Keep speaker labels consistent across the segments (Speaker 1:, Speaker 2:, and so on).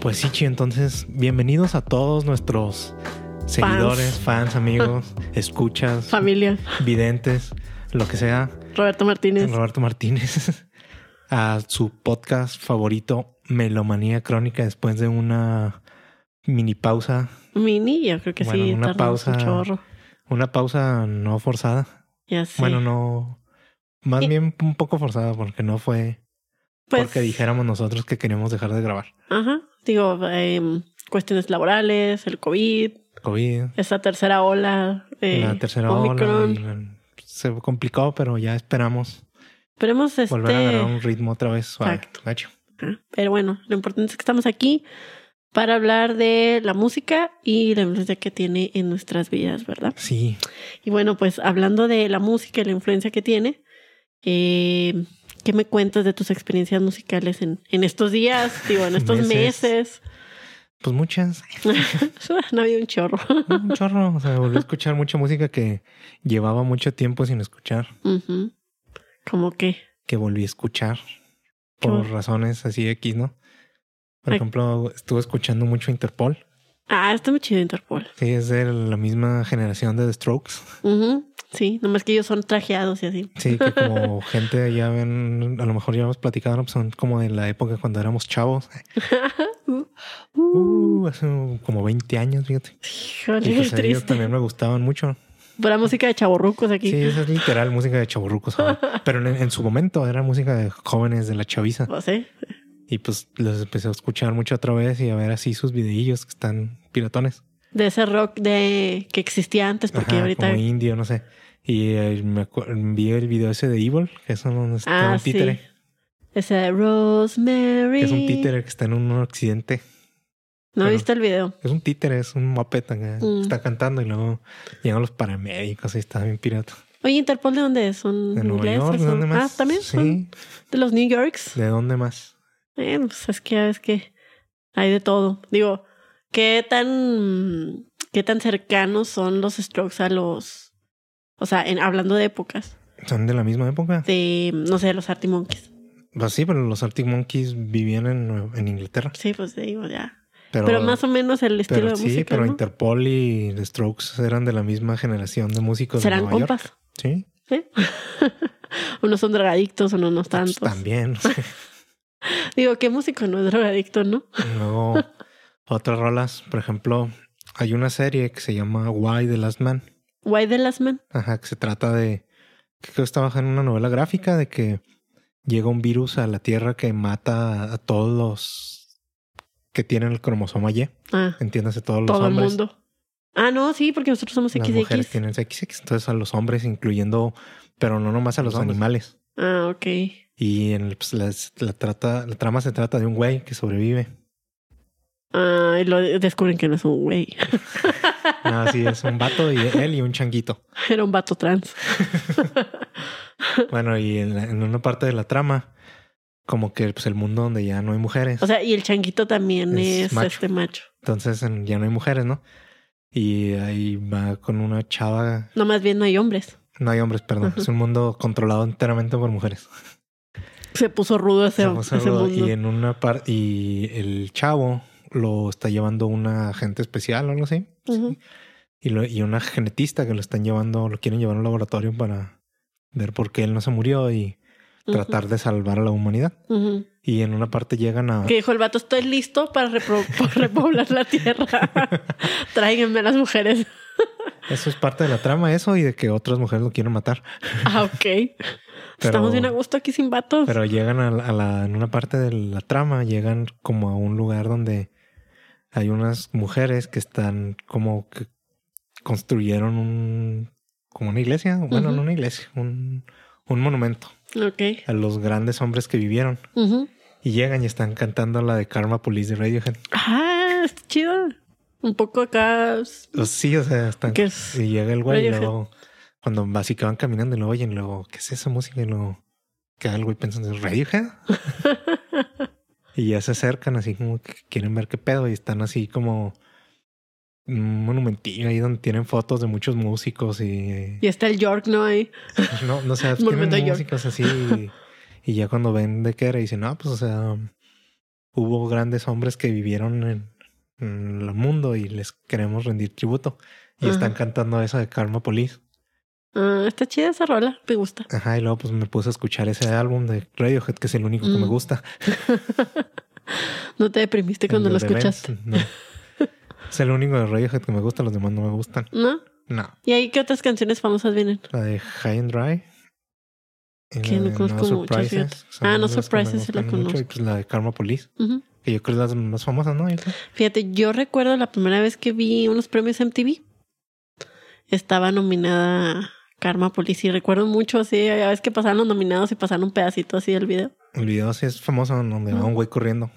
Speaker 1: Pues sí, Chi, entonces bienvenidos a todos nuestros seguidores, fans, amigos, escuchas,
Speaker 2: Familia.
Speaker 1: videntes, lo que sea,
Speaker 2: Roberto Martínez.
Speaker 1: Roberto Martínez, a su podcast favorito, Melomanía Crónica, después de una mini pausa,
Speaker 2: Mini, yo creo que
Speaker 1: Bueno,
Speaker 2: sí.
Speaker 1: una
Speaker 2: tardamos
Speaker 1: pausa.
Speaker 2: Un chorro.
Speaker 1: una pausa no forzada.
Speaker 2: Ya sé.
Speaker 1: Bueno, no, más
Speaker 2: Y-
Speaker 1: bien un poco forzada porque no fue
Speaker 2: Pues,
Speaker 1: porque dijéramos nosotros que queríamos dejar de grabar.
Speaker 2: Ajá. Digo, em, cuestiones laborales, el COVID,
Speaker 1: COVID,
Speaker 2: esta tercera ola. eh,
Speaker 1: la tercera ola,
Speaker 2: Omicron.
Speaker 1: y la- se complicó, pero ya esperamos
Speaker 2: Esperemos este.
Speaker 1: volver a agarrar un ritmo otra vez suave.
Speaker 2: Exacto.
Speaker 1: gacho.
Speaker 2: Ajá. Pero bueno, lo importante es que estamos aquí para hablar de la música y la influencia que tiene en nuestras vidas, ¿verdad?
Speaker 1: Sí,
Speaker 2: Y bueno, pues hablando de la música y la influencia que tiene, eh, ¿qué me cuentas de tus experiencias musicales en, en estos días? Digo, en estos
Speaker 1: Meses.
Speaker 2: meses.
Speaker 1: pues muchas.
Speaker 2: no había un chorro.
Speaker 1: Un chorro. O sea, volví a escuchar mucha música que llevaba mucho tiempo sin escuchar,
Speaker 2: Ujú. Como que.
Speaker 1: que volví a escuchar
Speaker 2: Qué
Speaker 1: por
Speaker 2: bueno.
Speaker 1: razones así X, ¿no? Por
Speaker 2: Ay.
Speaker 1: ejemplo, estuve escuchando mucho Interpol,
Speaker 2: Ah, está muy chido Interpol.
Speaker 1: que es de la misma generación de The Strokes.
Speaker 2: Ujú. Sí, nomás que ellos son trajeados y así.
Speaker 1: Sí, que como gente ya ven, a lo mejor ya hemos platicado, ¿no? Pues son como de la época cuando éramos chavos. Uh, hace como 20 años, fíjate.
Speaker 2: Híjole,
Speaker 1: Y
Speaker 2: qué
Speaker 1: pues a ellos
Speaker 2: triste.
Speaker 1: también me gustaban mucho.
Speaker 2: Pura música de chaborrucos aquí.
Speaker 1: Sí, esa es literal música de chaburrucos. Pero en, en su momento era música de jóvenes de la chaviza.
Speaker 2: No sé.
Speaker 1: Y pues los empecé a escuchar mucho otra vez y a ver así sus videillos que están piratones.
Speaker 2: De ese rock de que existía antes, porque
Speaker 1: Ajá,
Speaker 2: ahorita.
Speaker 1: Como indio, no sé. Y eh, me acu- vi el video ese de Evil, que es un, está
Speaker 2: Ah,
Speaker 1: un títere.
Speaker 2: sí. Ese de Rosemary.
Speaker 1: Que es un títere que está en un accidente.
Speaker 2: ¿No
Speaker 1: pero-
Speaker 2: viste el video?
Speaker 1: Es un títere, es un moped. acá,
Speaker 2: Mm.
Speaker 1: Está cantando y luego llegan los paramédicos y está bien pirata.
Speaker 2: Oye, Interpol, ¿de dónde es? ¿Son
Speaker 1: De Nueva
Speaker 2: ingleses?
Speaker 1: York, ¿de
Speaker 2: ¿Son-
Speaker 1: dónde más?
Speaker 2: Ah, también son
Speaker 1: Sí,
Speaker 2: de los New Yorks.
Speaker 1: ¿de dónde más?
Speaker 2: Eh, pues es que es que hay de todo. Digo, ¿qué tan, qué tan cercanos son los Strokes a los. O sea, en, hablando de épocas,
Speaker 1: ¿Son de la misma época?
Speaker 2: de, no sé, los Artie Monkeys.
Speaker 1: Pues sí, pero los Arctic Monkeys vivían en, en Inglaterra.
Speaker 2: Sí, pues te digo, ya.
Speaker 1: Pero,
Speaker 2: Pero, más o menos el estilo
Speaker 1: pero
Speaker 2: de
Speaker 1: sí,
Speaker 2: música.
Speaker 1: pero
Speaker 2: ¿no?
Speaker 1: Interpol y The Strokes eran de la misma generación de músicos. de
Speaker 2: Serán
Speaker 1: Nueva York.
Speaker 2: compas.
Speaker 1: Sí,
Speaker 2: Unos son drogadictos, unos no
Speaker 1: pues
Speaker 2: tantos.
Speaker 1: también.
Speaker 2: Digo, ¿qué músico no es drogadicto, no?
Speaker 1: Luego, otras rolas, por ejemplo, hay una serie que se llama Why the Last Man.
Speaker 2: Why the Last Man?
Speaker 1: Ajá, que se trata de que creo que está basada en una novela gráfica de que llega un virus a la Tierra que mata a todos los que tienen el cromosoma Y.
Speaker 2: Ah,
Speaker 1: Entiéndase, todos los
Speaker 2: todo el
Speaker 1: hombres.
Speaker 2: mundo. Ah, no, sí, porque nosotros somos
Speaker 1: Las mujeres
Speaker 2: XX.
Speaker 1: tienen XX, entonces a los hombres, incluyendo, pero no nomás a los,
Speaker 3: Los hombres.
Speaker 1: animales.
Speaker 2: Ah, ok.
Speaker 1: Y en el- pues, las- la, trata, la trama se trata de un güey que sobrevive.
Speaker 2: Ah, y lo descubren que no es un güey.
Speaker 1: Nada, así es un vato y él y un changuito.
Speaker 2: Era un vato trans.
Speaker 1: Bueno, y en, la- en una parte de la trama, como que pues, el mundo donde ya no hay mujeres.
Speaker 2: O sea, y el changuito también
Speaker 1: Es
Speaker 2: es,
Speaker 1: macho.
Speaker 2: este macho.
Speaker 1: entonces en- ya no hay mujeres, ¿no? Y ahí va con una chava.
Speaker 2: No, más bien no hay hombres.
Speaker 1: No hay hombres, perdón.
Speaker 2: Ajá.
Speaker 1: Es un mundo controlado enteramente por mujeres.
Speaker 2: Se puso rudo ese,
Speaker 1: Estamos
Speaker 2: ese
Speaker 1: hablando-
Speaker 2: mundo.
Speaker 1: Y en una parte, y el chavo lo está llevando una agente especial o algo así.
Speaker 2: Ujú.
Speaker 1: Y, lo- y una genetista que lo están llevando, lo quieren llevar a un laboratorio para ver por qué él no se murió y tratar de salvar a la humanidad.
Speaker 2: Ujú.
Speaker 1: Y en una parte llegan a.
Speaker 2: Que dijo el vato, estoy listo para repro- para repoblar la tierra. Tráiganme las mujeres.
Speaker 1: Eso es parte de la trama, eso, y de que otras mujeres lo quieren matar.
Speaker 2: Ah, ok.
Speaker 1: Pero-
Speaker 2: Estamos bien a gusto aquí sin vatos.
Speaker 1: Pero llegan a la, a la- en una parte de la trama, llegan como a un lugar donde hay unas mujeres que están como que construyeron un como una iglesia, bueno,
Speaker 2: Ujú.
Speaker 1: no una iglesia, un, un monumento
Speaker 2: Ok.
Speaker 1: a los grandes hombres que vivieron.
Speaker 2: Ujú.
Speaker 1: Y llegan y están cantando la de Karma Police de Radiohead.
Speaker 2: Ah, está chido. Un poco acá.
Speaker 1: Los Pues sí, o sea, están
Speaker 2: ¿Qué es?
Speaker 1: y llega el güey y
Speaker 2: Radiohead.
Speaker 1: luego cuando así que van caminando y lo oyen, luego, ¿qué es esa música? Y luego queda el güey pensando, ¿es Radiohead? Y ya se acercan así como que quieren ver qué pedo y están así como un monumentillo ahí donde tienen fotos de muchos músicos y
Speaker 2: Y está el York, ¿no? Ahí.
Speaker 1: Pues no, no sé,
Speaker 2: Monumento a
Speaker 1: tienen
Speaker 2: York.
Speaker 1: músicos así y, y ya cuando ven de qué era dicen, no, pues o sea, hubo grandes hombres que vivieron en, en el mundo y les queremos rendir tributo. Y
Speaker 2: Ajá.
Speaker 1: están cantando eso de Karma Police.
Speaker 2: Ah, está chida esa rola, me gusta.
Speaker 1: Ajá, y luego pues me puse a escuchar ese álbum de Radiohead, que es el único que me
Speaker 2: Mm.
Speaker 1: gusta.
Speaker 2: ¿No te deprimiste cuando
Speaker 1: El
Speaker 2: lo
Speaker 1: de Vents,
Speaker 2: escuchaste?
Speaker 1: no. Es el único de Radiohead que me gusta, los demás no me gustan.
Speaker 2: ¿No?
Speaker 1: No,
Speaker 2: ¿Y ahí qué otras canciones famosas vienen?
Speaker 1: la de High and Dry. y
Speaker 2: Que
Speaker 1: la
Speaker 2: no
Speaker 1: de
Speaker 2: conozco muchas, fíjate.
Speaker 1: son
Speaker 2: Ah, No
Speaker 1: las que me
Speaker 2: Surprises sí la
Speaker 1: gustan mucho, Y
Speaker 2: conozco.
Speaker 1: pues la de Karma Police,
Speaker 2: Ujú.
Speaker 1: que yo creo es la más famosa, ¿no? Yo creo.
Speaker 2: Fíjate, yo recuerdo la primera vez que vi unos premios MTV. Estaba nominada Karma Police y recuerdo mucho así, a veces que pasaban los nominados y pasaban un pedacito así del video.
Speaker 1: El video sí es famoso, donde va
Speaker 2: Mm.
Speaker 1: un güey corriendo.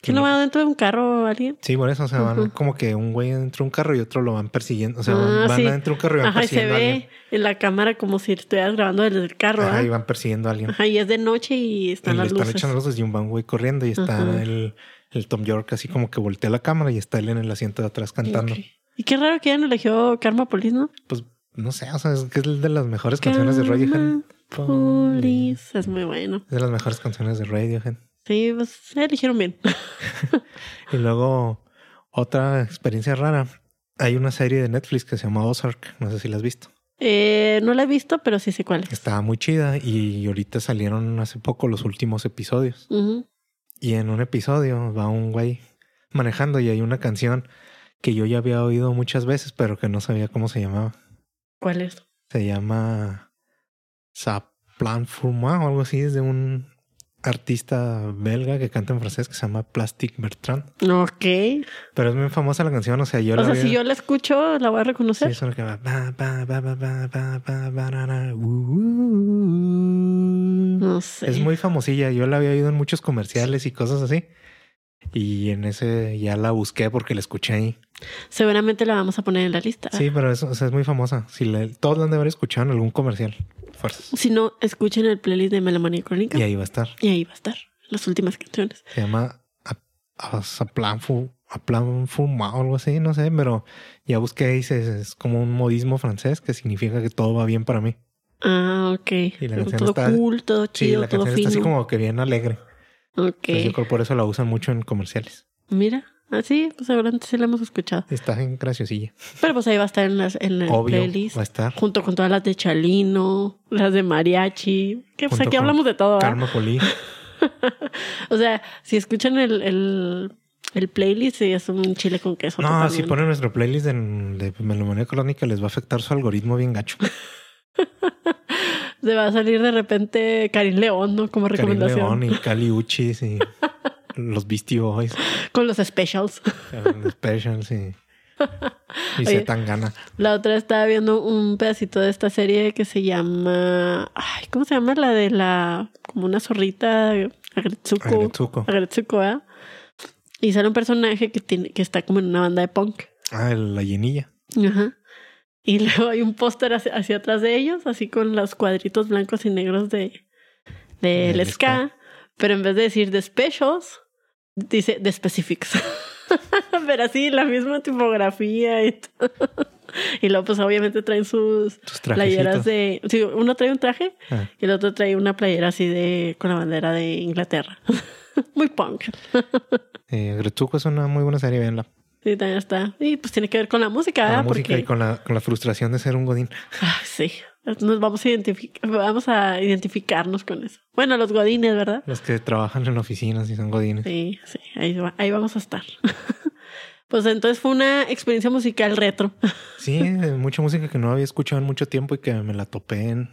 Speaker 2: ¿Quién lo va dentro de un carro alguien?
Speaker 1: Sí, por eso, o sea, van
Speaker 2: Ujú.
Speaker 1: como que un güey dentro de un carro y otro lo van persiguiendo. O sea, van,
Speaker 2: Ah,
Speaker 1: van
Speaker 2: sí.
Speaker 1: adentro de un carro y van
Speaker 2: Ajá, y se
Speaker 1: persiguiendo a alguien.
Speaker 2: ve en la cámara como si estuvieras grabando desde el carro.
Speaker 1: Ajá, y
Speaker 2: ¿ah?
Speaker 1: van persiguiendo a alguien.
Speaker 2: Ajá, y es de noche y
Speaker 1: Y
Speaker 2: están
Speaker 1: le
Speaker 2: las
Speaker 1: están
Speaker 2: luces.
Speaker 1: echando luces y un van güey corriendo y está
Speaker 2: Ajá.
Speaker 1: el, el Tom York así como que voltea la cámara y está él en el asiento de atrás cantando.
Speaker 2: Ok. Y qué raro que hayan elegido Karma Police, ¿no?
Speaker 1: Pues no sé, o sea, es que es de las mejores canciones de Radiohead.
Speaker 2: Karma Police. Es muy bueno.
Speaker 1: Es de las mejores canciones de Radiohead.
Speaker 2: Sí, pues se eligieron bien.
Speaker 1: Y luego otra experiencia rara. Hay una serie de Netflix que se llama Ozark, no sé si la has visto.
Speaker 2: Eh, no la he visto, pero sí sé cuál es.
Speaker 1: Estaba muy chida y ahorita salieron hace poco los últimos episodios.
Speaker 2: Ujú.
Speaker 1: Y en un episodio va un güey manejando y hay una canción que yo ya había oído muchas veces, pero que no sabía cómo se llamaba.
Speaker 2: ¿Cuál es?
Speaker 1: Se llama Saplan Fuma o algo así. Es de un artista belga que canta en francés que se llama Plastic Bertrand.
Speaker 2: Ok.
Speaker 1: Pero es muy famosa la canción. O sea, yo
Speaker 2: O
Speaker 1: la
Speaker 2: sea,
Speaker 1: había-
Speaker 2: si yo la escucho, la voy a
Speaker 1: Sí,
Speaker 2: reconocer.
Speaker 1: eso es lo que va. Ba, ba, ba, ba, ba, ba, ba, ba, ra, ra, uh, uh, uh.
Speaker 2: No sé.
Speaker 1: Es muy famosilla. Yo la había oído en muchos comerciales y cosas así. Y en ese ya la busqué porque la escuché ahí.
Speaker 2: Seguramente la vamos a poner en la lista.
Speaker 1: Sí, pero es, o sea, es muy famosa. Si la- todos la han de haber escuchado en algún comercial. Fuerzas.
Speaker 2: Si no, escuchen el playlist de Melomanía Crónica.
Speaker 1: Y ahí va a estar.
Speaker 2: Y ahí va a estar las últimas canciones.
Speaker 1: Se llama A- A- Saplanfu, Aplanfuma o algo así, no sé, pero ya busqué y se- es como un modismo francés que significa que todo va bien para mí.
Speaker 2: Ah, ok.
Speaker 1: la
Speaker 2: Pero
Speaker 1: canción
Speaker 2: todo
Speaker 1: está-
Speaker 2: cool, todo
Speaker 1: Sí,
Speaker 2: chido,
Speaker 1: la
Speaker 2: todo
Speaker 1: canción está así
Speaker 2: fino.
Speaker 1: como que bien alegre.
Speaker 2: Ok.
Speaker 1: Entonces, Pues yo creo por eso la usan mucho en comerciales.
Speaker 2: Mira. Así, pues seguramente sí la hemos escuchado.
Speaker 1: Está bien graciosilla.
Speaker 2: Pero pues ahí va a estar en, las, en el
Speaker 1: Obvio,
Speaker 2: playlist.
Speaker 1: va a estar.
Speaker 2: Junto con todas las de Chalino, las de Mariachi. Que pues
Speaker 1: Junto
Speaker 2: aquí
Speaker 1: con
Speaker 2: hablamos de todo. ¿verdad?
Speaker 1: Karma Poli.
Speaker 2: O sea, si escuchan el, el, el playlist, sí, es un chile con queso.
Speaker 1: No, si
Speaker 2: totalmente.
Speaker 1: ponen nuestro playlist en- de Melomanía Crónica les va a afectar su algoritmo bien gacho.
Speaker 2: Se va a salir de repente Karim León, ¿no? Como
Speaker 1: Karim
Speaker 2: recomendación.
Speaker 1: León y Cali Uchis y los Beastie Boys, eh,
Speaker 2: Con los specials.
Speaker 1: los Specials y, y
Speaker 2: Oye.
Speaker 1: se tan gana. Ah,
Speaker 2: La otra estaba viendo un pedacito de esta serie que se llama. Ay, ¿cómo se llama? La de la. como una zorrita. Agretsuko.
Speaker 1: Agretsuko.
Speaker 2: Agretsuko, ¿eh? Y sale un personaje que tiene, que está como en una banda de punk.
Speaker 1: Ah, el- la llenilla.
Speaker 2: Ajá. Y luego hay un póster hacia, hacia atrás de ellos, así con los cuadritos blancos y negros de del
Speaker 1: Del
Speaker 2: ska. Pero en vez de decir The Specials, dice The Specifics. pero así, la misma tipografía y todo. Y luego, pues obviamente traen sus
Speaker 1: Tus
Speaker 2: playeras
Speaker 1: trajecitos.
Speaker 2: de. Sí, uno trae un traje
Speaker 1: Ah,
Speaker 2: y el otro trae una playera así de. con la bandera de Inglaterra. Muy punk.
Speaker 1: eh, Agretsuko es una muy buena serie, véanla.
Speaker 2: Sí, también está. Y pues tiene que ver con la música,
Speaker 1: Con la
Speaker 2: ¿verdad?
Speaker 1: música
Speaker 2: Porque-
Speaker 1: y con la, con la frustración de ser un godín.
Speaker 2: Ay, Ah, sí. Nos vamos a identificar, vamos a identificarnos con eso. Bueno, los godines, ¿verdad?
Speaker 1: Los que trabajan en oficinas y son godines.
Speaker 2: Sí, sí, ahí, va- ahí vamos a estar. Pues entonces fue una experiencia musical retro.
Speaker 1: Sí, eh, mucha música que no había escuchado en mucho tiempo y que me la topé en,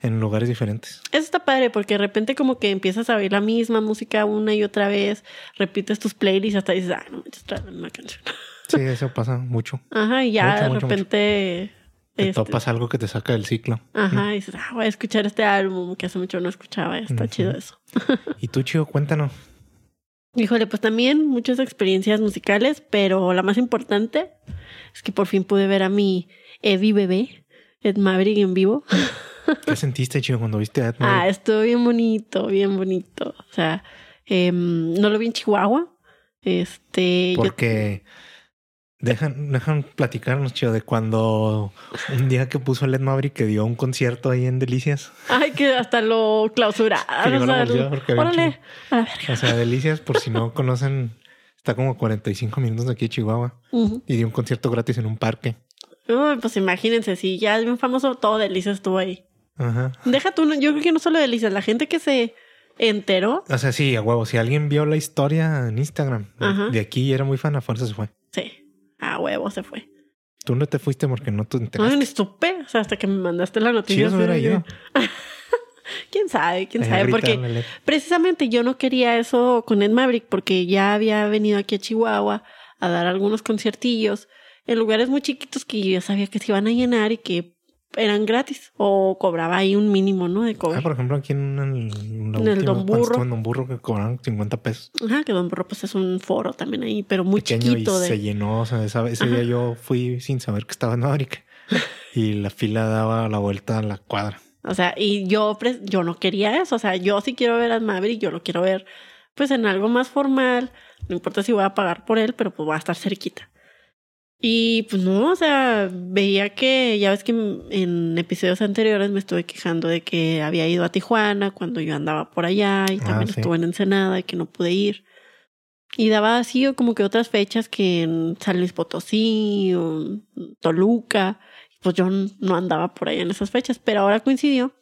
Speaker 1: en lugares diferentes.
Speaker 2: Eso está padre porque de repente como que empiezas a oír la misma música una y otra vez, repites tus playlists hasta dices, ah, no me trae la misma canción.
Speaker 1: Sí, eso pasa mucho.
Speaker 2: Ajá, y ya
Speaker 1: Mucho,
Speaker 2: de
Speaker 1: mucho, mucho.
Speaker 2: repente...
Speaker 1: Te
Speaker 2: este,
Speaker 1: topas algo que te saca del ciclo.
Speaker 2: Ajá, y dices, ah, voy a escuchar este álbum que hace mucho no escuchaba, está
Speaker 1: Ujú.
Speaker 2: chido eso.
Speaker 1: Y tú, chido, cuéntanos.
Speaker 2: Híjole, pues también muchas experiencias musicales, pero la más importante es que por fin pude ver a mi Eddie bebé, Ed Maverick en vivo.
Speaker 1: ¿Qué sentiste, chido, cuando viste a Ed
Speaker 2: Ah,
Speaker 1: Maverick?
Speaker 2: estuvo bien bonito, bien bonito. O sea, em, no lo vi en Chihuahua. Este, yo-
Speaker 1: Porque Dejan, dejan platicarnos, chido, de cuando un día que puso Led Maverick que dio un concierto ahí en Delicias.
Speaker 2: Ay, que hasta lo clausura.
Speaker 1: Que luego lo volvió porque había un
Speaker 2: Órale, a la
Speaker 1: O
Speaker 2: verga.
Speaker 1: sea, Delicias, por si no conocen, está como 45 minutos de aquí de Chihuahua
Speaker 2: Ujú.
Speaker 1: y dio un concierto gratis en un parque.
Speaker 2: Uy, pues imagínense, si ya es bien famoso, todo delicias estuvo ahí.
Speaker 1: Ajá.
Speaker 2: Deja tú, no- yo creo que no solo delicias, la gente que se enteró,
Speaker 1: O sea, sí, a huevo. Si alguien vio la historia en Instagram de-
Speaker 2: Ajá.
Speaker 1: de aquí y era muy fan, a fuerza se fue.
Speaker 2: sí, a huevo se fue.
Speaker 1: Tú no te fuiste porque no te enteraste.
Speaker 2: No, ni supe, o sea, hasta que me mandaste la noticia.
Speaker 1: Chido se hubiera
Speaker 2: sí,
Speaker 1: ido.
Speaker 2: ¿Quién sabe? ¿Quién
Speaker 1: Eh,
Speaker 2: sabe? Porque
Speaker 1: gritarle, Led.
Speaker 2: Precisamente yo no quería eso con Ed Maverick porque ya había venido aquí a Chihuahua a dar algunos conciertillos en lugares muy chiquitos que yo ya sabía que se iban a llenar y que eran gratis o cobraba ahí un mínimo, ¿no? De
Speaker 1: Ah,
Speaker 2: cover.
Speaker 1: por ejemplo, aquí en, en la
Speaker 2: En el
Speaker 1: última,
Speaker 2: Don
Speaker 1: cuando estuve
Speaker 2: Burro.
Speaker 1: en Don Burro que cobraron 50 pesos.
Speaker 2: Ajá, que Don Burro pues es un foro también ahí, pero muy
Speaker 1: pequeño
Speaker 2: chiquito
Speaker 1: y
Speaker 2: de...
Speaker 1: se llenó. O sea, esa- ese
Speaker 2: Ajá.
Speaker 1: día yo fui sin saber que estaba en Maverick y la fila daba la vuelta a la cuadra.
Speaker 2: O sea, y yo, pres- yo no quería eso. O sea, yo sí quiero ver a Maverick, yo lo quiero ver pues en algo más formal. No importa si voy a pagar por él, pero pues va a estar cerquita. Y pues no, o sea, veía que ya ves que en- en episodios anteriores me estuve quejando de que había ido a Tijuana cuando yo andaba por allá y
Speaker 1: Ah,
Speaker 2: también
Speaker 1: sí.
Speaker 2: estuve en Ensenada y que no pude ir. Y daba así o como que otras fechas que en San Luis Potosí o en Toluca pues yo n- no andaba por allá en esas fechas, pero ahora coincidió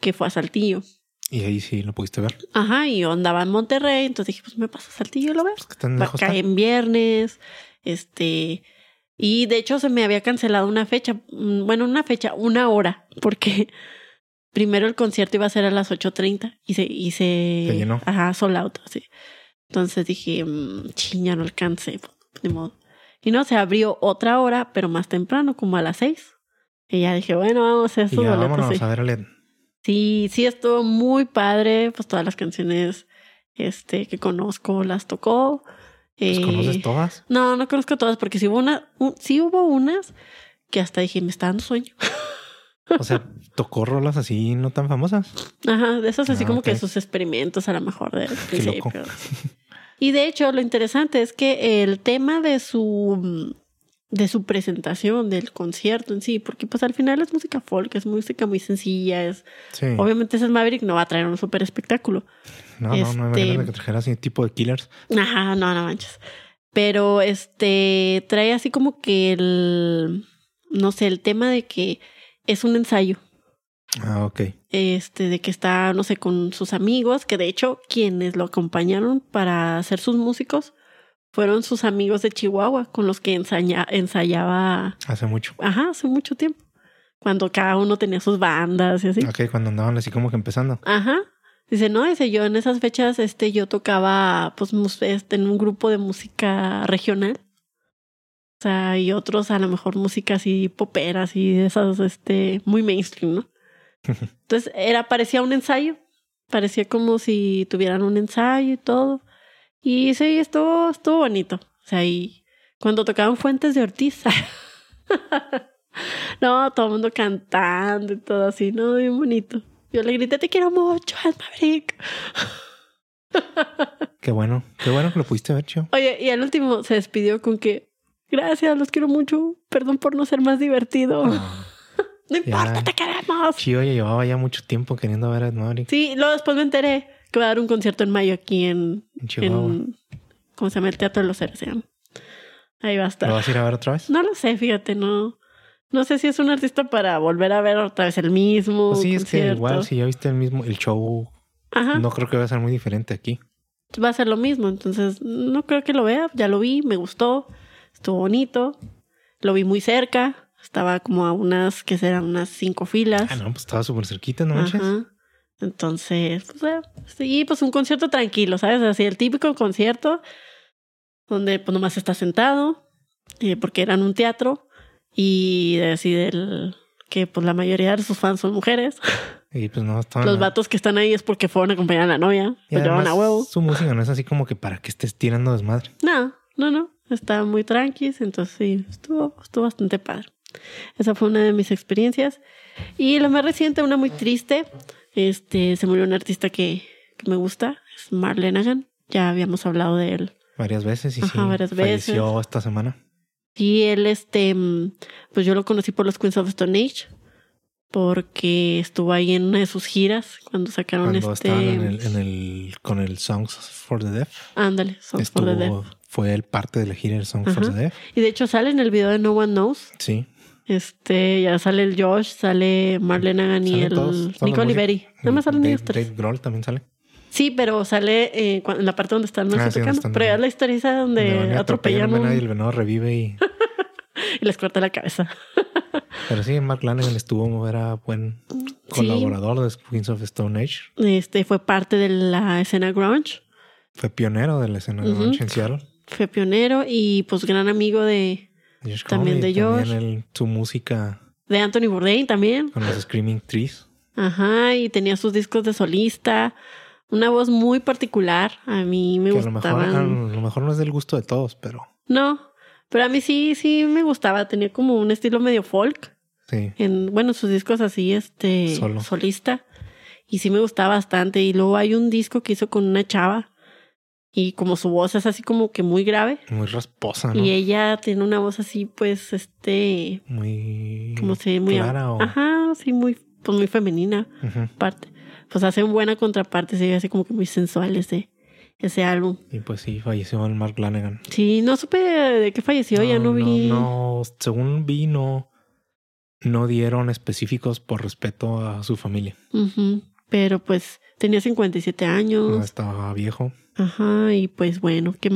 Speaker 2: que fue a Saltillo.
Speaker 1: Y ahí sí lo pudiste ver.
Speaker 2: Ajá, y yo andaba en Monterrey, entonces dije, pues me paso a Saltillo, y lo veo.
Speaker 1: Pues que tan
Speaker 2: Va-
Speaker 1: lejos
Speaker 2: Cae
Speaker 1: está.
Speaker 2: en viernes, este, y de hecho se me había cancelado una fecha, mm, bueno, una fecha, una hora, porque primero el concierto iba a ser a las 8.30 y se, y se,
Speaker 1: Se llenó.
Speaker 2: Ajá, sold out, así. Entonces dije, mm, chin, ya no alcancé, de modo. Y no, se abrió otra hora, pero más temprano, como a las 6. Y ya dije, bueno, vamos a
Speaker 1: Y
Speaker 2: esos
Speaker 1: ya
Speaker 2: boletos,
Speaker 1: vámonos
Speaker 2: sí.
Speaker 1: a ver a Led.
Speaker 2: Sí, sí, estuvo muy padre. Pues todas las canciones este, que conozco las tocó.
Speaker 1: ¿Las
Speaker 2: Eh,
Speaker 1: conoces todas?
Speaker 2: No, no conozco todas porque sí hubo, una, un- sí hubo unas que hasta dije, me está dando sueño.
Speaker 1: O sea, tocó rolas así no tan famosas.
Speaker 2: Ajá, de esas así
Speaker 1: Ah,
Speaker 2: como
Speaker 1: ok.
Speaker 2: que sus experimentos a lo mejor del
Speaker 1: loco.
Speaker 2: principio. Y de hecho, lo interesante es que el tema de su mm, de su presentación, del concierto en sí, porque pues al final es música folk, es música muy sencilla, es
Speaker 1: Sí.
Speaker 2: obviamente ese Maverick no va a traer un super espectáculo.
Speaker 1: No, no, no me
Speaker 2: este-
Speaker 1: imagino que trajera ese tipo de killers.
Speaker 2: Ajá, no, no manches. Pero este trae así como que el no sé, el tema de que es un ensayo.
Speaker 1: Ah, ok.
Speaker 2: Este, de que está, no sé, con sus amigos, que de hecho, quienes lo acompañaron para ser sus músicos fueron sus amigos de Chihuahua, con los que ensaña- ensayaba,
Speaker 1: Hace mucho.
Speaker 2: ajá, hace mucho tiempo. Cuando cada uno tenía sus bandas y así.
Speaker 1: Ok, cuando andaban así como que empezando.
Speaker 2: Ajá. Dice, no, dice, yo en esas fechas, este, yo tocaba, pues, mus- este, en un grupo de música regional. O sea, y otros a lo mejor música así popera, así de esas, este, muy mainstream, ¿no? Entonces, era, parecía un ensayo. Parecía como si tuvieran un ensayo y todo. Y sí, estuvo, estuvo bonito. O sea, y cuando tocaban Fuentes de Ortiz. no, todo el mundo cantando y todo así, ¿no? Bien bonito. Yo le grité, te quiero mucho, Ed Maverick.
Speaker 1: Qué bueno. Qué bueno que lo pudiste ver, chido.
Speaker 2: Oye, y al último se despidió con que, gracias, los quiero mucho, perdón por no ser más divertido.
Speaker 1: Ah,
Speaker 2: No, importa, te queremos.
Speaker 1: Chío, yo llevaba ya mucho tiempo queriendo ver a Ed Maverick
Speaker 2: Sí, luego después me enteré que va a dar un concierto en mayo aquí en,
Speaker 1: en Chihuahua.
Speaker 2: en ¿cómo se llama? El Teatro de los Héroes se llama. Ahí va a estar.
Speaker 1: ¿Lo vas a ir a ver otra vez?
Speaker 2: No lo sé, fíjate, no. No sé si es un artista para volver a ver otra vez el mismo.
Speaker 1: Pues sí, es que
Speaker 2: concierto.
Speaker 1: igual si ya viste el mismo, el show,
Speaker 2: Ajá.
Speaker 1: no creo que va a ser muy diferente aquí.
Speaker 2: va a ser lo mismo. Entonces, no creo que lo vea. Ya lo vi, me gustó, estuvo bonito. Lo vi muy cerca. Estaba como a unas, que serán unas cinco filas.
Speaker 1: Ah, no, pues estaba súper cerquita, ¿no manches?
Speaker 2: Ajá. Entonces, pues, eh, sí, pues un concierto tranquilo, ¿sabes? Así el típico concierto donde pues nomás está sentado, eh, porque era en un teatro y así del que pues la mayoría de sus fans son mujeres.
Speaker 1: Y pues no, estaban...
Speaker 2: Los vatos que están ahí es porque fueron a acompañar a la novia,
Speaker 1: Y
Speaker 2: lo llevaron a
Speaker 1: además,
Speaker 2: huevo.
Speaker 1: Su música no es así como que para que estés tirando desmadre.
Speaker 2: No, no, no. Estaba muy tranquis, entonces sí, estuvo, estuvo bastante padre. Esa fue una de mis experiencias. Y la más reciente, una muy triste, este, se murió un artista que, que me gusta, es Mark Lenagan. Ya habíamos hablado de él.
Speaker 1: Varias veces y
Speaker 2: Ajá,
Speaker 1: sí,
Speaker 2: varias veces.
Speaker 1: falleció esta semana.
Speaker 2: Sí, él, este, mm, pues yo lo conocí por los Queens of Stone Age, porque estuvo ahí en una de sus giras cuando sacaron
Speaker 1: Cuando
Speaker 2: este.
Speaker 1: estaban en el, en el- con el Songs for the Deaf.
Speaker 2: Ándale, Songs for the Deaf.
Speaker 1: estuvo- Fue el parte de la gira del Songs for
Speaker 2: Ajá.
Speaker 1: the Deaf.
Speaker 2: Y de hecho sale en el video de No One Knows.
Speaker 1: Sí.
Speaker 2: Este, ya sale el Josh, sale Marlene Hagan y
Speaker 1: Salen
Speaker 2: el
Speaker 1: todos, todos los
Speaker 2: Nico Oliveri.
Speaker 1: músicos.
Speaker 2: Nada más salen
Speaker 1: Dave,
Speaker 2: ellos tres.
Speaker 1: Dave Grohl también sale.
Speaker 2: Sí, pero sale eh, cua- en la parte donde están
Speaker 1: Ah,
Speaker 2: Marcio
Speaker 1: sí, donde
Speaker 2: tocando.
Speaker 1: están-
Speaker 2: pero ya es la historia esa
Speaker 1: Le van
Speaker 2: donde
Speaker 1: y atropellan
Speaker 2: atropellan
Speaker 1: un venado y
Speaker 2: un-
Speaker 1: el venado revive y...
Speaker 2: y les corta la cabeza.
Speaker 1: Pero sí, Mark Lanigan estuvo, era buen colaborador de Queens of Stone Age.
Speaker 2: Este fue parte de la escena grunge.
Speaker 1: Fue pionero de la escena
Speaker 2: Ujú.
Speaker 1: grunge en Seattle.
Speaker 2: Fue pionero y pues gran amigo de,
Speaker 1: Josh
Speaker 2: También
Speaker 1: Homme, y
Speaker 2: de Josh.
Speaker 1: También él- su música
Speaker 2: de Anthony Bourdain también.
Speaker 1: con los Screaming Trees.
Speaker 2: Ajá, y tenía sus discos de solista. Una voz muy particular. A mí me
Speaker 1: que a lo, mejor, ah,
Speaker 2: gustaban.
Speaker 1: a lo mejor no es del gusto de todos, pero
Speaker 2: No, pero a mí sí, sí me gustaba. Tenía como un estilo medio folk.
Speaker 1: sí.
Speaker 2: En, bueno, sus discos así, este,
Speaker 1: Solo.
Speaker 2: solista. Y sí me gustaba bastante. Y luego hay un disco que hizo con una chava. Y como su voz es así como que muy grave.
Speaker 1: Muy rasposa, Ah, ¿no?
Speaker 2: Y ella tiene una voz así, pues, este,
Speaker 1: Muy...
Speaker 2: como se ve muy...
Speaker 1: Clara o-
Speaker 2: Ajá, sí, muy, pues muy femenina.
Speaker 1: Ujú.
Speaker 2: Parte. Pues hacen buena contraparte, se ve así como que muy sensual ese, ese álbum.
Speaker 1: Y pues sí, falleció el Mark Lanigan.
Speaker 2: Sí, no supe de qué falleció, ya no vi.
Speaker 1: No, según vi, no, no dieron específicos por respeto a su familia.
Speaker 2: Ujú, Pero pues tenía 57
Speaker 1: No
Speaker 2: años.
Speaker 1: estaba viejo.
Speaker 2: Ajá, y pues bueno, qué,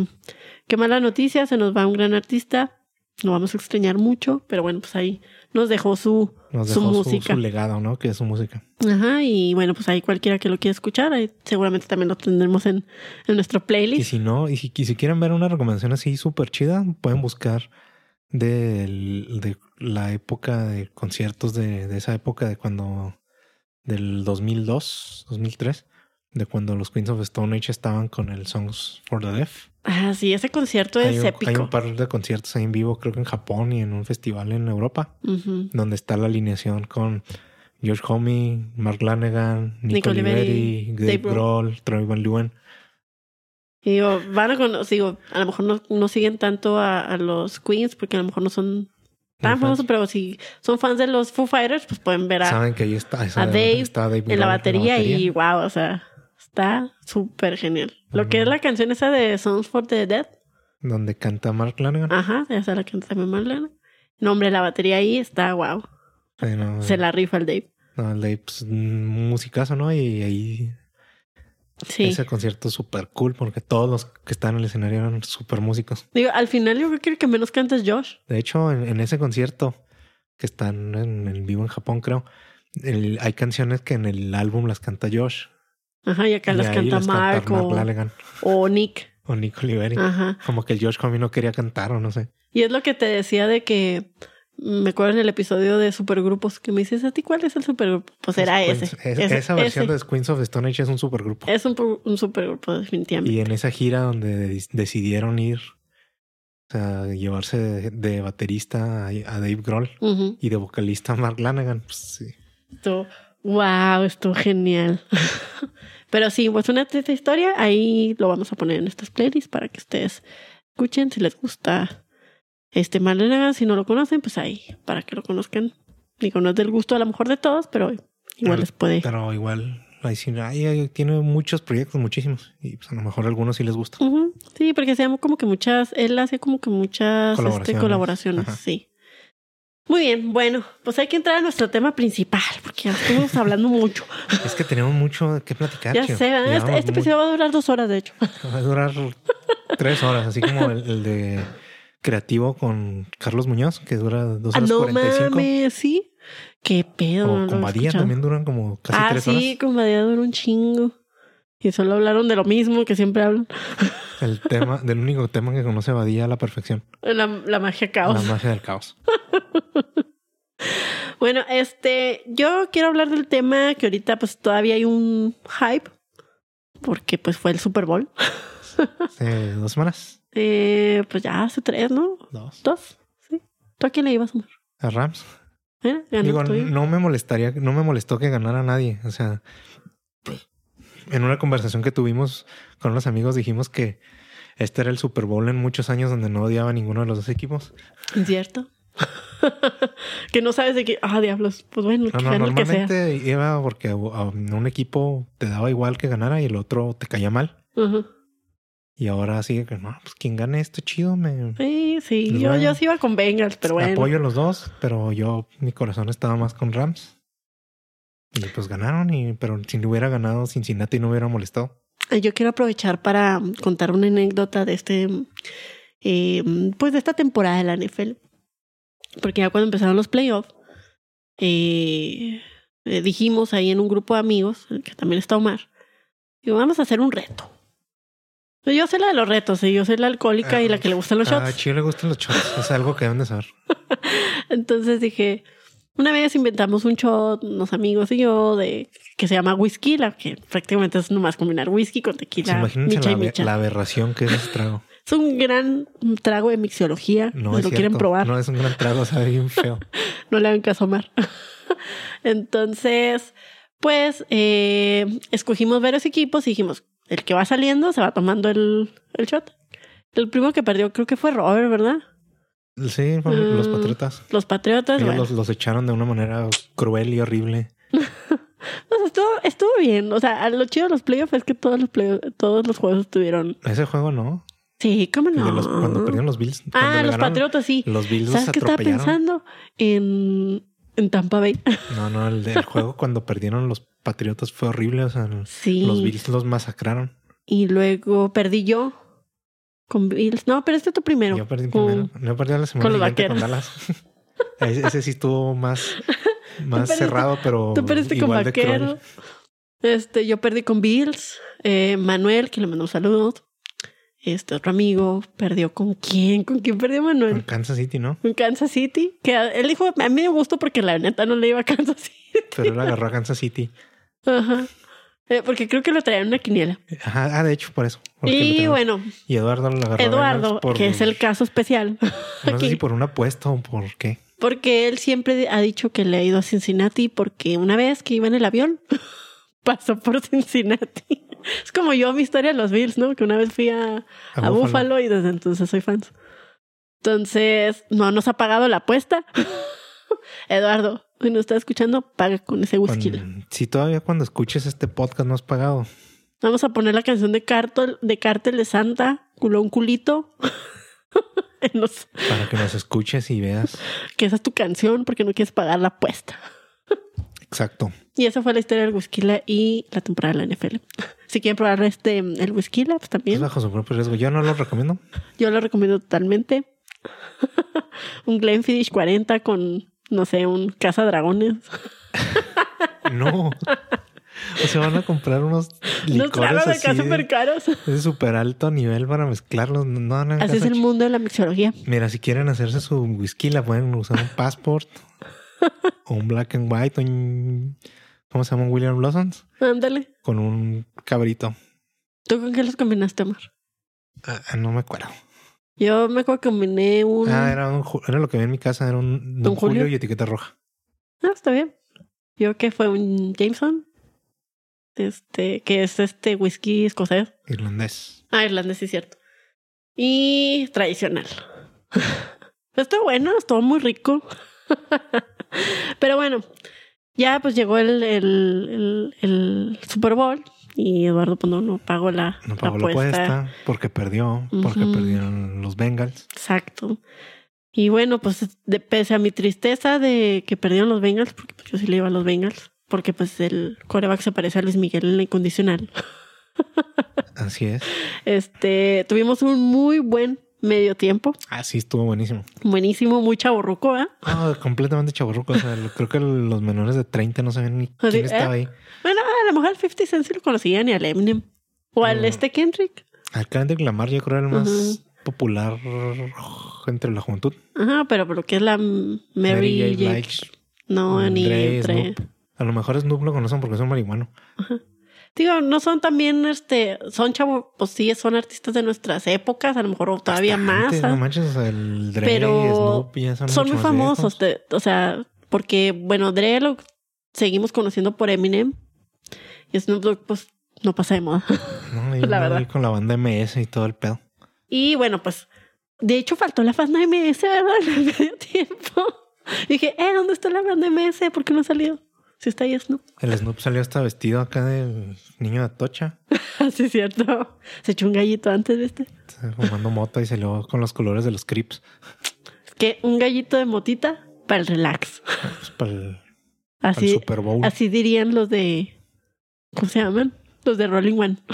Speaker 2: qué mala noticia, se nos va un gran artista. Lo vamos a extrañar mucho, pero bueno, pues ahí nos dejó su...
Speaker 1: Nos
Speaker 2: Su
Speaker 1: dejó su,
Speaker 2: música.
Speaker 1: su legado, ¿no? Que es su música.
Speaker 2: Ajá, y bueno, pues ahí cualquiera que lo quiera escuchar, ahí seguramente también lo tendremos en, en nuestro
Speaker 1: Y
Speaker 2: playlist.
Speaker 1: si no, y si, y si quieren ver una recomendación así súper chida, pueden buscar del- de la época de conciertos de, de esa época de cuando del 2002, 2003, de cuando los Queens of Stone Age estaban con el Songs for the Deaf.
Speaker 2: Ah, sí, ese concierto
Speaker 1: Hay
Speaker 2: es
Speaker 1: un,
Speaker 2: épico.
Speaker 1: hay un par de conciertos ahí en vivo, creo que en Japón y en un festival en Europa.
Speaker 2: Ujú.
Speaker 1: donde está la alineación con George Homme, Mark Lanegan,
Speaker 2: Nick
Speaker 1: Nico Oliveri,
Speaker 2: Oliveri,
Speaker 1: Dave
Speaker 2: Dave Grohl.
Speaker 1: Grohl, Troy Van Leeuwen.
Speaker 2: Y digo, van a cono- digo, a lo mejor no, no siguen tanto a, a los Queens, porque a lo mejor no son tan
Speaker 1: Muy fans.
Speaker 2: famosos, pero si son fans de los Foo Fighters, pues pueden ver a,
Speaker 1: Saben que ahí está, esa-
Speaker 2: a Dave
Speaker 1: está Dave Grohl
Speaker 2: en la batería y wow, o sea, está súper genial. Lo que es la canción esa de Songs for the Dead,
Speaker 1: Donde canta Mark Lanegan.
Speaker 2: ajá, esa la canta también Marlene. No, hombre, la batería ahí está wow.
Speaker 1: Eh, no,
Speaker 2: Se la rifa el Dave.
Speaker 1: no, el Dave, pues, mm, musicazo, ¿no? Y ahí
Speaker 2: Sí.
Speaker 1: ese concierto es súper cool porque todos los que están en el escenario eran súper músicos.
Speaker 2: Digo, al final yo creo que el que menos canta es Josh.
Speaker 1: De hecho, en, en ese concierto que están en, en vivo en Japón, creo, el- hay canciones que en el álbum las canta Josh.
Speaker 2: Ajá, y acá
Speaker 1: y
Speaker 2: las
Speaker 1: ahí
Speaker 2: canta
Speaker 1: las
Speaker 2: Mark
Speaker 1: Mark
Speaker 2: o,
Speaker 1: Lanegan
Speaker 2: o Nick.
Speaker 1: o Nico Oliveri.
Speaker 2: Ajá.
Speaker 1: Como que el George Homme no quería cantar o no sé.
Speaker 2: Y es lo que te decía de que mm, me acuerdo en el episodio de supergrupos que me dices a ti cuál es el supergrupo. Pues era
Speaker 1: Los
Speaker 2: ese.
Speaker 1: Queens- es-
Speaker 2: Ese,
Speaker 1: esa versión
Speaker 2: ese.
Speaker 1: de The Queens of Stone Age es un supergrupo.
Speaker 2: es un, pu- un supergrupo definitivamente.
Speaker 1: Y en esa gira donde de- decidieron ir, o sea, llevarse de, de baterista a, a Dave Grohl
Speaker 2: Ujú.
Speaker 1: y de vocalista a Mark Lanagan, pues sí.
Speaker 2: Estuvo- wow, estuvo genial. Pero sí, pues una triste historia. Ahí lo vamos a poner en estas playlists para que ustedes escuchen si les gusta este Marlena. Si no lo conocen, pues ahí para que lo conozcan. Digo, no es del gusto a lo mejor de todos, pero igual
Speaker 1: Ah,
Speaker 2: les puede.
Speaker 1: Pero igual, ahí sí, ay, ay, tiene muchos proyectos, muchísimos. Y pues a lo mejor a algunos sí les gusta.
Speaker 2: Ujú, Sí, porque se llama como que muchas, él hace como que muchas este, colaboraciones,
Speaker 1: Colaboraciones. Ajá.
Speaker 2: sí. Muy bien, bueno, pues hay que entrar a nuestro tema principal, porque ya estuvimos hablando mucho.
Speaker 1: Es que tenemos mucho de qué platicar.
Speaker 2: ya
Speaker 1: chido.
Speaker 2: sé, ¿verdad? este,
Speaker 1: Llevamos
Speaker 2: este episodio va a durar dos horas, de hecho.
Speaker 1: mucho- Va a durar tres horas, así como el, el de creativo con Carlos Muñoz, que dura dos
Speaker 2: Ah,
Speaker 1: horas
Speaker 2: no
Speaker 1: cuarenta y cinco.
Speaker 2: mames, sí. Qué pedo. no
Speaker 1: O
Speaker 2: lo
Speaker 1: con
Speaker 2: había
Speaker 1: Badía
Speaker 2: escuchado.
Speaker 1: también duran como casi
Speaker 2: ah,
Speaker 1: tres
Speaker 2: sí, con Badía duró un chingo. Y solo hablaron de lo mismo que siempre hablan.
Speaker 1: horas. El tema, del único tema que conoce Badía a la perfección.
Speaker 2: La, la magia caos.
Speaker 1: La magia del caos.
Speaker 2: Bueno, este, yo quiero hablar del tema que ahorita pues todavía hay un hype, porque pues fue el Super Bowl.
Speaker 1: Hace dos semanas.
Speaker 2: Eh, pues ya hace tres, ¿no?
Speaker 1: Dos.
Speaker 2: Dos, sí. ¿Tú a quién le ibas a amar?
Speaker 1: A Rams.
Speaker 2: ¿Eh? Ganó
Speaker 1: Digo,
Speaker 2: tú.
Speaker 1: no me molestaría, no me molestó que ganara nadie. O sea, en una conversación que tuvimos con los amigos dijimos que Este era el Super Bowl en muchos años donde no odiaba a ninguno de los dos equipos.
Speaker 2: ¿Cierto? que no sabes de qué. Ah, diablos. Pues bueno,
Speaker 1: No,
Speaker 2: que
Speaker 1: no,
Speaker 2: sea lo que sea.
Speaker 1: normalmente iba porque a a un equipo te daba igual que ganara y el otro te caía mal.
Speaker 2: Ujú.
Speaker 1: Y ahora sigue que no, pues quien gane esto chido, me
Speaker 2: Sí, sí.
Speaker 1: Pues
Speaker 2: Yo,
Speaker 1: bueno.
Speaker 2: yo sí iba con Bengals, pero bueno.
Speaker 1: apoyo a los dos, pero yo mi corazón estaba más con Rams. Y pues ganaron, y, pero si no hubiera ganado Cincinnati no hubiera molestado.
Speaker 2: Eh, Yo quiero aprovechar para mm, contar una anécdota de este, mm, eh, mm, pues de esta temporada de la NFL. Porque ya cuando empezaron los playoffs, eh, eh, dijimos ahí en un grupo de amigos, en el que también está Omar, digo, vamos a hacer un reto. Pues Yo sé la de los retos, ¿eh? yo sé la alcohólica
Speaker 1: Ah,
Speaker 2: y la que le gustan los
Speaker 1: A
Speaker 2: shots.
Speaker 1: Chile le gustan los shots, es algo que deben de saber.
Speaker 2: Entonces dije, una vez inventamos un shot, unos amigos y yo, de que se llama whisky, la que prácticamente es nomás combinar whisky con
Speaker 1: Pues
Speaker 2: tequila.
Speaker 1: imagínense
Speaker 2: micha y
Speaker 1: la,
Speaker 2: micha.
Speaker 1: la aberración que es ese trago.
Speaker 2: Es un gran trago de mixiología.
Speaker 1: No
Speaker 2: si
Speaker 1: es
Speaker 2: lo quieren
Speaker 1: cierto,
Speaker 2: probar, no.
Speaker 1: No es un gran trago, sabe bien feo.
Speaker 2: le hagan caso a Omar. Entonces, pues eh, escogimos varios equipos y dijimos: el que va saliendo se va tomando el, el shot. El primero que perdió creo que fue Robert, ¿verdad?
Speaker 1: Sí, fueron los
Speaker 2: Mm,
Speaker 1: patriotas.
Speaker 2: Los Patriotas.
Speaker 1: Ellos
Speaker 2: bueno.
Speaker 1: los, los echaron de una manera cruel y horrible.
Speaker 2: O sea, estuvo, estuvo bien. O sea, lo chido de los playoffs es que todos los, play- todos los juegos estuvieron.
Speaker 1: Ese juego no.
Speaker 2: Sí, cómo
Speaker 1: El
Speaker 2: no.
Speaker 1: de los- cuando perdieron los Bills. cuando
Speaker 2: ah,
Speaker 1: le
Speaker 2: los
Speaker 1: ganaron,
Speaker 2: Patriotas, sí.
Speaker 1: Los Bills los
Speaker 2: ¿Sabes qué estaba
Speaker 1: atropellaron.
Speaker 2: pensando? En, en Tampa Bay.
Speaker 1: No, no, el, del juego cuando perdieron los Patriotas fue horrible. O sea, el-
Speaker 2: sí.
Speaker 1: los Bills los masacraron.
Speaker 2: Y luego perdí yo con Bills. No, pero este tú primero.
Speaker 1: yo perdí
Speaker 2: con-
Speaker 1: primero. No perdí a la semana
Speaker 2: con los
Speaker 1: siguiente con Dallas. ese, ese sí estuvo más, más
Speaker 2: perdiste-
Speaker 1: cerrado, pero
Speaker 2: Tú perdiste con
Speaker 1: igual de
Speaker 2: Vaquero.
Speaker 1: cruel.
Speaker 2: Este, yo perdí con Bills. Eh, Manuel, que le mandó saludos. Este otro amigo perdió con quién? ¿Con quién perdió
Speaker 1: Con
Speaker 2: Manuel?
Speaker 1: Kansas City, ¿no?
Speaker 2: Con Kansas City. Que a- él dijo, a mí me gustó porque la neta no le iba a Kansas City.
Speaker 1: Pero él agarró a Kansas City.
Speaker 2: Ajá. Eh, porque creo que lo traían en una quiniela.
Speaker 1: Ajá, ah, de hecho, por eso. porque lo
Speaker 2: Y
Speaker 1: tenemos.
Speaker 2: bueno,
Speaker 1: Y Eduardo lo agarró. a
Speaker 2: Eduardo,
Speaker 1: Bengals por-
Speaker 2: que es el caso especial,
Speaker 1: No sé
Speaker 2: aquí.
Speaker 1: si por una apuesta o por qué.
Speaker 2: Porque él siempre ha dicho que le ha ido a Cincinnati porque una vez que iba en el avión pasó por Cincinnati. Es como yo mi historia de los Bills, ¿no? Que una vez fui a, a Buffalo. y desde entonces soy fan. Entonces, no nos ha pagado la apuesta. Eduardo, si nos está escuchando, paga con ese whisky.
Speaker 1: Cuando- si todavía cuando escuches este podcast no has pagado,
Speaker 2: Vamos a poner la canción de Cartel de, Cártel de Santa, culó un culito. En los-
Speaker 1: para que nos escuches y veas.
Speaker 2: que esa es tu canción porque no quieres pagar la apuesta.
Speaker 1: Exacto.
Speaker 2: Y esa fue la historia del Whiskila y la temporada de la NFL. Si quieren probar este el Whiskila, pues
Speaker 1: Es
Speaker 2: también.
Speaker 1: bajo su propio riesgo. Yo no lo recomiendo.
Speaker 2: Yo lo recomiendo totalmente. un Glenfiddich 40 con, no sé, un Casa Dragones.
Speaker 1: No. O sea, van a comprar unos
Speaker 2: Los
Speaker 1: licores
Speaker 2: tragos de
Speaker 1: así
Speaker 2: acá súper
Speaker 1: de,
Speaker 2: caros.
Speaker 1: de súper alto nivel para mezclarlos. No, no, hagan
Speaker 2: Así es
Speaker 1: caso,
Speaker 2: el
Speaker 1: ch-
Speaker 2: mundo de la mixología.
Speaker 1: Mira, si quieren hacerse su whisky, la pueden usar un passport o un black and white, un, ¿cómo se llama? Un William Blossoms
Speaker 2: Ándale.
Speaker 1: con un cabrito.
Speaker 2: ¿Tú con qué los combinaste, Omar?
Speaker 1: Ah, no me acuerdo.
Speaker 2: Yo me acuerdo que combiné un...
Speaker 1: Ah, era, un ju- era lo que vi en mi casa, era un Don
Speaker 2: ¿Don Julio?
Speaker 1: Julio? y etiqueta roja.
Speaker 2: Ah, está bien. Yo que fue un Jameson. Este, que es este whisky escocés.
Speaker 1: Irlandés.
Speaker 2: Ah, irlandés, sí, cierto. Y tradicional. Pues estuvo bueno, estuvo muy rico. Pero bueno, ya pues llegó el, el, el, el Super Bowl y Eduardo pues, no, no pagó la,
Speaker 1: No pagó la
Speaker 2: apuesta.
Speaker 1: apuesta porque perdió, porque
Speaker 2: Ujú.
Speaker 1: perdieron los Bengals.
Speaker 2: Exacto. Y bueno, pues de, pese a mi tristeza de que perdieron los Bengals, porque pues, yo sí le iba a los Bengals, porque pues el coreback se parece a Luis Miguel en la incondicional.
Speaker 1: Así es.
Speaker 2: Este, tuvimos un muy buen medio tiempo.
Speaker 1: Así Ah, estuvo buenísimo.
Speaker 2: Buenísimo, muy chaborruco, ¿eh?
Speaker 1: Ah, completamente chaborruco. O sea, lo- creo que los menores de 30 no saben ni
Speaker 2: Así, ¿eh?
Speaker 1: quién estaba ahí.
Speaker 2: Bueno, a lo mejor al 50 Cent sí lo conocían y al Eminem. O al
Speaker 1: Mm.
Speaker 2: este Kendrick.
Speaker 1: Al Kendrick Lamar yo creo era el más
Speaker 2: Ujú.
Speaker 1: popular entre la juventud.
Speaker 2: Ajá, pero por lo que es la m- Mary, J. Blige. No, ni
Speaker 1: Dre,
Speaker 2: entre.
Speaker 1: Snoop. A lo mejor Snoop lo conocen porque es un marihuano.
Speaker 2: Digo, no son también este. Son chavos, pues sí, son artistas de nuestras épocas, a lo mejor todavía
Speaker 1: Bastante,
Speaker 2: más.
Speaker 1: No
Speaker 2: ¿sabes?
Speaker 1: manches, o sea, el Dre
Speaker 2: Pero
Speaker 1: y Snoop ya son,
Speaker 2: son
Speaker 1: mucho
Speaker 2: muy
Speaker 1: más
Speaker 2: famosos,
Speaker 1: viejos.
Speaker 2: te- o sea, porque, bueno, Dre lo seguimos conociendo por Eminem. Y Snoop Dogg, pues no pasa de moda.
Speaker 1: No,
Speaker 2: la
Speaker 1: la
Speaker 2: verdad.
Speaker 1: verdad. Con la banda MS y todo el pedo.
Speaker 2: Y bueno, pues de hecho faltó la Fazna MS, ¿verdad? En el medio tiempo. dije, eh, ¿dónde está la Fazna MS? ¿Por qué no ha salido? Si está ahí Snoop.
Speaker 1: El Snoop salió hasta vestido acá del niño de Atocha,
Speaker 2: Así es Ah, cierto. Se echó un gallito antes de este.
Speaker 1: fumando mota y salió con los colores de los Crips.
Speaker 2: Es que un gallito de motita para el relax.
Speaker 1: Pues, para el, para el
Speaker 2: Así,
Speaker 1: Super Bowl.
Speaker 2: así dirían los de. ¿Cómo se llaman? Los de Rolling One.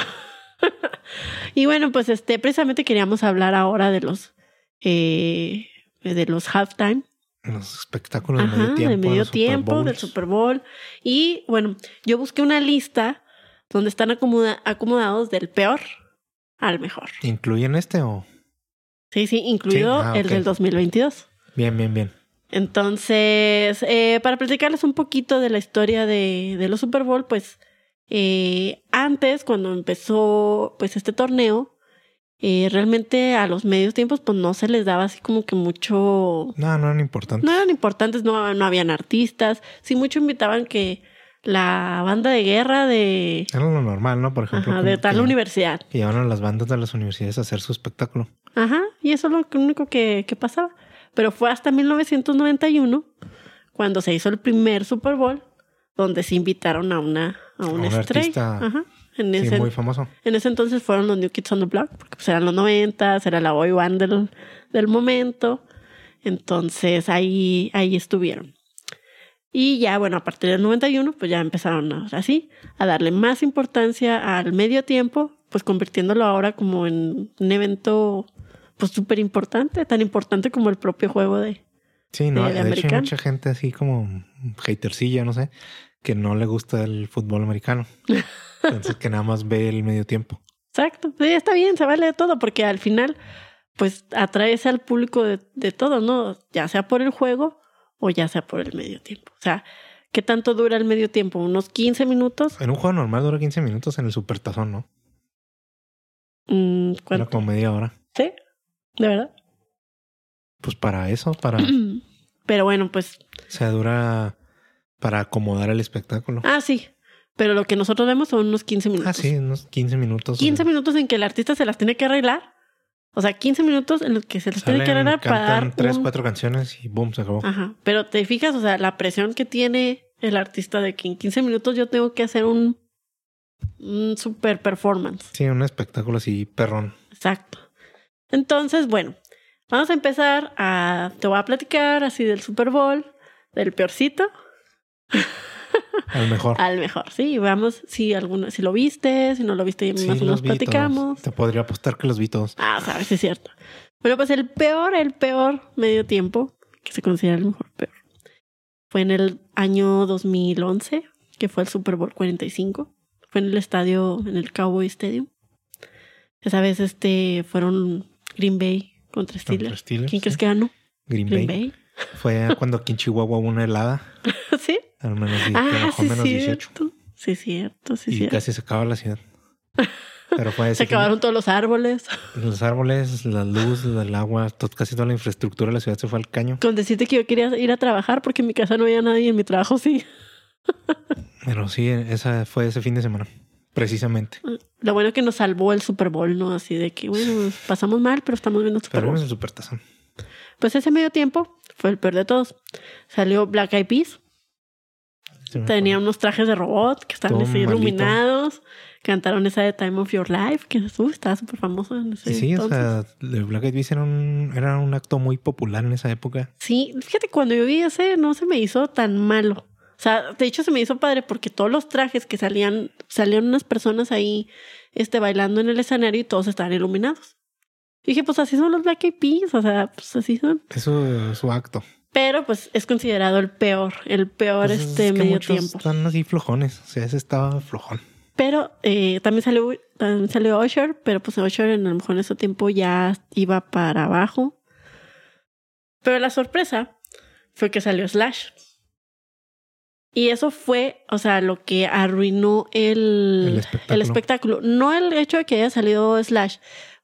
Speaker 2: y bueno, pues este, precisamente queríamos hablar ahora de los. eh, de los halftime.
Speaker 1: Los espectáculos de medio
Speaker 2: Ajá,
Speaker 1: tiempo.
Speaker 2: de medio
Speaker 1: los Super
Speaker 2: tiempo, del
Speaker 1: Bowls.
Speaker 2: Super Bowl. Y bueno, yo busqué una lista donde están acomoda- acomodados del peor al mejor.
Speaker 1: ¿Incluyen este o?
Speaker 2: Sí, sí, incluido
Speaker 1: ah,
Speaker 2: el
Speaker 1: ok.
Speaker 2: del 2022.
Speaker 1: Bien, bien, bien.
Speaker 2: Entonces, eh, para platicarles un poquito de la historia de, de los Super Bowl, pues eh, antes, cuando empezó pues este torneo, eh, realmente a los medios tiempos pues no se les daba así como que mucho
Speaker 1: No, no eran importantes.
Speaker 2: no eran importantes, no, no habían artistas. Sí, mucho invitaban que la banda de guerra de,
Speaker 1: Era lo normal, ¿no? Por ejemplo.
Speaker 2: ajá,
Speaker 1: como
Speaker 2: de tal
Speaker 1: que-
Speaker 2: universidad.
Speaker 1: Que llevan a las bandas de las universidades a hacer su espectáculo.
Speaker 2: Ajá, y eso es lo que- único que, que pasaba. Pero fue hasta 1991 cuando se hizo el primer Super Bowl, donde se invitaron a una, a una
Speaker 1: un
Speaker 2: estrella.
Speaker 1: artista,
Speaker 2: Ajá. En,
Speaker 1: Sí,
Speaker 2: ese,
Speaker 1: muy famoso.
Speaker 2: en ese entonces fueron los New Kids on the Block, porque pues eran los 90, era la boy band del, del momento. Entonces ahí, ahí estuvieron. Y ya, bueno, a partir del 91, pues ya empezaron a- así a darle más importancia al medio tiempo, pues convirtiéndolo ahora como en un evento pues súper importante, tan importante como el propio juego de...
Speaker 1: Sí, no,
Speaker 2: de
Speaker 1: de, hecho hay
Speaker 2: americano.
Speaker 1: mucha gente así como hatercilla, no sé, que no le gusta el fútbol americano. Entonces que nada más ve el medio tiempo.
Speaker 2: Exacto, sí, está bien, se vale de todo, porque al final pues atraes al público de, de todo, ¿no? Ya sea por el juego o ya sea por el medio tiempo. O sea, ¿qué tanto dura el medio tiempo? ¿Unos 15 minutos?
Speaker 1: En un juego normal dura 15 minutos, en el supertazón, ¿no?
Speaker 2: Mm,
Speaker 1: Era
Speaker 2: ¿cuánto?
Speaker 1: como media hora.
Speaker 2: ¿Sí? ¿De verdad?
Speaker 1: Pues para eso, para...
Speaker 2: Pero bueno, pues
Speaker 1: o sea, dura para acomodar el espectáculo.
Speaker 2: Ah, sí. Pero lo que nosotros vemos son unos 15 minutos.
Speaker 1: Ah, sí, unos 15 minutos.
Speaker 2: 15
Speaker 1: o sea,
Speaker 2: minutos en que el artista se las tiene que arreglar. O sea, 15 minutos en los que se las tiene que
Speaker 1: salen,
Speaker 2: arreglar para
Speaker 1: Cantan
Speaker 2: dar
Speaker 1: tres,
Speaker 2: un-
Speaker 1: cuatro canciones y boom, se acabó.
Speaker 2: Ajá. Pero te fijas, o sea, la presión que tiene el artista de que en 15 minutos yo tengo que hacer un, un super performance.
Speaker 1: Sí, un espectáculo así perrón.
Speaker 2: Exacto. Entonces, bueno, vamos a empezar a... Te voy a platicar así del Super Bowl, del peorcito.
Speaker 1: Al mejor.
Speaker 2: Al mejor, sí. Vamos, si alguno, si lo viste, si no lo viste,
Speaker 1: Sí,
Speaker 2: más o menos
Speaker 1: los vi todos.
Speaker 2: platicamos.
Speaker 1: Te podría apostar que los vi todos.
Speaker 2: Ah, sabes, sí es cierto. Bueno, pues el peor, el peor medio tiempo, que se considera el mejor peor, fue en el año 2011, que fue el Super Bowl 45. Fue en el estadio, en el Cowboy Stadium. Esa vez este, fueron Green Bay contra Steelers.
Speaker 1: Contra Steelers,
Speaker 2: ¿Quién crees
Speaker 1: sí.
Speaker 2: que ganó?
Speaker 1: Green,
Speaker 2: Green
Speaker 1: Bay.
Speaker 2: Bay.
Speaker 1: Fue cuando aquí en Chihuahua hubo una helada.
Speaker 2: ¿Sí?
Speaker 1: Al menos di- que
Speaker 2: Ah,
Speaker 1: bajó
Speaker 2: sí,
Speaker 1: menos 18.
Speaker 2: cierto. Sí, cierto, sí,
Speaker 1: y
Speaker 2: cierto.
Speaker 1: casi se acaba la ciudad. Pero fue
Speaker 2: Se
Speaker 1: ese que
Speaker 2: acabaron todos los árboles.
Speaker 1: Los árboles, la luz, el agua, to- casi toda la infraestructura de la ciudad se fue al caño.
Speaker 2: Con decirte que yo quería ir a trabajar porque en mi casa no había nadie y en mi trabajo sí.
Speaker 1: Pero sí, esa fue ese fin de semana, precisamente.
Speaker 2: Mm, Lo bueno que nos salvó el Super Bowl, ¿no? Así de que, bueno, pasamos mal, pero estamos viendo el Super
Speaker 1: Pero vimos
Speaker 2: Bowl.
Speaker 1: el supertazón.
Speaker 2: Pues ese medio tiempo fue el peor de todos. Salió Black Eyed Peas,
Speaker 1: Sí, me
Speaker 2: tenía
Speaker 1: acuerdo.
Speaker 2: unos trajes de robot que estaban
Speaker 1: Todo
Speaker 2: así
Speaker 1: malito.
Speaker 2: iluminados. Cantaron esa de Time of Your Life, que uh, estaba súper famosa en ese
Speaker 1: Sí, sí, o
Speaker 2: entonces.
Speaker 1: sea, el Black Eyed Peas era un, era un acto muy popular en esa época.
Speaker 2: Sí, fíjate, cuando yo vi ese no se me hizo tan malo. O sea, de hecho se me hizo padre porque todos los trajes que salían, salían unas personas ahí este, bailando en el escenario y todos estaban iluminados. Y dije, pues así son los Black Eyed Peas, o sea, pues así son.
Speaker 1: Es su, su acto.
Speaker 2: Pero pues es considerado el peor, el peor
Speaker 1: Pues es
Speaker 2: este
Speaker 1: que
Speaker 2: medio
Speaker 1: muchos
Speaker 2: tiempo.
Speaker 1: Están así flojones. O sea, ese estaba flojón.
Speaker 2: Pero eh, también salió también salió Usher, pero pues Usher en a lo mejor en ese tiempo ya iba para abajo. Pero la sorpresa fue que salió Slash. Y eso fue, o sea, lo que arruinó
Speaker 1: El
Speaker 2: el,
Speaker 1: espectáculo.
Speaker 2: el espectáculo. No el hecho de que haya salido Slash,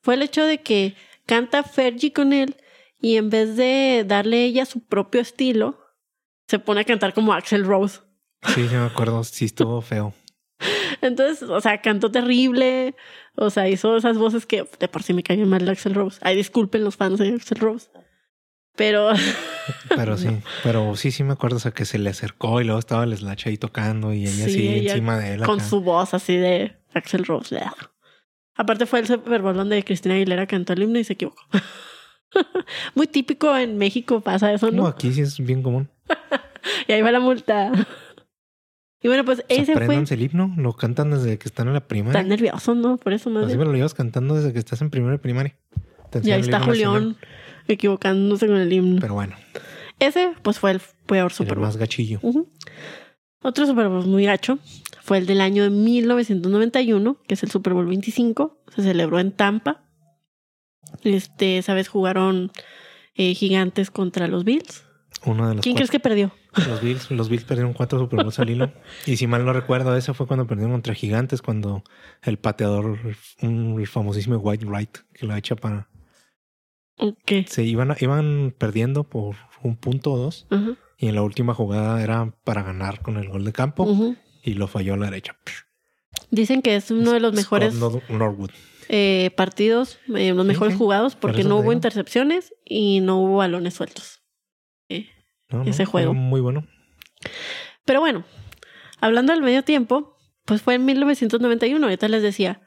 Speaker 2: fue el hecho de que canta Fergie con él y en vez de darle ella su propio estilo, se pone a cantar como Axel Rose.
Speaker 1: Sí, sí, me acuerdo. Sí, estuvo feo.
Speaker 2: Entonces, o sea, cantó terrible. O sea, hizo esas voces que de por sí me cae bien mal Axel Rose. Ay, disculpen los fans de Axel Rose. Pero
Speaker 1: Pero sí, pero sí, sí me acuerdo, o sea, que se le acercó y luego estaba el Slash ahí tocando y ella
Speaker 2: Sí,
Speaker 1: así
Speaker 2: ella
Speaker 1: encima de él.
Speaker 2: con
Speaker 1: acá.
Speaker 2: su voz así de Axel Rose. bleh. Aparte fue el Super Bowl donde Cristina Aguilera cantó el himno y se equivocó. Muy típico en México pasa eso, ¿no?
Speaker 1: No, aquí sí es bien común.
Speaker 2: Y ahí va la multa. Y bueno, pues
Speaker 1: O sea,
Speaker 2: ese fue
Speaker 1: apréndanse el himno, lo cantan desde que están en la primaria.
Speaker 2: tan nervioso, ¿no? Por eso más
Speaker 1: Así
Speaker 2: bien.
Speaker 1: me lo llevas cantando desde que estás en primero de primaria. Te
Speaker 2: Y
Speaker 1: enseñan
Speaker 2: ahí
Speaker 1: el
Speaker 2: está
Speaker 1: himno nacional.
Speaker 2: Julián equivocándose con el himno.
Speaker 1: Pero bueno,
Speaker 2: Ese pues fue el peor
Speaker 1: el
Speaker 2: Super Bowl.
Speaker 1: más gachillo.
Speaker 2: Ujú. Otro Super Bowl muy gacho fue el del año de 1991, que es el Super Bowl 25. Se celebró en Tampa. Este, esa vez jugaron eh, gigantes contra los Bills.
Speaker 1: Uno de los
Speaker 2: ¿Quién crees
Speaker 1: cuatro-
Speaker 2: que perdió?
Speaker 1: los Bills, los Bills perdieron cuatro Super Bowls al hilo. Y si mal no recuerdo, ese fue cuando perdieron contra Gigantes, cuando el pateador, un- el famosísimo White Wright, que lo echa para.
Speaker 2: ¿Qué?
Speaker 1: Se iban, iban perdiendo por un punto o dos.
Speaker 2: Ajá.
Speaker 1: Y en la última jugada era para ganar con el gol de campo
Speaker 2: Ujú.
Speaker 1: y lo falló a la derecha.
Speaker 2: Dicen que es uno de los mejores
Speaker 1: Scott Nor- Norwood.
Speaker 2: eh, partidos, eh, los
Speaker 1: Sí,
Speaker 2: mejores
Speaker 1: sí.
Speaker 2: jugados,
Speaker 1: Por
Speaker 2: porque
Speaker 1: eso
Speaker 2: no
Speaker 1: te
Speaker 2: hubo
Speaker 1: digo.
Speaker 2: intercepciones y no hubo balones sueltos.
Speaker 1: No, no,
Speaker 2: Ese juego.
Speaker 1: fue Muy bueno.
Speaker 2: Pero bueno, hablando del medio tiempo, pues fue en 1991, ahorita les decía,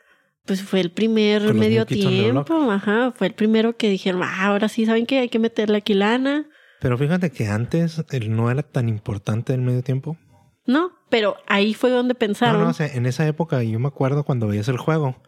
Speaker 2: pues fue el primer
Speaker 1: Con los
Speaker 2: medio
Speaker 1: New Kids on the
Speaker 2: tiempo, ajá, fue el primero que dijeron, ah, ahora sí, ¿saben qué? Hay que meterle aquí lana,
Speaker 1: Pero fíjate que antes el no era tan importante el medio tiempo.
Speaker 2: ¿no? Pero ahí fue donde
Speaker 1: No,
Speaker 2: pensaron,
Speaker 1: no, o sea, en esa época yo me acuerdo cuando veías el juego,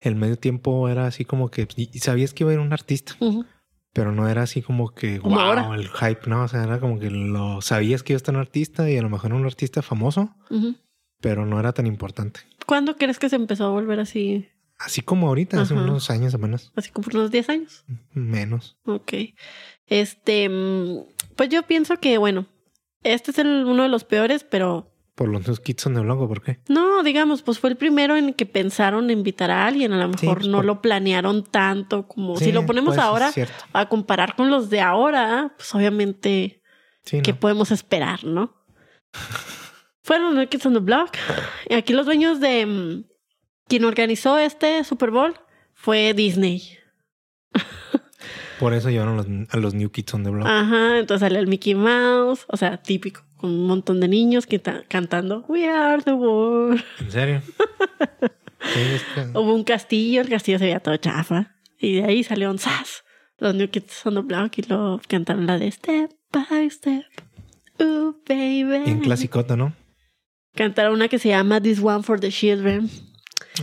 Speaker 1: el medio tiempo era así como que y- y sabías que iba a ir un artista,
Speaker 2: ujú,
Speaker 1: pero no era así como que
Speaker 2: Como
Speaker 1: wow,
Speaker 2: ahora.
Speaker 1: el hype, no, o sea, era como que lo sabías que iba a estar un artista y a lo mejor un artista famoso,
Speaker 2: ujú.
Speaker 1: pero no era tan importante.
Speaker 2: ¿cuándo crees que se empezó a volver así,
Speaker 1: Así como ahorita, hace
Speaker 2: Ajá.
Speaker 1: unos años, semanas,
Speaker 2: así como por unos 10 años?
Speaker 1: menos.
Speaker 2: Ok. Este, mm, pues yo pienso que, bueno, este es el, uno de los peores, pero
Speaker 1: Por los New Kids on the Block, ¿o ¿por qué?
Speaker 2: no, digamos, pues fue el primero en que pensaron invitar a alguien. A lo
Speaker 1: Sí,
Speaker 2: mejor
Speaker 1: pues,
Speaker 2: no
Speaker 1: por-
Speaker 2: lo planearon tanto como si
Speaker 1: Sí,
Speaker 2: lo ponemos
Speaker 1: pues, es
Speaker 2: ahora
Speaker 1: cierto.
Speaker 2: a comparar con los de ahora, pues obviamente,
Speaker 1: Sí,
Speaker 2: ¿qué
Speaker 1: no.
Speaker 2: podemos esperar, no? Fueron los Kids on the Block. Y aquí los dueños de mm, quien organizó este Super Bowl fue Disney.
Speaker 1: Por eso llevaron a los, a los New Kids on the Block.
Speaker 2: Ajá, entonces sale el Mickey Mouse, o sea, típico, con un montón de niños que están cantando We Are the World.
Speaker 1: ¿En serio? Sí, es que-
Speaker 2: Hubo un castillo, el castillo se veía todo chafa. Y de ahí salieron ¡zas! Los New Kids on the Block y lo cantaron la de Step by Step. Ooh, baby.
Speaker 1: Bien clasicota, ¿no?
Speaker 2: Cantaron una que se llama This One for the Children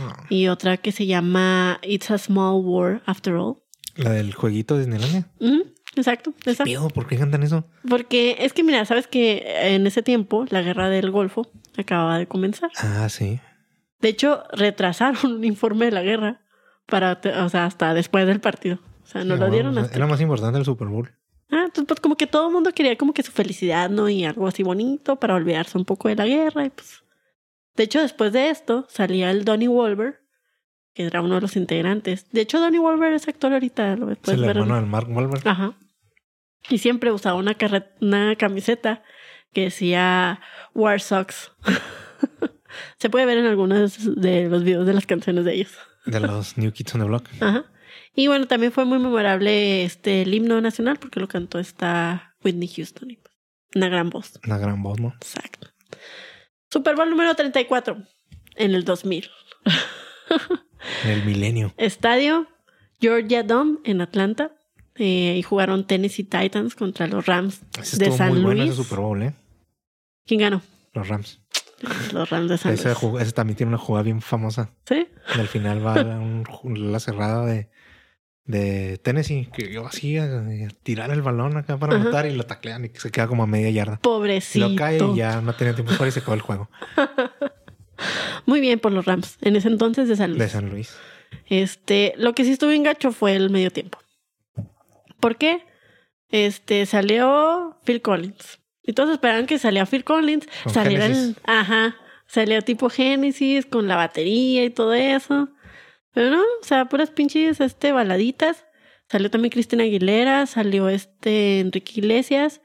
Speaker 1: Ah,
Speaker 2: y otra que se llama It's a Small World After All.
Speaker 1: La del jueguito de Disneylandia.
Speaker 2: Ujú, Exacto, esa.
Speaker 1: Pido, ¿por qué cantan eso?
Speaker 2: Porque es que, mira, sabes que en ese tiempo la guerra del Golfo acababa de comenzar.
Speaker 1: Ah, sí.
Speaker 2: De hecho, retrasaron un informe de la guerra para, te- o sea, hasta después del partido. O sea, no
Speaker 1: Sí,
Speaker 2: lo
Speaker 1: bueno,
Speaker 2: dieron
Speaker 1: o sea,
Speaker 2: hasta.
Speaker 1: Era más importante el Super Bowl.
Speaker 2: Ah, entonces, pues, como que todo el mundo quería como que su felicidad, ¿no? Y algo así bonito para olvidarse un poco de la guerra y pues. De hecho, después de esto salía el Donnie Wolver, que era uno de los integrantes. De hecho, Donnie Wolver es actor ahorita, lo
Speaker 1: Es
Speaker 2: puedes
Speaker 1: el
Speaker 2: ver. en-
Speaker 1: hermano del Mark Wahlberg.
Speaker 2: Ajá. Y siempre usaba una, carre- una camiseta que decía War Socks. Se puede ver en algunos de los videos de las canciones de ellos.
Speaker 1: De los New Kids on the Block.
Speaker 2: Ajá. Y bueno, también fue muy memorable este el himno nacional porque lo cantó esta Whitney Houston. y pues, Una gran voz.
Speaker 1: Una gran voz, ¿no?
Speaker 2: Exacto. Super Bowl número 34 en el 2000.
Speaker 1: En el milenio.
Speaker 2: Estadio Georgia Dome en Atlanta. Eh, y jugaron Tennessee Titans contra los Rams
Speaker 1: Ese
Speaker 2: de
Speaker 1: estuvo
Speaker 2: San
Speaker 1: muy
Speaker 2: Luis.
Speaker 1: bueno ese Super Bowl, ¿eh?
Speaker 2: ¿Quién ganó?
Speaker 1: Los Rams.
Speaker 2: Los Rams de San
Speaker 1: Ese,
Speaker 2: Luis.
Speaker 1: jug- ese también tiene una jugada bien famosa.
Speaker 2: ¿Sí?
Speaker 1: En el final va un ju- la cerrada de, de Tennessee, que yo así a, a tirar el balón acá para
Speaker 2: Ajá.
Speaker 1: matar y lo taclean y que se queda como a media yarda.
Speaker 2: Pobrecito.
Speaker 1: Lo cae y ya no tenía tiempo para y se acabó el juego
Speaker 2: Muy bien por los Rams. En ese entonces de San Luis.
Speaker 1: de San Luis.
Speaker 2: Este, lo que sí estuvo en gacho fue el medio tiempo. ¿Por qué? Este, salió Phil Collins. Y todos esperaban que salía Phil Collins.
Speaker 1: Con
Speaker 2: saliera el-
Speaker 1: Genesis.
Speaker 2: ajá. Salió tipo Genesis con la batería y todo eso. Pero no, o sea, puras pinches este, baladitas. Salió también Cristina Aguilera, salió este Enrique Iglesias.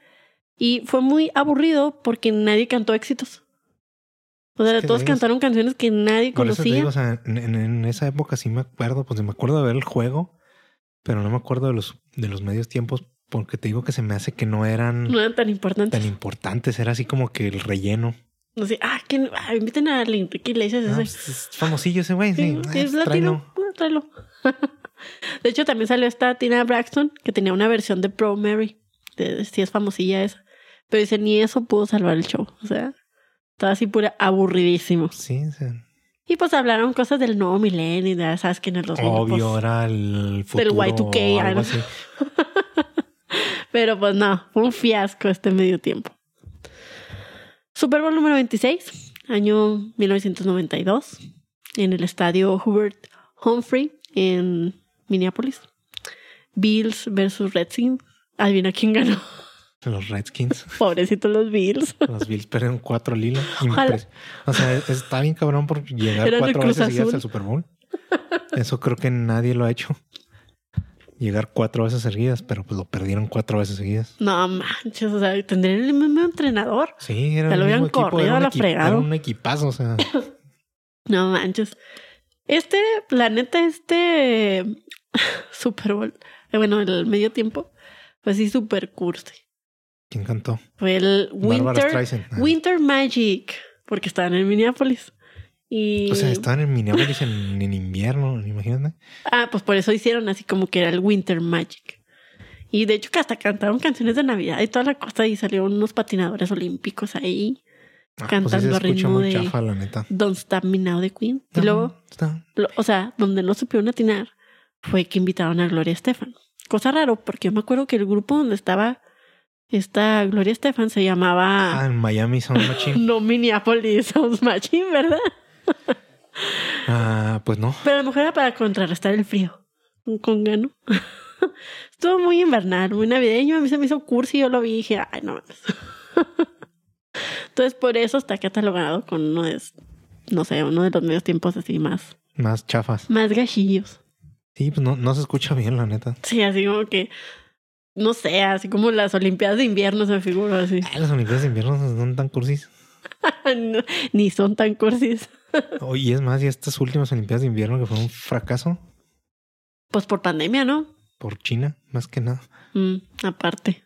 Speaker 2: Y fue muy aburrido porque nadie cantó éxitos. O sea,
Speaker 1: Es que
Speaker 2: todos
Speaker 1: te digo,
Speaker 2: cantaron canciones que nadie
Speaker 1: Por eso te
Speaker 2: conocía.
Speaker 1: digo, o sea, en, en- en esa época sí me acuerdo, pues me acuerdo de ver el juego, pero no me acuerdo de los, de los medios tiempos porque te digo que se me hace que no eran
Speaker 2: no eran tan importantes.
Speaker 1: tan importantes, era así como que el relleno.
Speaker 2: No sé, ah, que inviten a Enrique Iglesias.
Speaker 1: Ah,
Speaker 2: ese.
Speaker 1: pues, es famosillo ese güey, sí.
Speaker 2: Sí,
Speaker 1: Ah, pues,
Speaker 2: es latino.
Speaker 1: tráelo.
Speaker 2: Ah, Tráelo. de hecho, también salió esta Tina Braxton que tenía una versión de Pro Mary. De, sí, es famosilla esa. Pero dice, ni eso pudo salvar el show. O sea, estaba así pura aburridísimo.
Speaker 1: Sí, o sea,
Speaker 2: Y pues hablaron cosas del nuevo milenio y de, ah, sabes que en el 2000,
Speaker 1: obvio,
Speaker 2: pues,
Speaker 1: era el futuro.
Speaker 2: Y2K,
Speaker 1: o algo
Speaker 2: algo.
Speaker 1: así.
Speaker 2: Pero pues no, fue un fiasco este medio tiempo. Super Bowl número 26, año 1992, en el estadio Hubert Humphrey en Minneapolis. Bills versus Redskins. Adivina quién ganó.
Speaker 1: Los Redskins,
Speaker 2: Pobrecitos los Bills.
Speaker 1: los Bills perdieron cuatro lilas.
Speaker 2: Ojalá.
Speaker 1: Impres- O sea, es- está bien cabrón por llegar
Speaker 2: Eran el
Speaker 1: cuatro
Speaker 2: Cruz
Speaker 1: veces seguidas
Speaker 2: Azul.
Speaker 1: al Super Bowl. Eso creo que nadie lo ha hecho. Llegar cuatro veces seguidas, pero pues lo perdieron cuatro veces seguidas.
Speaker 2: No manches, o sea, tendrían el mismo entrenador.
Speaker 1: Sí, era
Speaker 2: Te
Speaker 1: el
Speaker 2: lo
Speaker 1: mismo
Speaker 2: habían
Speaker 1: equipo,
Speaker 2: corrido
Speaker 1: era
Speaker 2: a
Speaker 1: un,
Speaker 2: la
Speaker 1: equi-
Speaker 2: fregada.
Speaker 1: era un equipazo, o sea,
Speaker 2: No manches. Este planeta, este Super Bowl, eh, bueno, el medio tiempo, pues sí, super cursi.
Speaker 1: ¿quién cantó?
Speaker 2: Fue el
Speaker 1: Bárbara
Speaker 2: Winter,
Speaker 1: Streisand. Ah.
Speaker 2: Winter Magic, porque estaban en Minneapolis. Y,
Speaker 1: O sea, estaban en Minneapolis en, en invierno, imagínate.
Speaker 2: Ah, pues por eso hicieron así como que era el Winter Magic. Y de hecho que hasta cantaron canciones de Navidad y toda la cosa y salieron unos patinadores olímpicos
Speaker 1: Ah,
Speaker 2: ahí.
Speaker 1: pues sí
Speaker 2: Cantando
Speaker 1: se
Speaker 2: a
Speaker 1: escucha
Speaker 2: ritmo
Speaker 1: muy
Speaker 2: de-
Speaker 1: chafa, la neta.
Speaker 2: Don't Stop Me Now de Queen. Y luego,
Speaker 1: Está-
Speaker 2: lo- o sea, donde no supieron atinar fue que invitaron a Gloria Estefan. Cosa raro, porque yo me acuerdo que el grupo donde estaba esta Gloria Estefan se llamaba...
Speaker 1: Ah, en Miami Sound Machine.
Speaker 2: No Minneapolis Sounds Machine, ¿verdad?
Speaker 1: Ah, pues no.
Speaker 2: Pero a lo mejor era para contrarrestar el frío. Un congano. Estuvo muy invernal, muy navideño. A mí se me hizo cursi, yo lo vi y dije, ay, no mames. Entonces, por eso está catalogado con uno de, no sé, uno de los medios tiempos así más,
Speaker 1: Más chafas.
Speaker 2: más gajillos.
Speaker 1: Sí, pues no, no se escucha bien, la neta.
Speaker 2: Sí, así como que, no sé, así como las Olimpiadas de invierno se me figuró así.
Speaker 1: Ah, las Olimpiadas de invierno no son tan cursis.
Speaker 2: No, Ni son tan cursis.
Speaker 1: Oye, es más, y estas últimas Olimpiadas de invierno que fueron un fracaso
Speaker 2: Pues por pandemia, ¿no?
Speaker 1: por China, más que nada.
Speaker 2: Mm, aparte.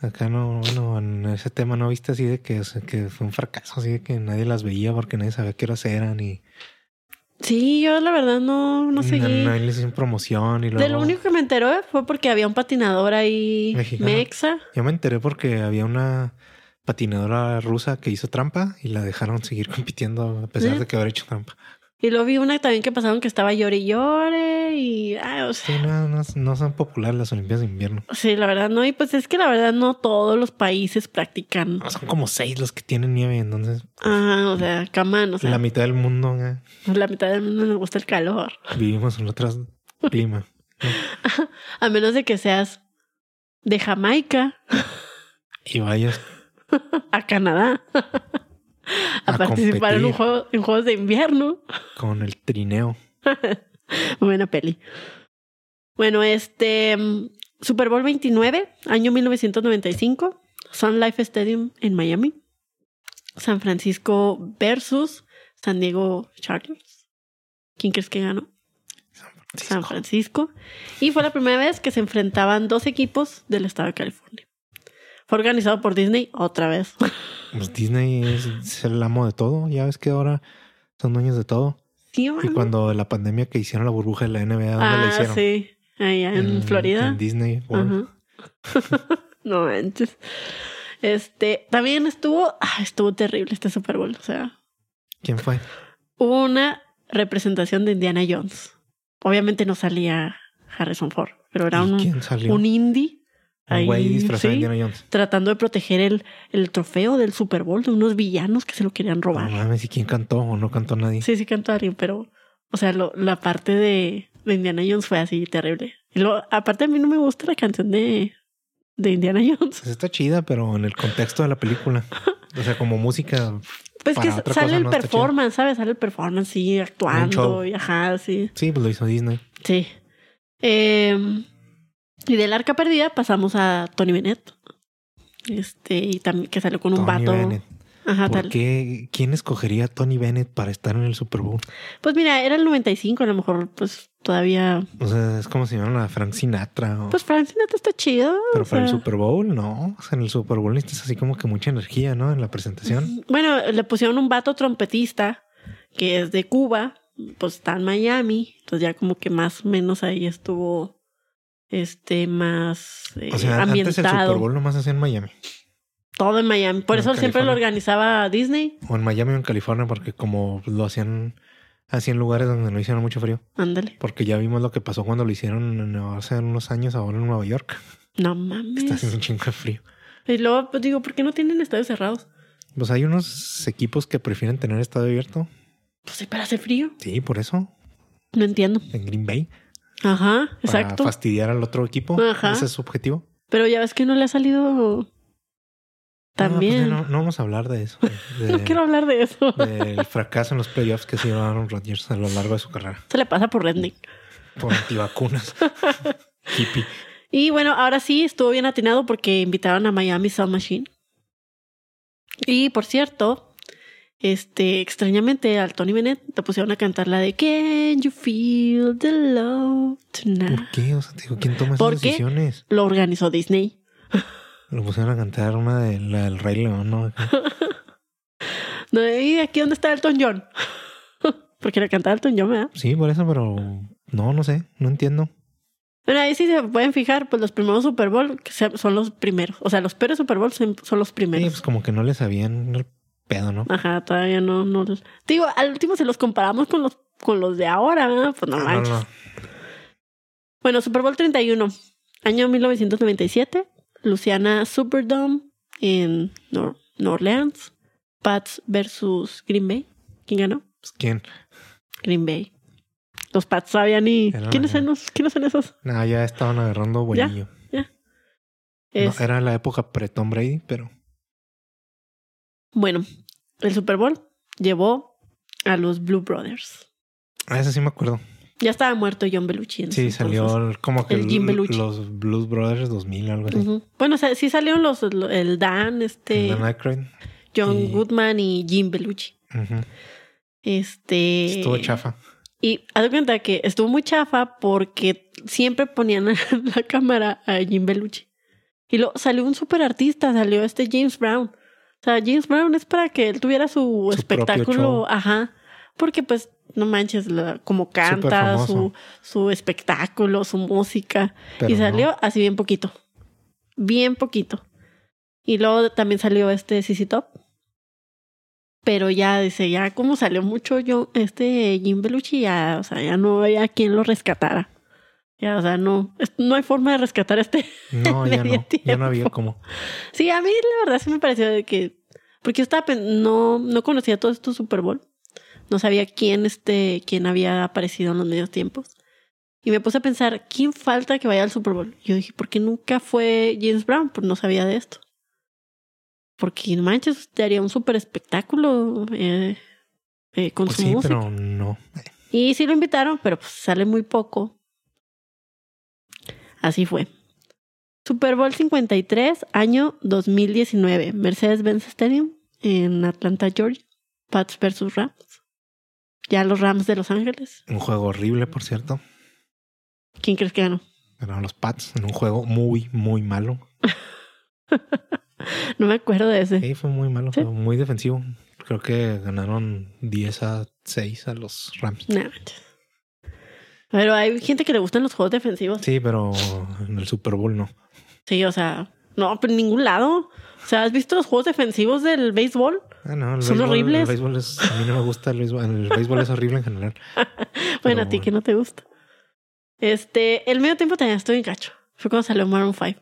Speaker 1: Acá no, bueno, en ese tema no viste así de que, o sea, que fue un fracaso, así de que nadie las veía porque nadie sabía qué horas eran y
Speaker 2: Sí, yo la verdad no,
Speaker 1: Mm,
Speaker 2: no seguí.
Speaker 1: nadie les hizo promoción y luego...
Speaker 2: De lo único que me enteró fue porque había un patinador ahí
Speaker 1: Mexicano.
Speaker 2: mexa.
Speaker 1: Yo me enteré porque había una patinadora rusa que hizo trampa y la dejaron seguir compitiendo a pesar
Speaker 2: ¿Eh?
Speaker 1: de que haber hecho trampa.
Speaker 2: Y luego vi una también que pasaron que estaba llore y llore y... ay, o sea,
Speaker 1: Sí, no, no, no son populares las Olimpiadas de invierno.
Speaker 2: sí, la verdad no. Y pues es que la verdad no todos los países practican.
Speaker 1: No, son como seis los que tienen nieve, entonces
Speaker 2: Ajá, o sea, camán, o sea,
Speaker 1: la
Speaker 2: la,
Speaker 1: mitad del mundo eh,
Speaker 2: mitad del mundo nos gusta el calor.
Speaker 1: vivimos en otro clima.
Speaker 2: A menos de que seas de Jamaica
Speaker 1: Y vayas
Speaker 2: a Canadá a,
Speaker 1: A
Speaker 2: participar en, un
Speaker 1: competir.
Speaker 2: juego, en juegos de invierno.
Speaker 1: con el trineo.
Speaker 2: Muy buena peli. Bueno, este mm, Super Bowl 29, año 1995, Sun Life Stadium en Miami. San Francisco versus San Diego Chargers. ¿Quién crees que ganó? San Francisco. Y fue la primera vez que se enfrentaban dos equipos del estado de California. Fue organizado por Disney otra vez.
Speaker 1: Pues Disney es, es el amo de todo. Ya ves que ahora son dueños de todo.
Speaker 2: Sí,
Speaker 1: Y
Speaker 2: mano.
Speaker 1: cuando la pandemia que hicieron la burbuja de la NBA, ¿dónde la
Speaker 2: Ah,
Speaker 1: hicieron? Mm,
Speaker 2: sí. Allá en, Florida.
Speaker 1: En Disney World.
Speaker 2: Ajá. no manches. Este, también estuvo, ah, estuvo terrible este Super Bowl. O sea,
Speaker 1: ¿Quién fue?
Speaker 2: hubo una representación de Indiana Jones. Obviamente no salía Harrison Ford, pero era
Speaker 1: ¿Y
Speaker 2: un,
Speaker 1: ¿Quién salió?
Speaker 2: un indie
Speaker 1: Un güey
Speaker 2: ahí,
Speaker 1: disfrazado
Speaker 2: sí.
Speaker 1: de Indiana Jones.
Speaker 2: tratando de proteger el, el trofeo del Super Bowl de unos villanos que se lo querían
Speaker 1: No
Speaker 2: robar.
Speaker 1: mames, ¿y quién cantó o no cantó nadie?
Speaker 2: Sí, sí cantó alguien, pero, o sea, lo- la parte de, de Indiana Jones fue así terrible. Y luego, aparte a mí no me gusta la canción de, de Indiana Jones.
Speaker 1: Pues está chida, pero en el contexto de la película. O sea, como música.
Speaker 2: Pues
Speaker 1: para
Speaker 2: que
Speaker 1: otra
Speaker 2: sale
Speaker 1: cosa
Speaker 2: el
Speaker 1: no está chido.
Speaker 2: performance, ¿sabes? Sale el performance, sí, actuando
Speaker 1: show.
Speaker 2: y ajá, sí.
Speaker 1: Sí, pues lo hizo Disney.
Speaker 2: Sí. Eh, y del arca perdida pasamos a Tony Bennett. Este, y también que salió con
Speaker 1: Tony
Speaker 2: un vato.
Speaker 1: Bennett.
Speaker 2: Ajá,
Speaker 1: ¿Por
Speaker 2: Ah, tal.
Speaker 1: qué? ¿Quién escogería a Tony Bennett para estar en el Super Bowl?
Speaker 2: Pues mira, era el 95, a lo mejor pues todavía...
Speaker 1: O sea, es como si llaman a Frank Sinatra. o-
Speaker 2: Pues Frank Sinatra está chido.
Speaker 1: pero
Speaker 2: o
Speaker 1: para el
Speaker 2: sea.
Speaker 1: Super Bowl, no. O sea, en el Super Bowl necesitas así como que mucha energía, ¿no? En la presentación.
Speaker 2: Bueno, le pusieron un vato trompetista que es de Cuba, pues está en Miami, entonces ya como que más o menos ahí estuvo este más eh,
Speaker 1: O sea, antes el Super
Speaker 2: ambientado,
Speaker 1: Bowl nomás hacía en Miami.
Speaker 2: todo en Miami, por
Speaker 1: En
Speaker 2: eso siempre lo
Speaker 1: California.
Speaker 2: organizaba Disney,
Speaker 1: O en Miami o en California, porque como lo hacían así en lugares donde no hicieron mucho frío.
Speaker 2: ándale.
Speaker 1: Porque ya vimos lo que pasó cuando lo hicieron en- hace unos años ahora en Nueva York.
Speaker 2: No
Speaker 1: Está haciendo
Speaker 2: mames.
Speaker 1: un chingo de frío.
Speaker 2: Y luego pues, digo, ¿por qué no tienen estadios cerrados?
Speaker 1: Pues hay unos equipos que prefieren tener estadio abierto.
Speaker 2: Pues sí, para hacer frío,
Speaker 1: Sí, por eso.
Speaker 2: no entiendo.
Speaker 1: En Green Bay.
Speaker 2: Ajá,
Speaker 1: Para
Speaker 2: exacto.
Speaker 1: fastidiar al otro equipo.
Speaker 2: Ajá.
Speaker 1: Ese es su objetivo.
Speaker 2: Pero ya ves que no le ha salido
Speaker 1: No, pues Ah, ya
Speaker 2: también.
Speaker 1: No, no, vamos a hablar de eso. De-
Speaker 2: no quiero hablar de eso.
Speaker 1: Del fracaso en los playoffs que se llevaron Aaron Rodgers a lo largo de su carrera.
Speaker 2: Se le pasa por Redneck.
Speaker 1: Por antivacunas. Hippie.
Speaker 2: Y bueno, ahora sí estuvo bien atinado porque invitaron a Miami Sound Machine. Y por cierto, este, extrañamente al Tony Bennett te pusieron a cantar la de Can you feel the love tonight?
Speaker 1: ¿Por qué? O sea, te digo, ¿quién toma esas
Speaker 2: ¿Por qué?
Speaker 1: decisiones?
Speaker 2: Lo organizó Disney.
Speaker 1: Lo pusieron a cantar una de la del Rey León, ¿no?
Speaker 2: No, ¿Y aquí dónde está Elton John? porque lo cantaba Elton John, ¿verdad?
Speaker 1: Sí, por eso, pero no, no sé, no entiendo.
Speaker 2: Bueno, ahí sí se pueden fijar, pues los primeros Super Bowl que se- son los primeros. O sea, los peores Super Bowl son son los
Speaker 1: Sí,
Speaker 2: primeros.
Speaker 1: pues como que no le sabían el pedo, ¿no?
Speaker 2: Ajá, todavía no, no. los- Digo, al último se los comparamos con los con los de ahora, ¿verdad? pues no
Speaker 1: Ah,
Speaker 2: manches. Bueno, Super Bowl 31, año 1997, Luciana Superdome en Nor- New Orleans, Pats versus Green Bay. ¿Quién ganó?
Speaker 1: Pues, ¿Quién?
Speaker 2: Green Bay. Los Pats sabían y
Speaker 1: Era la
Speaker 2: ¿quiénes son,
Speaker 1: gana.
Speaker 2: los- ¿quiénes son esos?
Speaker 1: Nah, Ah, ya estaban agarrando buenillo. No, eh.
Speaker 2: Es-
Speaker 1: era la época pre-Tom Brady, pero
Speaker 2: Bueno, el Super Bowl llevó a los Blue Brothers.
Speaker 1: a eso sí me acuerdo.
Speaker 2: Ya estaba muerto John Belushi. en ese
Speaker 1: Sí,
Speaker 2: entonces.
Speaker 1: salió el- como que
Speaker 2: el Jim
Speaker 1: l-
Speaker 2: Belushi.
Speaker 1: los Blues Brothers 2000, algo así.
Speaker 2: Ujú. Bueno, o sea, sí salieron los el Dan, este
Speaker 1: Dan Aykroyd.
Speaker 2: John
Speaker 1: y-
Speaker 2: Goodman y Jim Belushi.
Speaker 1: Ujú.
Speaker 2: Este
Speaker 1: Estuvo chafa.
Speaker 2: Y haz de cuenta que estuvo muy chafa porque siempre ponían en la cámara a Jim Belushi. Y luego salió un super artista, salió este James Brown. O sea, James Brown es para que él tuviera su,
Speaker 1: propio show.
Speaker 2: espectáculo, ajá. Porque pues, no manches, la- como canta, su,
Speaker 1: famoso.
Speaker 2: su espectáculo, su música.
Speaker 1: pero
Speaker 2: y
Speaker 1: no.
Speaker 2: salió así bien poquito. Bien poquito. Y luego también salió este CC Top. Pero ya dice, ya como salió mucho yo, este Jim Belushi, ya, o sea, ya no había quien lo rescatara. Ya, o sea, no, es- no hay forma de rescatar a este.
Speaker 1: No,
Speaker 2: le
Speaker 1: ya
Speaker 2: dio
Speaker 1: no. Ya no había
Speaker 2: tiempo.
Speaker 1: como.
Speaker 2: Sí, a mí la verdad sí me pareció de que, porque yo estaba, pen- no, no conocía todo esto Super Bowl. No sabía quién, este, quién había aparecido en los medios tiempos. Y me puse a pensar, ¿quién falta que vaya al Super Bowl? Yo dije, ¿por qué nunca fue James Brown? Pues no sabía de esto. Porque no manches, te haría un super espectáculo eh, eh, con
Speaker 1: Pues
Speaker 2: su
Speaker 1: sí,
Speaker 2: música.
Speaker 1: pero no.
Speaker 2: Y sí lo invitaron, pero pues sale muy poco. Así fue. Super Bowl 53, año 2019. Mercedes-Benz Stadium en Atlanta, Georgia. Pats versus Rams. Ya los Rams de Los Ángeles.
Speaker 1: Un juego horrible, por cierto.
Speaker 2: ¿Quién crees que ganó?
Speaker 1: Ganaron los Pats en un juego muy, muy malo.
Speaker 2: No me acuerdo de ese.
Speaker 1: Sí, fue muy malo,
Speaker 2: Sí.
Speaker 1: fue muy defensivo. Creo que ganaron 10 a 6 a los Rams.
Speaker 2: No manches. Pero hay gente que le gustan los juegos defensivos.
Speaker 1: Sí, pero en el Super Bowl no.
Speaker 2: Sí, o sea, no, por ningún lado. O sea, ¿has visto los juegos defensivos del béisbol?
Speaker 1: Ah, no, el
Speaker 2: Son
Speaker 1: béisbol,
Speaker 2: horribles.
Speaker 1: El béisbol es, a mí no me gusta el béisbol. El béisbol es horrible en general.
Speaker 2: Bueno,
Speaker 1: Pero
Speaker 2: a ti que no te gusta. Este, el medio tiempo también estuvo en cacho. Fue cuando salió Maroon 5.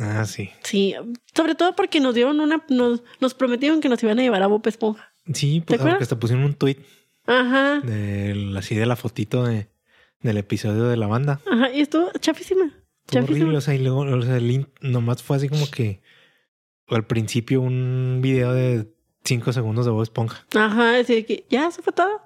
Speaker 1: Ah, sí.
Speaker 2: Sí, sobre todo porque nos dieron una, nos, nos prometieron que nos iban a llevar a Bob Esponja.
Speaker 1: Sí, pues,
Speaker 2: acuerdas?
Speaker 1: porque hasta pusieron un tweet
Speaker 2: Ajá.
Speaker 1: del- así de la fotito de, del episodio de la banda.
Speaker 2: Ajá. Y estuvo chafísima.
Speaker 1: Estuvo
Speaker 2: Chafísima.
Speaker 1: horrible. O sea, y luego o sea, el in- nomás fue así como que al principio un video de 5 segundos de Bob Esponja.
Speaker 2: Ajá. Así de que ya se fue todo.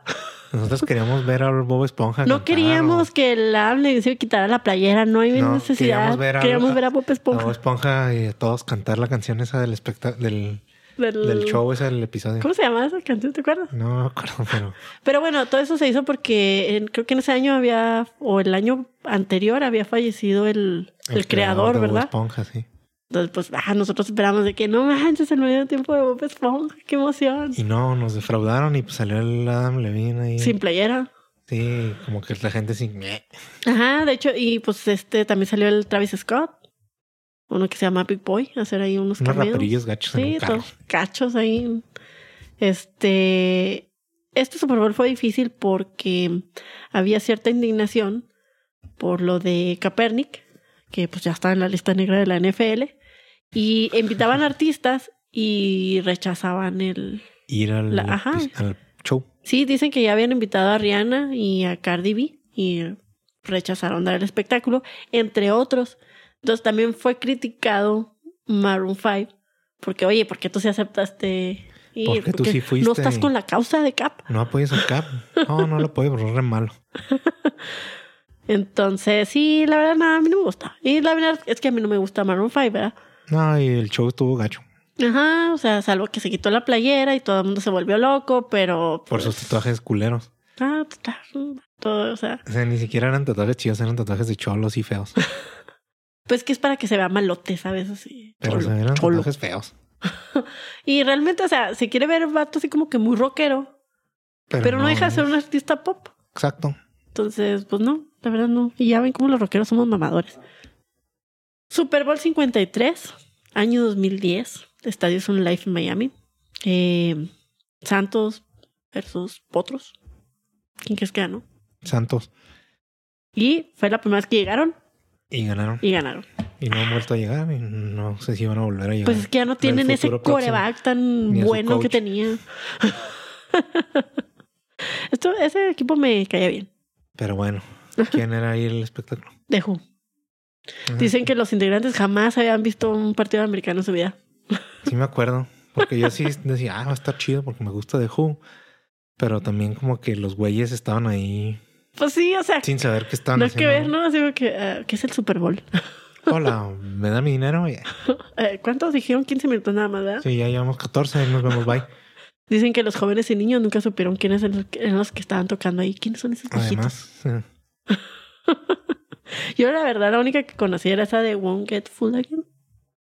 Speaker 1: Nosotros queríamos ver a Bob Esponja.
Speaker 2: No
Speaker 1: cantar o-
Speaker 2: queríamos que la hable se quitara la playera. No hay
Speaker 1: No,
Speaker 2: necesidad.
Speaker 1: queríamos ver a-
Speaker 2: Queríamos ver a
Speaker 1: A
Speaker 2: Bob
Speaker 1: Bob
Speaker 2: Esponja.
Speaker 1: Esponja y a todos cantar la canción esa del espectáculo del
Speaker 2: Del,
Speaker 1: Del show es el episodio.
Speaker 2: ¿Cómo se llamaba esa canción? ¿Te acuerdas?
Speaker 1: No me acuerdo, pero
Speaker 2: Pero bueno, todo eso se hizo porque en- creo que en ese año había, o el año anterior había fallecido el, el, creador,
Speaker 1: de Bob
Speaker 2: ¿verdad?
Speaker 1: Esponja, sí.
Speaker 2: Entonces, pues, ah, nosotros esperamos de que no manches el medio tiempo de Bob Esponja, qué emoción.
Speaker 1: Y no, nos defraudaron y pues salió el Adam Levine ahí.
Speaker 2: Sin playera.
Speaker 1: Sí, como que la gente sin.
Speaker 2: Ajá, de hecho, y pues este también salió el Travis Scott, uno que se llama Big Boy, hacer ahí unos
Speaker 1: Unos
Speaker 2: cameos.
Speaker 1: Pues raperillos gachos en
Speaker 2: Sí,
Speaker 1: un carro.
Speaker 2: todos cachos ahí. Este, este Super Bowl fue difícil porque había cierta indignación por lo de Kaepernick, que pues ya estaba en la lista negra de la NFL, y invitaban artistas y rechazaban el...
Speaker 1: Ir al, pues,
Speaker 2: La- ajá.
Speaker 1: al show.
Speaker 2: Sí, dicen que ya habían invitado a Rihanna y a Cardi B y rechazaron dar el espectáculo, entre otros. Entonces también fue criticado Maroon 5 porque, oye, ¿por qué tú sí aceptaste ir?
Speaker 1: Porque tú sí fuiste.
Speaker 2: No estás con la causa de Cap.
Speaker 1: No apoyes a Cap. No, no lo apoyo, pero es re malo.
Speaker 2: Entonces, sí, la verdad, nada, a mí no me gusta. Y la verdad es que a mí no me gusta Maroon 5, ¿verdad?
Speaker 1: No, y el show estuvo gacho.
Speaker 2: Ajá, o sea, salvo que se quitó la playera y todo el mundo se volvió loco, pero...
Speaker 1: Por
Speaker 2: pues,
Speaker 1: sus tatuajes culeros.
Speaker 2: Ah, todo, o sea...
Speaker 1: O sea, ni siquiera eran tatuajes chidos, eran tatuajes de cholos y feos.
Speaker 2: Pues que es para que se vea malote, ¿sabes? Así.
Speaker 1: Pero
Speaker 2: cholo,
Speaker 1: o sea, eran
Speaker 2: cholo.
Speaker 1: tatuajes feos.
Speaker 2: Y realmente, o sea, se quiere ver vato así como que muy rockero, pero, no, deja de ser un artista pop.
Speaker 1: Exacto.
Speaker 2: Entonces, pues no, la verdad no. Y ya ven cómo los rockeros somos mamadores. Super Bowl 53, año 2010, Estadio Sun Life en Miami. Eh, Santos versus Potros. ¿Quién crees que ganó?
Speaker 1: Santos.
Speaker 2: Y fue la primera vez que llegaron
Speaker 1: Y ganaron.
Speaker 2: y ganaron.
Speaker 1: Y no han vuelto a llegar. Y no sé si van a volver a llegar.
Speaker 2: Pues es que ya no tienen ese
Speaker 1: futuro próximo.
Speaker 2: coreback tan
Speaker 1: Ni a su
Speaker 2: bueno que
Speaker 1: coach.
Speaker 2: tenía. Esto, ese equipo me caía bien.
Speaker 1: Pero bueno, ¿quién era ahí el espectáculo?
Speaker 2: De Who. Dicen que los integrantes jamás habían visto un partido americano en su vida.
Speaker 1: Sí me acuerdo, porque yo sí decía, ah, va a estar chido porque me gusta The Who. Pero también como que los güeyes estaban ahí
Speaker 2: Pues sí, o sea,
Speaker 1: sin saber qué estaban
Speaker 2: no es que
Speaker 1: haciendo.
Speaker 2: ver, ¿no? Así como que, ah, ¿qué es el Super Bowl?
Speaker 1: Hola, ¿me da mi dinero? Ya.
Speaker 2: Eh, ¿Cuántos dijeron? 15 minutos nada más, ¿verdad?
Speaker 1: Sí, ya llevamos 14, ahí nos vemos, bye.
Speaker 2: Dicen que los jóvenes y niños nunca supieron quiénes eran los que- eran los que estaban tocando ahí. ¿Quiénes son esos viejitos?
Speaker 1: Además, eh,
Speaker 2: Yo la verdad la única que conocía era esa de Won't Get Full Again.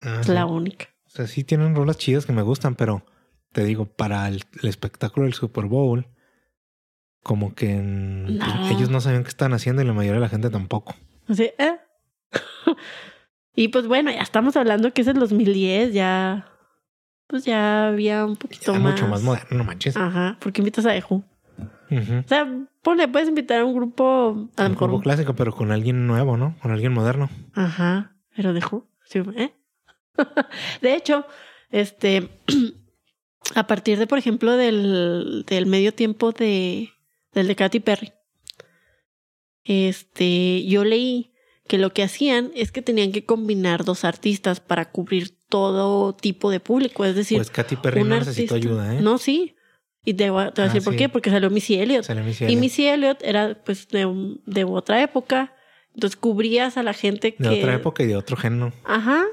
Speaker 1: ah,
Speaker 2: Es
Speaker 1: sí.
Speaker 2: la única.
Speaker 1: O sea, sí tienen rolas chidas que me gustan, pero te digo, para el, el espectáculo del Super Bowl, como que mm, pues,
Speaker 2: No.
Speaker 1: ellos no sabían qué estaban haciendo y la mayoría de la gente tampoco.
Speaker 2: Así, ¿eh? y pues bueno, ya estamos hablando que es el 2010, ya. Pues ya había un poquito
Speaker 1: Era
Speaker 2: más.
Speaker 1: mucho más moderno, no manches.
Speaker 2: Ajá, porque invitas a Eju.
Speaker 1: Ujú.
Speaker 2: O sea, ponle, puedes invitar a un grupo, a lo
Speaker 1: Un
Speaker 2: mejor.
Speaker 1: grupo
Speaker 2: un-
Speaker 1: clásico, pero con alguien nuevo, ¿no? Con alguien moderno.
Speaker 2: Ajá, pero de Who, sí, ¿eh? de hecho, este, a partir de, por ejemplo, del, del medio tiempo de, del de Katy Perry, este, yo leí que lo que hacían es que tenían que combinar dos artistas para cubrir todo tipo de público, es decir,
Speaker 1: pues Katy Perry
Speaker 2: un
Speaker 1: no
Speaker 2: artista.
Speaker 1: necesitó ayuda, ¿eh?
Speaker 2: No, sí. Y te voy a, te voy a
Speaker 1: Ah,
Speaker 2: decir por
Speaker 1: sí.
Speaker 2: qué, porque salió Missy Elliott.
Speaker 1: Sale Missy
Speaker 2: Y
Speaker 1: Elliott.
Speaker 2: Missy Elliott era pues de, un- de otra época. Entonces cubrías a la gente que.
Speaker 1: De otra época y de otro género.
Speaker 2: Ajá.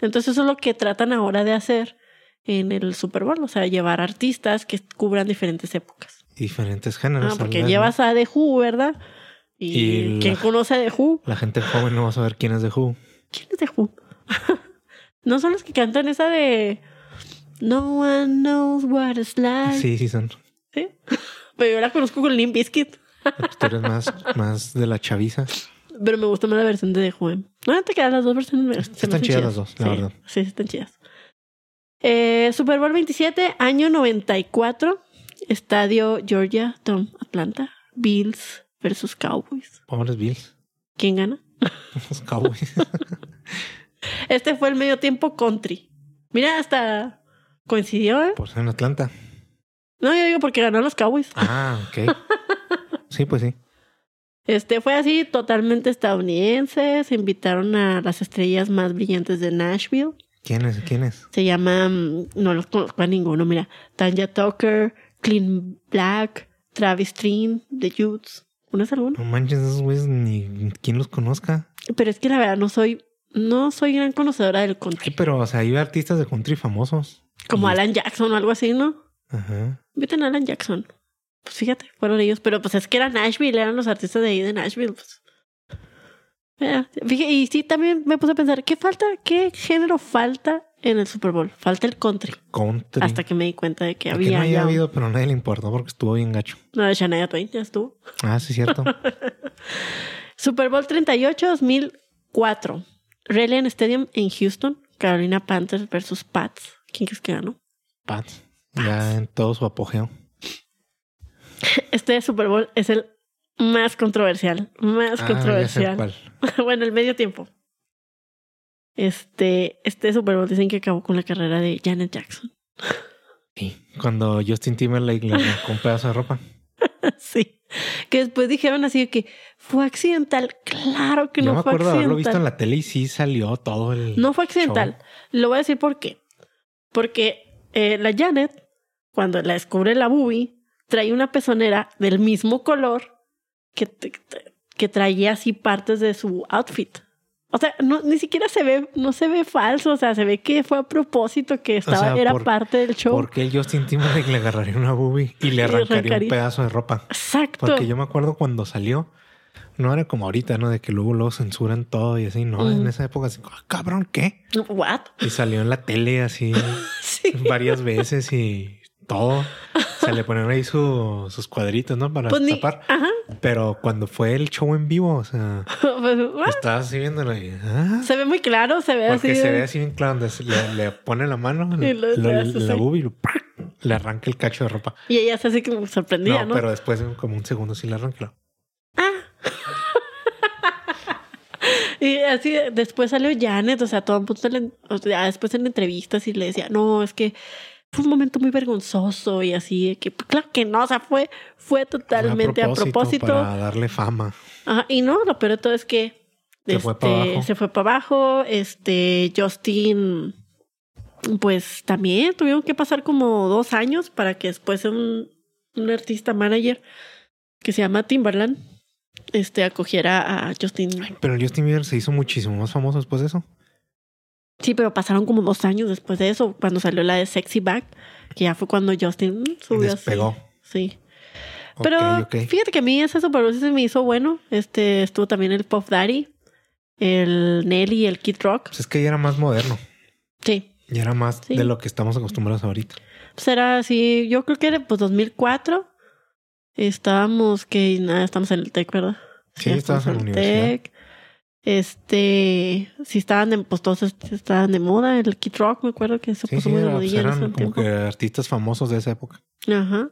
Speaker 2: Entonces eso es lo que tratan ahora de hacer en el Super Bowl. O sea, llevar artistas que cubran diferentes épocas.
Speaker 1: y Diferentes
Speaker 2: Ah,
Speaker 1: géneros.
Speaker 2: porque
Speaker 1: ¿verdad?
Speaker 2: llevas a The Who, ¿verdad? Y,
Speaker 1: Y
Speaker 2: quien
Speaker 1: la-
Speaker 2: conoce a The Who,
Speaker 1: La gente joven no va a saber quién es de Who.
Speaker 2: ¿quién es The Who? no son los que cantan esa de No one knows what it's like.
Speaker 1: Sí, sí son.
Speaker 2: ¿Sí? Pero yo la conozco con Limp Bizkit.
Speaker 1: Tú eres más, más de la chaviza.
Speaker 2: Pero me gusta más la versión de The Juan. No, te quedan las dos versiones. me- se me
Speaker 1: Están
Speaker 2: hacen
Speaker 1: chidas las dos, la
Speaker 2: sí,
Speaker 1: verdad.
Speaker 2: Sí, están chidas. Eh, Super Bowl 27, año 94. Estadio Georgia Dome, Atlanta. Bills versus Cowboys.
Speaker 1: Pobres Bills.
Speaker 2: ¿Quién gana?
Speaker 1: Los Cowboys.
Speaker 2: Este fue el medio tiempo country. Mira, hasta coincidió, ¿eh?
Speaker 1: Por ser en Atlanta.
Speaker 2: No, yo digo porque ganó los Cowboys.
Speaker 1: Ah, ok. Sí, pues sí.
Speaker 2: Este fue así, totalmente estadounidense. Se invitaron a las estrellas más brillantes de Nashville.
Speaker 1: ¿Quién es? ¿Quién es?
Speaker 2: Se llaman, no los conozco a ninguno, mira, Tanya Tucker, Clint Black, Travis Trin, The Youths, ¿no es alguno?
Speaker 1: No manches, esos güeyes ni quién los conozca.
Speaker 2: Pero es que la verdad no soy, no soy gran conocedora del
Speaker 1: Ay,
Speaker 2: country.
Speaker 1: pero, o sea, hay artistas de country famosos.
Speaker 2: Como
Speaker 1: Y-
Speaker 2: Alan Jackson o algo así, ¿no?
Speaker 1: Ajá.
Speaker 2: Inviten a Alan Jackson. Pues fíjate, fueron ellos. Pero pues es que era Nashville, eran los artistas de ahí de Nashville. Pues. Mira, fíjate, y sí, también me puse a pensar, ¿qué falta, qué género falta en el Super Bowl? Falta el country.
Speaker 1: Country.
Speaker 2: Hasta que me di cuenta de que
Speaker 1: Que
Speaker 2: había
Speaker 1: no haya
Speaker 2: ya un-
Speaker 1: habido, pero a nadie le importó porque estuvo bien gacho.
Speaker 2: No, de Shania Twain, ya estuvo.
Speaker 1: Ah, sí, cierto.
Speaker 2: Super Bowl 38, 2004. Reliant Stadium en Houston. Carolina Panthers versus Pats. ¿Quién crees que ganó?
Speaker 1: Pats. Ya en todo su apogeo.
Speaker 2: Este Super Bowl es el más controversial. Más
Speaker 1: Ah, ya sé
Speaker 2: controversial.
Speaker 1: cuál.
Speaker 2: bueno, el medio tiempo. Este, este Super Bowl dicen que acabó con la carrera de Janet Jackson.
Speaker 1: Sí. Cuando Justin Timberlake le arrancó un pedazo de ropa.
Speaker 2: sí. Que después dijeron así de que fue accidental. Claro que
Speaker 1: Yo
Speaker 2: no
Speaker 1: me
Speaker 2: fue
Speaker 1: acuerdo de haberlo visto
Speaker 2: accidental.
Speaker 1: en la tele y sí salió todo el.
Speaker 2: No fue accidental. Lo voy a decir por qué. Porque eh, la Janet, cuando la descubre la Bubi, trae una pezonera del mismo color que, t- t- que traía así partes de su outfit. O sea, no, ni siquiera se ve, no se ve falso, o sea, se ve que fue a propósito, que estaba,
Speaker 1: sea,
Speaker 2: era
Speaker 1: por-
Speaker 2: parte del show.
Speaker 1: ¿Por qué el Justin Timberlake le agarraría una boobie y le arrancaría,
Speaker 2: arrancaría.
Speaker 1: un pedazo de ropa?
Speaker 2: Exacto.
Speaker 1: Porque yo me acuerdo cuando salió, no era como ahorita, ¿no? De que luego lo censuran todo y así, no. En
Speaker 2: Mm.
Speaker 1: esa época, así, "Ah, cabrón, ¿qué?
Speaker 2: What?
Speaker 1: Y salió en la tele así
Speaker 2: Sí.
Speaker 1: varias veces y todo. Se le ponen ahí su- sus cuadritos, ¿no? Para
Speaker 2: Pues ni-
Speaker 1: tapar.
Speaker 2: Ajá.
Speaker 1: Pero cuando fue el show en vivo, o sea,
Speaker 2: Pues, what?
Speaker 1: estabas así viéndolo y, ah,
Speaker 2: Se ve muy claro, se ve
Speaker 1: porque
Speaker 2: así.
Speaker 1: se ve así bien claro, donde se- le, le pone la mano,
Speaker 2: Y lo-
Speaker 1: lo-
Speaker 2: le hace
Speaker 1: la
Speaker 2: así.
Speaker 1: boobie y lo- ¡prac! le arranca el cacho de ropa.
Speaker 2: Y ella se hace como sorprendida,
Speaker 1: No,
Speaker 2: ¿no?
Speaker 1: pero después como un segundo sí la arranca.
Speaker 2: Y así de- después salió Janet, o sea, todo el mundo le- o sea, después en entrevistas y le decía, no, es que fue un momento muy vergonzoso y así, de que pues, claro que no, o sea, fue, fue totalmente a propósito.
Speaker 1: Para darle fama.
Speaker 2: Ajá, y no, lo peor de todo es que este,
Speaker 1: Se fue para abajo.
Speaker 2: se fue para abajo, este, Justin, pues también tuvieron que pasar como dos años para que después un, un artista manager que se llama Timberland, este, acogiera a Justin.
Speaker 1: Pero el Justin Bieber se hizo muchísimo más famoso después de eso.
Speaker 2: Sí, pero pasaron como dos años después de eso, cuando salió la de Sexy Back, que ya fue cuando Justin mm, subió así.
Speaker 1: Despegó.
Speaker 2: Sí.
Speaker 1: Ok,
Speaker 2: pero
Speaker 1: ok.
Speaker 2: fíjate que a mí ese Super Bowl sí se me hizo bueno. Este estuvo también el Pop Daddy, el Nelly, el Kid Rock.
Speaker 1: Pues es que ya era más moderno.
Speaker 2: Sí.
Speaker 1: Ya era más
Speaker 2: Sí.
Speaker 1: de lo que estamos acostumbrados ahorita.
Speaker 2: Pues era así, yo creo que era pues 2004. Estábamos que nada, estamos en el TEC, ¿verdad?
Speaker 1: Sí, estabas en la
Speaker 2: el
Speaker 1: universidad.
Speaker 2: TEC. Este, si estaban de, pues todos est- estaban de moda, el Kid Rock, me acuerdo que se
Speaker 1: Sí, sí,
Speaker 2: puso muy de
Speaker 1: era- pues
Speaker 2: modilla en
Speaker 1: eran
Speaker 2: ese
Speaker 1: como
Speaker 2: tiempo.
Speaker 1: que artistas famosos de esa época.
Speaker 2: Ajá.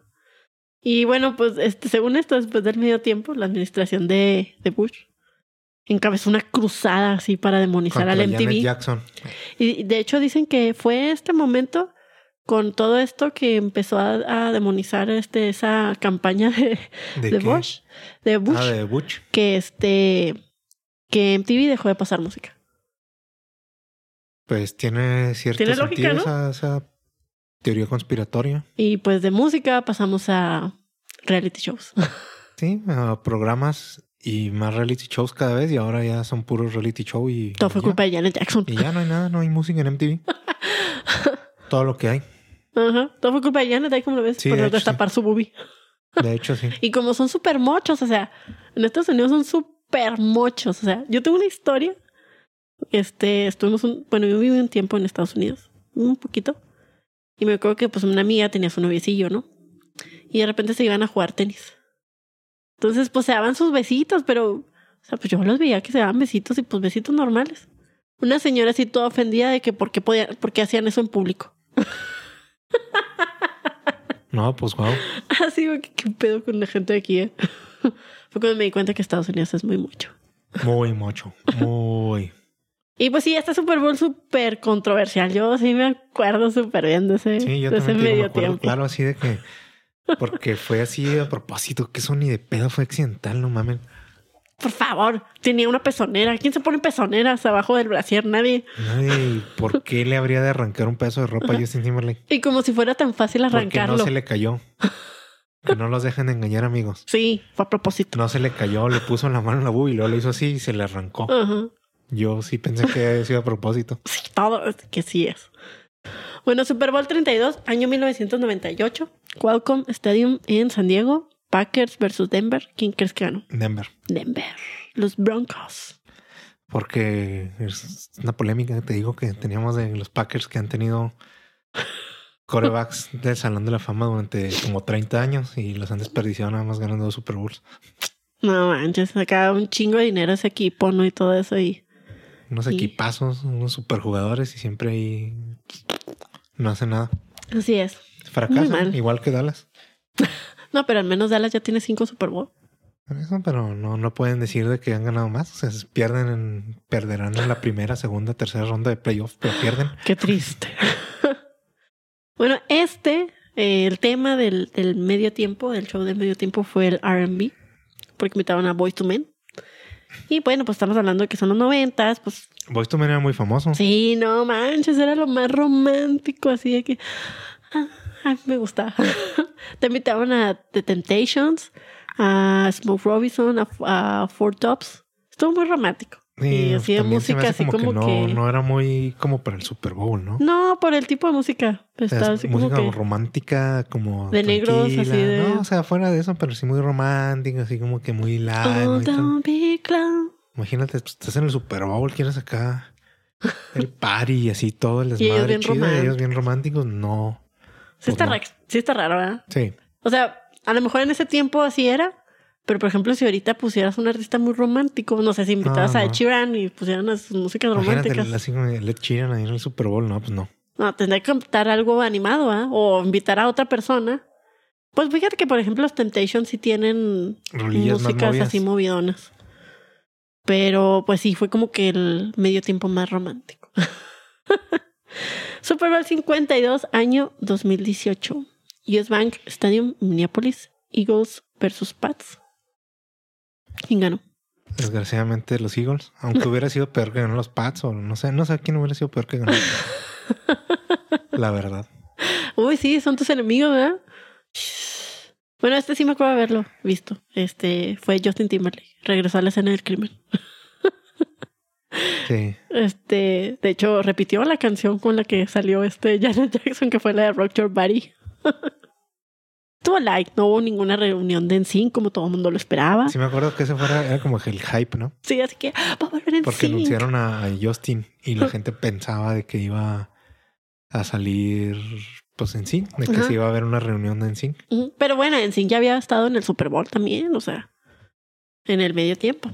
Speaker 2: Y bueno, pues este, según esto, después del medio tiempo, la administración de, de Bush encabezó una cruzada así para demonizar
Speaker 1: Contra
Speaker 2: al
Speaker 1: Janet
Speaker 2: MTV.
Speaker 1: Jackson.
Speaker 2: Y de hecho dicen que fue este momento con todo esto que empezó a, a demonizar este, esa campaña de,
Speaker 1: ¿De,
Speaker 2: de
Speaker 1: qué?
Speaker 2: Bush, de Bush,
Speaker 1: Ah, de Bush.
Speaker 2: que este que MTV dejó de pasar música.
Speaker 1: Pues tiene cierto
Speaker 2: Tiene
Speaker 1: sentido
Speaker 2: lógica, ¿no?
Speaker 1: esa, esa teoría conspiratoria.
Speaker 2: Y pues de música pasamos a reality shows.
Speaker 1: Ah, Sí, a programas y más reality shows cada vez y ahora ya son puros reality show y...
Speaker 2: Todo fue
Speaker 1: y ya.
Speaker 2: culpa de Janet Jackson.
Speaker 1: Y ya no hay nada, no hay música en MTV. Todo lo que hay.
Speaker 2: Ajá. Todo fue culpa de Janet, ahí como lo ves,
Speaker 1: Sí,
Speaker 2: por
Speaker 1: de
Speaker 2: no
Speaker 1: hecho, sí.
Speaker 2: destapar su boobie.
Speaker 1: De hecho, sí.
Speaker 2: Y como son súper mochos, o sea, en Estados Unidos son súper mochos. O sea, yo tengo una historia. Este, estuvimos un, bueno, yo viví un tiempo en Estados Unidos, un poquito. Y me acuerdo que pues una amiga tenía su noviecillo, ¿no? Y de repente se iban a jugar tenis. Entonces, pues se daban sus besitos, pero, o sea, pues yo los veía que se daban besitos y pues besitos normales. Una señora así toda ofendida de que por qué, podía, por qué hacían eso en público.
Speaker 1: No, pues wow.
Speaker 2: Así, que qué pedo con la gente de aquí, eh? Fue cuando me di cuenta que Estados Unidos es muy mucho.
Speaker 1: Muy mucho. Muy.
Speaker 2: Y pues sí, este Super Bowl súper controversial. Yo sí me acuerdo súper bien de ese,
Speaker 1: Sí, yo
Speaker 2: de
Speaker 1: también
Speaker 2: ese
Speaker 1: te digo, me
Speaker 2: medio
Speaker 1: acuerdo,
Speaker 2: tiempo.
Speaker 1: claro, así de que... Porque fue así a propósito, que eso ni de pedo fue accidental, no mamen.
Speaker 2: Por favor, tenía una pezonera. ¿Quién se pone pezoneras abajo del brasier? Nadie.
Speaker 1: Ay, ¿por qué le habría de arrancar un pedazo de ropa a Justin Timberlake?
Speaker 2: Y como si fuera tan fácil
Speaker 1: Porque
Speaker 2: arrancarlo.
Speaker 1: no se le cayó. Que no los dejen de engañar, amigos.
Speaker 2: Sí, fue a propósito.
Speaker 1: No se le cayó, le puso la mano en la bubi y luego lo hizo así y se le arrancó.
Speaker 2: Ajá.
Speaker 1: Yo sí pensé que había sido a propósito.
Speaker 2: Sí, todo es que sí es. Bueno, Super Bowl 32, año 1998. Qualcomm Stadium en San Diego. Packers versus Denver. ¿Quién crees que ganó?
Speaker 1: Denver.
Speaker 2: Denver. Los Broncos.
Speaker 1: Porque es una polémica, te digo, que teníamos de los Packers que han tenido corebacks del Salón de la Fama durante como 30 años y los han desperdiciado nada más ganando dos Super Bowls.
Speaker 2: No manches, sacaba un chingo de dinero ese equipo, ¿no? Y todo eso. Y
Speaker 1: Unos
Speaker 2: Sí.
Speaker 1: equipazos, unos superjugadores y siempre ahí no hacen nada.
Speaker 2: así es. Muy
Speaker 1: Fracasan,
Speaker 2: mal.
Speaker 1: igual que Dallas.
Speaker 2: No, pero al menos Dallas ya tiene cinco Super Bowl.
Speaker 1: Por Eso, pero no, no pueden decir de que han ganado más. O sea, se pierden, en- perderán en la primera, segunda, tercera ronda de playoff, pero pierden.
Speaker 2: Qué triste. bueno, este, eh, el tema del, del medio tiempo, del show del medio tiempo fue el RB, porque invitaron a Boys to Men. Y bueno, pues estamos hablando de que son los noventas, pues
Speaker 1: Boyz II Men era muy famoso.
Speaker 2: sí, no manches, era lo más romántico, así de que ah, ay, me gustaba. Te invitaron a The Temptations, a Smoke Robinson, a, a Four Tops. Estuvo muy romántico. Y así de
Speaker 1: también se me
Speaker 2: música,
Speaker 1: hace
Speaker 2: así como
Speaker 1: que no,
Speaker 2: que-
Speaker 1: no era muy como para el Super Bowl, ¿no?
Speaker 2: No, por el tipo de música.
Speaker 1: O sea,
Speaker 2: Estaba
Speaker 1: es
Speaker 2: así como
Speaker 1: música
Speaker 2: que...
Speaker 1: romántica, como.
Speaker 2: De negros, así
Speaker 1: tranquila.
Speaker 2: de-
Speaker 1: No, o sea, fuera de eso, pero sí muy romántica, así como que muy light.
Speaker 2: Oh,
Speaker 1: muy tran-
Speaker 2: don't be clown.
Speaker 1: Imagínate, pues, estás en el Super Bowl, quieres acá el party y así todo el
Speaker 2: ellos
Speaker 1: desmadre
Speaker 2: bien
Speaker 1: chido. y ellos
Speaker 2: románticos.
Speaker 1: bien románticos, no.
Speaker 2: Sí está,
Speaker 1: Pues no.
Speaker 2: ra- sí está raro, ¿verdad?
Speaker 1: Sí,
Speaker 2: O sea, a lo mejor en ese tiempo así era. Pero, por ejemplo, si ahorita pusieras un artista muy romántico, no sé, si invitabas
Speaker 1: Ah,
Speaker 2: a
Speaker 1: no.
Speaker 2: Ed Sheeran y pusieran las músicas
Speaker 1: imagínate
Speaker 2: románticas.
Speaker 1: así como el Led Sheeran ahí en el Super Bowl, no, pues no.
Speaker 2: No, tendría que invitar algo animado, ¿ah? O invitar a otra persona. Pues fíjate que, por ejemplo, los Temptations sí tienen
Speaker 1: Rolillas más
Speaker 2: músicas
Speaker 1: movidas.
Speaker 2: así movidonas. Pero pues sí, fue como que el medio tiempo más romántico. Super Bowl 52, año 2018. US Bank Stadium, Minneapolis. Eagles versus Pats. ¿Quién ganó?
Speaker 1: Desgraciadamente los Eagles, aunque hubiera sido peor que ganó los Pats o no sé, no sé quién hubiera sido peor que ganó. La verdad.
Speaker 2: Uy, sí, son tus enemigos, ¿verdad? Bueno, este sí me acuerdo haberlo visto. Este fue Justin Timberlake. Regresó a la escena del crimen.
Speaker 1: Sí.
Speaker 2: Este, de hecho, repitió la canción con la que salió este Janet Jackson, que fue la de Rock Your Body. Tuvo like, no hubo ninguna reunión de NSYNC como todo el mundo lo esperaba. Sí,
Speaker 1: Sí me acuerdo que ese fuera era como el hype, ¿no?
Speaker 2: así que ¡ah, va a volver en
Speaker 1: Porque anunciaron a a Justin y la gente pensaba de que iba a salir pues en sí, de que
Speaker 2: Ajá.
Speaker 1: se iba a haber una reunión de en sí.
Speaker 2: Pero bueno, NSYNC ya había estado en el Super Bowl también, o sea, en el medio tiempo.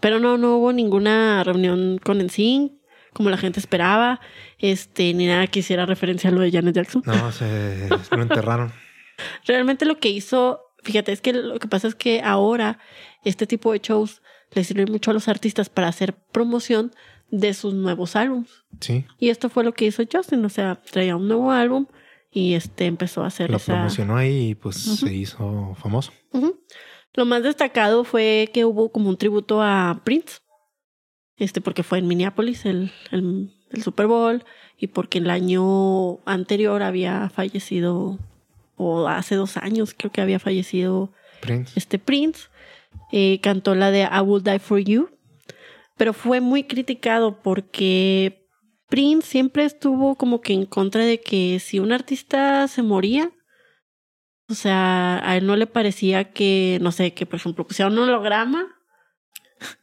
Speaker 2: Pero no, no hubo ninguna reunión con NSYNC como la gente esperaba, este, ni nada que hiciera referencia a lo de Janet Jackson.
Speaker 1: No, se lo enterraron.
Speaker 2: Realmente lo que hizo, fíjate, es que lo que pasa es que ahora este tipo de shows le sirven mucho a los artistas para hacer promoción de sus nuevos álbumes.
Speaker 1: Sí,
Speaker 2: Y esto fue lo que hizo Justin, o sea, traía un nuevo álbum y este empezó a hacer
Speaker 1: lo
Speaker 2: esa-
Speaker 1: promocionó ahí y pues
Speaker 2: Ujú.
Speaker 1: se hizo famoso.
Speaker 2: Ujú. Lo más destacado fue que hubo como un tributo a Prince, este porque fue en Minneapolis el, el, el Super Bowl y porque el año anterior había fallecido, o hace dos años creo que había fallecido
Speaker 1: Prince.
Speaker 2: este Prince. eh, cantó la de I Will Die For You. Pero fue muy criticado porque Prince siempre estuvo como que en contra de que si un artista se moría, o sea, a él no le parecía que, no sé, que por ejemplo pusiera un holograma.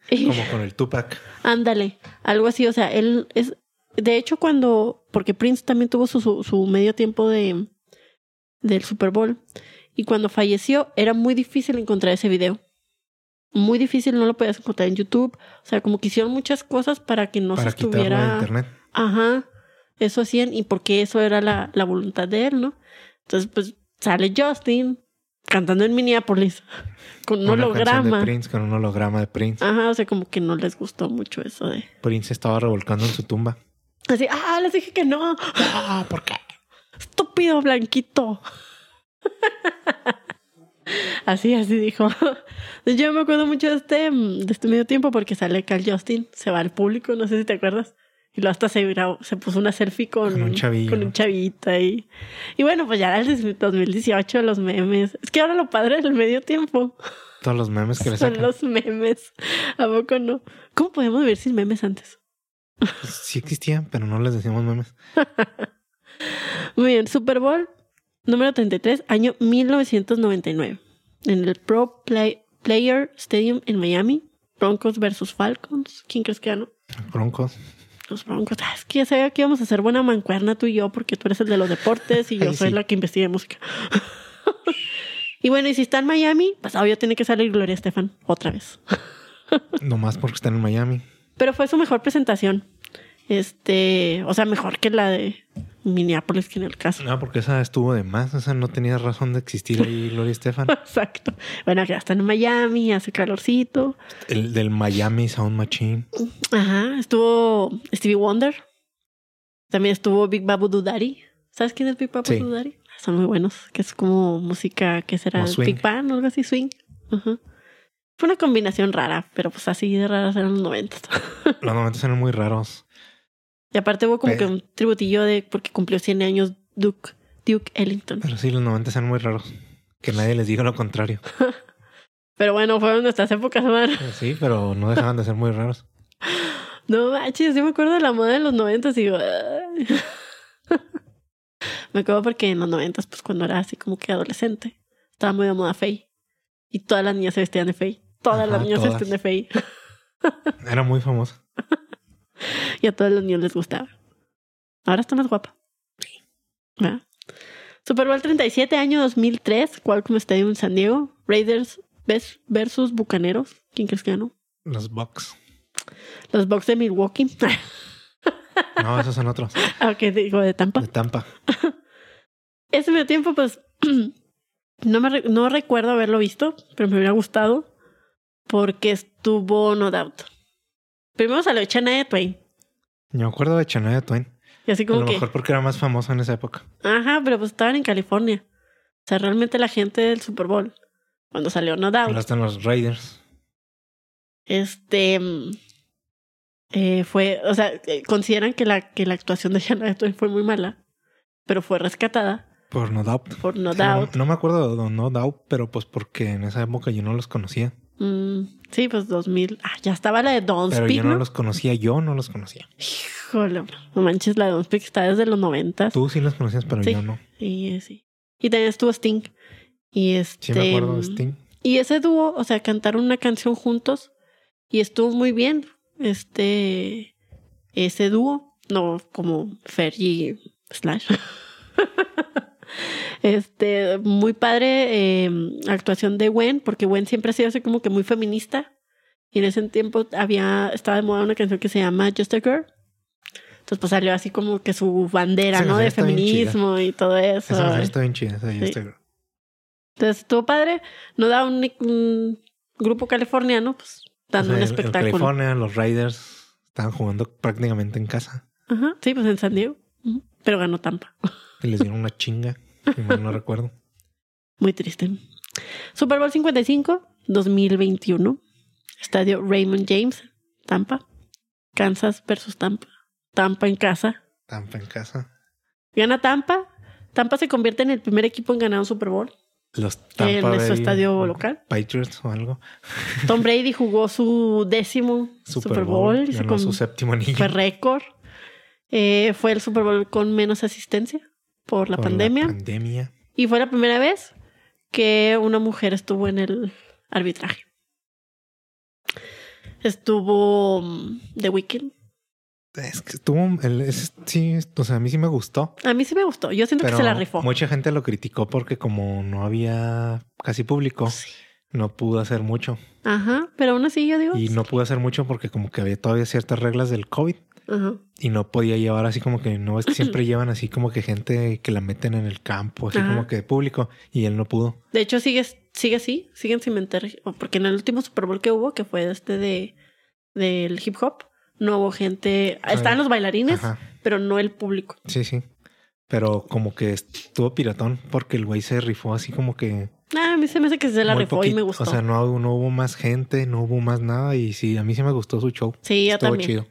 Speaker 2: Y-
Speaker 1: Como con el Tupac.
Speaker 2: Ándale, algo así, o sea, él es, de hecho cuando, porque Prince también tuvo su, su, su medio tiempo de, del Super Bowl, y cuando falleció era muy difícil encontrar ese video. Muy difícil, no lo podías encontrar en YouTube. O sea, como que hicieron muchas cosas para que no
Speaker 1: para
Speaker 2: se
Speaker 1: quitarlo de
Speaker 2: estuviera...
Speaker 1: internet.
Speaker 2: Ajá, eso hacían y porque eso era la, la voluntad de él, ¿no? Entonces, pues sale Justin cantando en Minneapolis con un
Speaker 1: Una canción
Speaker 2: holograma.
Speaker 1: de Prince con un holograma de Prince.
Speaker 2: Ajá, o sea, como que no les gustó mucho eso de...
Speaker 1: Prince estaba revolcando en su tumba.
Speaker 2: Así, ah, les dije que no.
Speaker 1: Ah, ¿por qué?
Speaker 2: Estúpido blanquito. así, así dijo. Yo me acuerdo mucho de este, mm, de este medio tiempo porque sale Carl Justin, se va al público, no sé si te acuerdas. Y luego hasta se grabó, se puso una selfie con,
Speaker 1: Con un chavillo,
Speaker 2: Con
Speaker 1: ¿no?
Speaker 2: un chavito ahí. Y bueno, pues ya era el 2018, los memes. Es que ahora lo padre del medio tiempo
Speaker 1: Todos los memes que le
Speaker 2: son
Speaker 1: sacan.
Speaker 2: los memes. ¿A poco no? ¿Cómo podemos vivir sin memes antes?
Speaker 1: Sí existían, pero no les decíamos memes.
Speaker 2: Muy bien, Super Bowl número 33, año 1999. En el Pro Play- Player Stadium en Miami, Broncos versus Falcons. ¿Quién crees que ganó?
Speaker 1: Broncos.
Speaker 2: Los Broncos. Ah, Es que ya sabía que íbamos a hacer buena mancuerna tú y yo, porque tú eres el de los deportes y yo
Speaker 1: Ay,
Speaker 2: soy
Speaker 1: sí.
Speaker 2: la que investiga música. y bueno, y si está en Miami, pues obvio tiene que salir Gloria Estefan otra vez.
Speaker 1: Nomás porque están en Miami.
Speaker 2: Pero fue su mejor presentación. Este, o sea, mejor que la de Minneapolis, que en el caso.
Speaker 1: No, porque esa estuvo de más. Esa no tenía razón de existir ahí, Gloria Estefan.
Speaker 2: Exacto. Bueno, ya están en Miami, hace calorcito.
Speaker 1: El del Miami Sound Machine.
Speaker 2: Ajá, estuvo Stevie Wonder. También estuvo Big Babu Dudari. ¿Sabes quién es Big Babu
Speaker 1: Sí.
Speaker 2: Dudari? Son muy buenos, que es como música que será
Speaker 1: Como swing.
Speaker 2: Big Band o algo así, swing. Ajá. Fue una combinación rara, pero pues así de raras eran los 90.
Speaker 1: Los momentos eran muy raros.
Speaker 2: y aparte hubo como
Speaker 1: Pe-
Speaker 2: que un tributillo de porque cumplió 100 años Duke, Duke Ellington.
Speaker 1: Pero sí, los 90 eran muy raros. Que nadie les diga lo contrario. Pues
Speaker 2: Pero bueno, fueron nuestras épocas, man.
Speaker 1: Sí, pero no dejaban de ser muy raros.
Speaker 2: No manches, yo me acuerdo de la moda de los noventas y digo, "Ay". me acuerdo porque en los noventas, pues cuando era así como que adolescente, estaba muy de moda Fey. Y todas las niñas se vestían de Fey. Todas
Speaker 1: Ajá,
Speaker 2: las niñas
Speaker 1: todas.
Speaker 2: se vestían de Fey.
Speaker 1: Era muy famosa.
Speaker 2: Y a todos los niños les gustaba. Ahora está más guapa. ¿Verdad? Super Bowl 37, año 2003, Qualcomm Stadium en San Diego. Raiders ves- versus Bucaneros. ¿Quién crees que ganó?
Speaker 1: Los Bucks.
Speaker 2: Los Bucks de Milwaukee.
Speaker 1: No, esos son otros.
Speaker 2: Aunque digo de Tampa.
Speaker 1: De Tampa.
Speaker 2: Ese medio tiempo, pues, no, me re- no recuerdo haberlo visto, pero me hubiera gustado porque estuvo No Doubt. Primero salió Shania Twain.
Speaker 1: Yo me acuerdo de Shania Twain.
Speaker 2: Y así
Speaker 1: A lo
Speaker 2: como que,
Speaker 1: mejor porque era más famosa en esa época.
Speaker 2: ajá, pero pues estaban en California. O sea, realmente la gente del Super Bowl, cuando salió No Doubt,
Speaker 1: Ahora están los Raiders.
Speaker 2: este... mm, eh, fue, o sea, eh, consideran que la, que la actuación de Shania Twain fue muy mala, pero fue rescatada
Speaker 1: Por No Doubt.
Speaker 2: por No
Speaker 1: Sí, no-
Speaker 2: Doubt.
Speaker 1: No, me acuerdo de No Doubt, pero pues porque en esa época yo no los conocía.
Speaker 2: Mm, sí, pues 2000. Ah, ya estaba la de Don't
Speaker 1: Pero yo
Speaker 2: Speak,
Speaker 1: no
Speaker 2: ¿no?
Speaker 1: los conocía, yo no los conocía.
Speaker 2: Híjole, no manches, la de Don't Speak está desde los noventas.
Speaker 1: Tú sí los conocías, pero
Speaker 2: Sí.
Speaker 1: yo no.
Speaker 2: Y eh, sí. Y también estuvo Sting. Y
Speaker 1: Sí
Speaker 2: este.
Speaker 1: me acuerdo de
Speaker 2: mm,
Speaker 1: Sting.
Speaker 2: Y ese dúo, o sea, cantaron una canción juntos y estuvo muy bien. Este. Ese dúo. No, como Fer y Slash. este, muy padre eh, actuación de Gwen, porque Gwen siempre ha sido así como que muy feminista. Y en ese tiempo había, estaba de moda una canción que se llama Just a Girl. Entonces, pues salió así como que su bandera,
Speaker 1: Esa
Speaker 2: ¿no? De
Speaker 1: canción está bien chida.
Speaker 2: feminismo y todo eso.
Speaker 1: Esa mujer está bien chida. esa yo
Speaker 2: Sí.
Speaker 1: estoy-
Speaker 2: Entonces estuvo padre. No da un, un grupo californiano, pues dando
Speaker 1: o sea, en- En
Speaker 2: un espectáculo.
Speaker 1: California, los Raiders estaban jugando prácticamente en casa.
Speaker 2: Ajá, sí, pues en San Diego. Ujú. Pero ganó Tampa.
Speaker 1: Y les dieron una chinga, si mal no recuerdo.
Speaker 2: Muy triste. Super Bowl 55, 2021. Estadio Raymond James, Tampa. Kansas versus Tampa. Tampa en casa.
Speaker 1: Tampa en casa.
Speaker 2: Gana Tampa. Tampa se convierte en el primer equipo en ganar un Super Bowl
Speaker 1: Los Tampa
Speaker 2: en su
Speaker 1: Bay
Speaker 2: estadio local.
Speaker 1: Patriots o algo.
Speaker 2: Tom Brady jugó su décimo
Speaker 1: Super,
Speaker 2: Super,
Speaker 1: Bowl.
Speaker 2: Bowl. y se
Speaker 1: ganó
Speaker 2: con-
Speaker 1: su séptimo anillo.
Speaker 2: fue récord. Eh, fue el Super Bowl con menos asistencia por la
Speaker 1: Por
Speaker 2: pandemia.
Speaker 1: La pandemia.
Speaker 2: y fue la primera vez que una mujer estuvo en el arbitraje. Estuvo mm, The Weeknd.
Speaker 1: Es que estuvo. el- es- sí, o sea, a mí sí me gustó.
Speaker 2: A mí sí me gustó. Yo siento
Speaker 1: Pero
Speaker 2: que se la rifó.
Speaker 1: mucha gente lo criticó porque, como no había casi público,
Speaker 2: Sí.
Speaker 1: no pudo hacer mucho.
Speaker 2: Ajá, pero aún así yo digo.
Speaker 1: Y no pudo hacer mucho porque, como que había todavía ciertas reglas del COVID
Speaker 2: Ajá.
Speaker 1: y no podía llevar así como que no es que siempre llevan así como que gente que la meten en el campo, así
Speaker 2: Ajá.
Speaker 1: como que de público y él no pudo.
Speaker 2: De hecho, sigue, sigue así. Siguen sin meter. o Porque en el último Super Bowl que hubo, que fue este de del hip hop, no hubo gente. Estaban los bailarines,
Speaker 1: Ajá.
Speaker 2: pero no el público.
Speaker 1: Sí, sí. Pero como que estuvo piratón porque el güey se rifó así como que.
Speaker 2: Ah, a mí se me hace que se la
Speaker 1: muy
Speaker 2: rifó y
Speaker 1: poquito.
Speaker 2: me gustó.
Speaker 1: O sea, no, no hubo más gente, no hubo más nada. Y sí, a mí sí me gustó su show.
Speaker 2: sí, yo
Speaker 1: estuvo
Speaker 2: también.
Speaker 1: chido.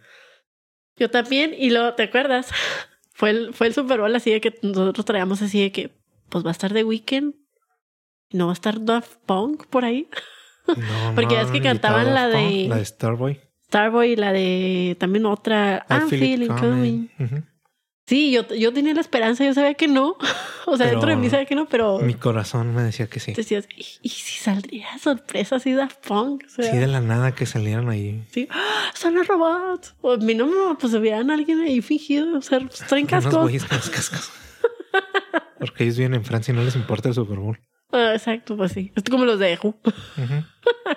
Speaker 2: Yo también. Y luego, ¿te acuerdas? Fue el, fue el Super Bowl así de que nosotros traíamos así de que, pues va a estar The Weeknd. y No va a estar Daft Punk por ahí.
Speaker 1: No,
Speaker 2: Porque
Speaker 1: no,
Speaker 2: es que
Speaker 1: no,
Speaker 2: cantaban
Speaker 1: invitado
Speaker 2: la
Speaker 1: Daft Punk,
Speaker 2: de-
Speaker 1: La de Starboy.
Speaker 2: Starboy y la de también otra.
Speaker 1: I
Speaker 2: I'm
Speaker 1: Feel It
Speaker 2: feeling coming.
Speaker 1: Coming. Ujú.
Speaker 2: Sí, yo, yo tenía la esperanza, yo sabía que no. O sea,
Speaker 1: Pero
Speaker 2: dentro de mí sabía que no, pero
Speaker 1: Mi corazón me decía que sí.
Speaker 2: decías, ¿y, y si saldría sorpresa así da Punk? O sea,
Speaker 1: Sí, de la nada que salieron ahí.
Speaker 2: sí, ¡Ah, son los robots. O a mí no me pues hubieran alguien ahí fingido, o sea, pues, traen
Speaker 1: Unos
Speaker 2: cascos.
Speaker 1: güeyes con los cascos. Porque ellos viven en Francia y no les importa el Super Bowl.
Speaker 2: Ah, exacto, pues sí. Es como los de Eju.
Speaker 1: Ujú.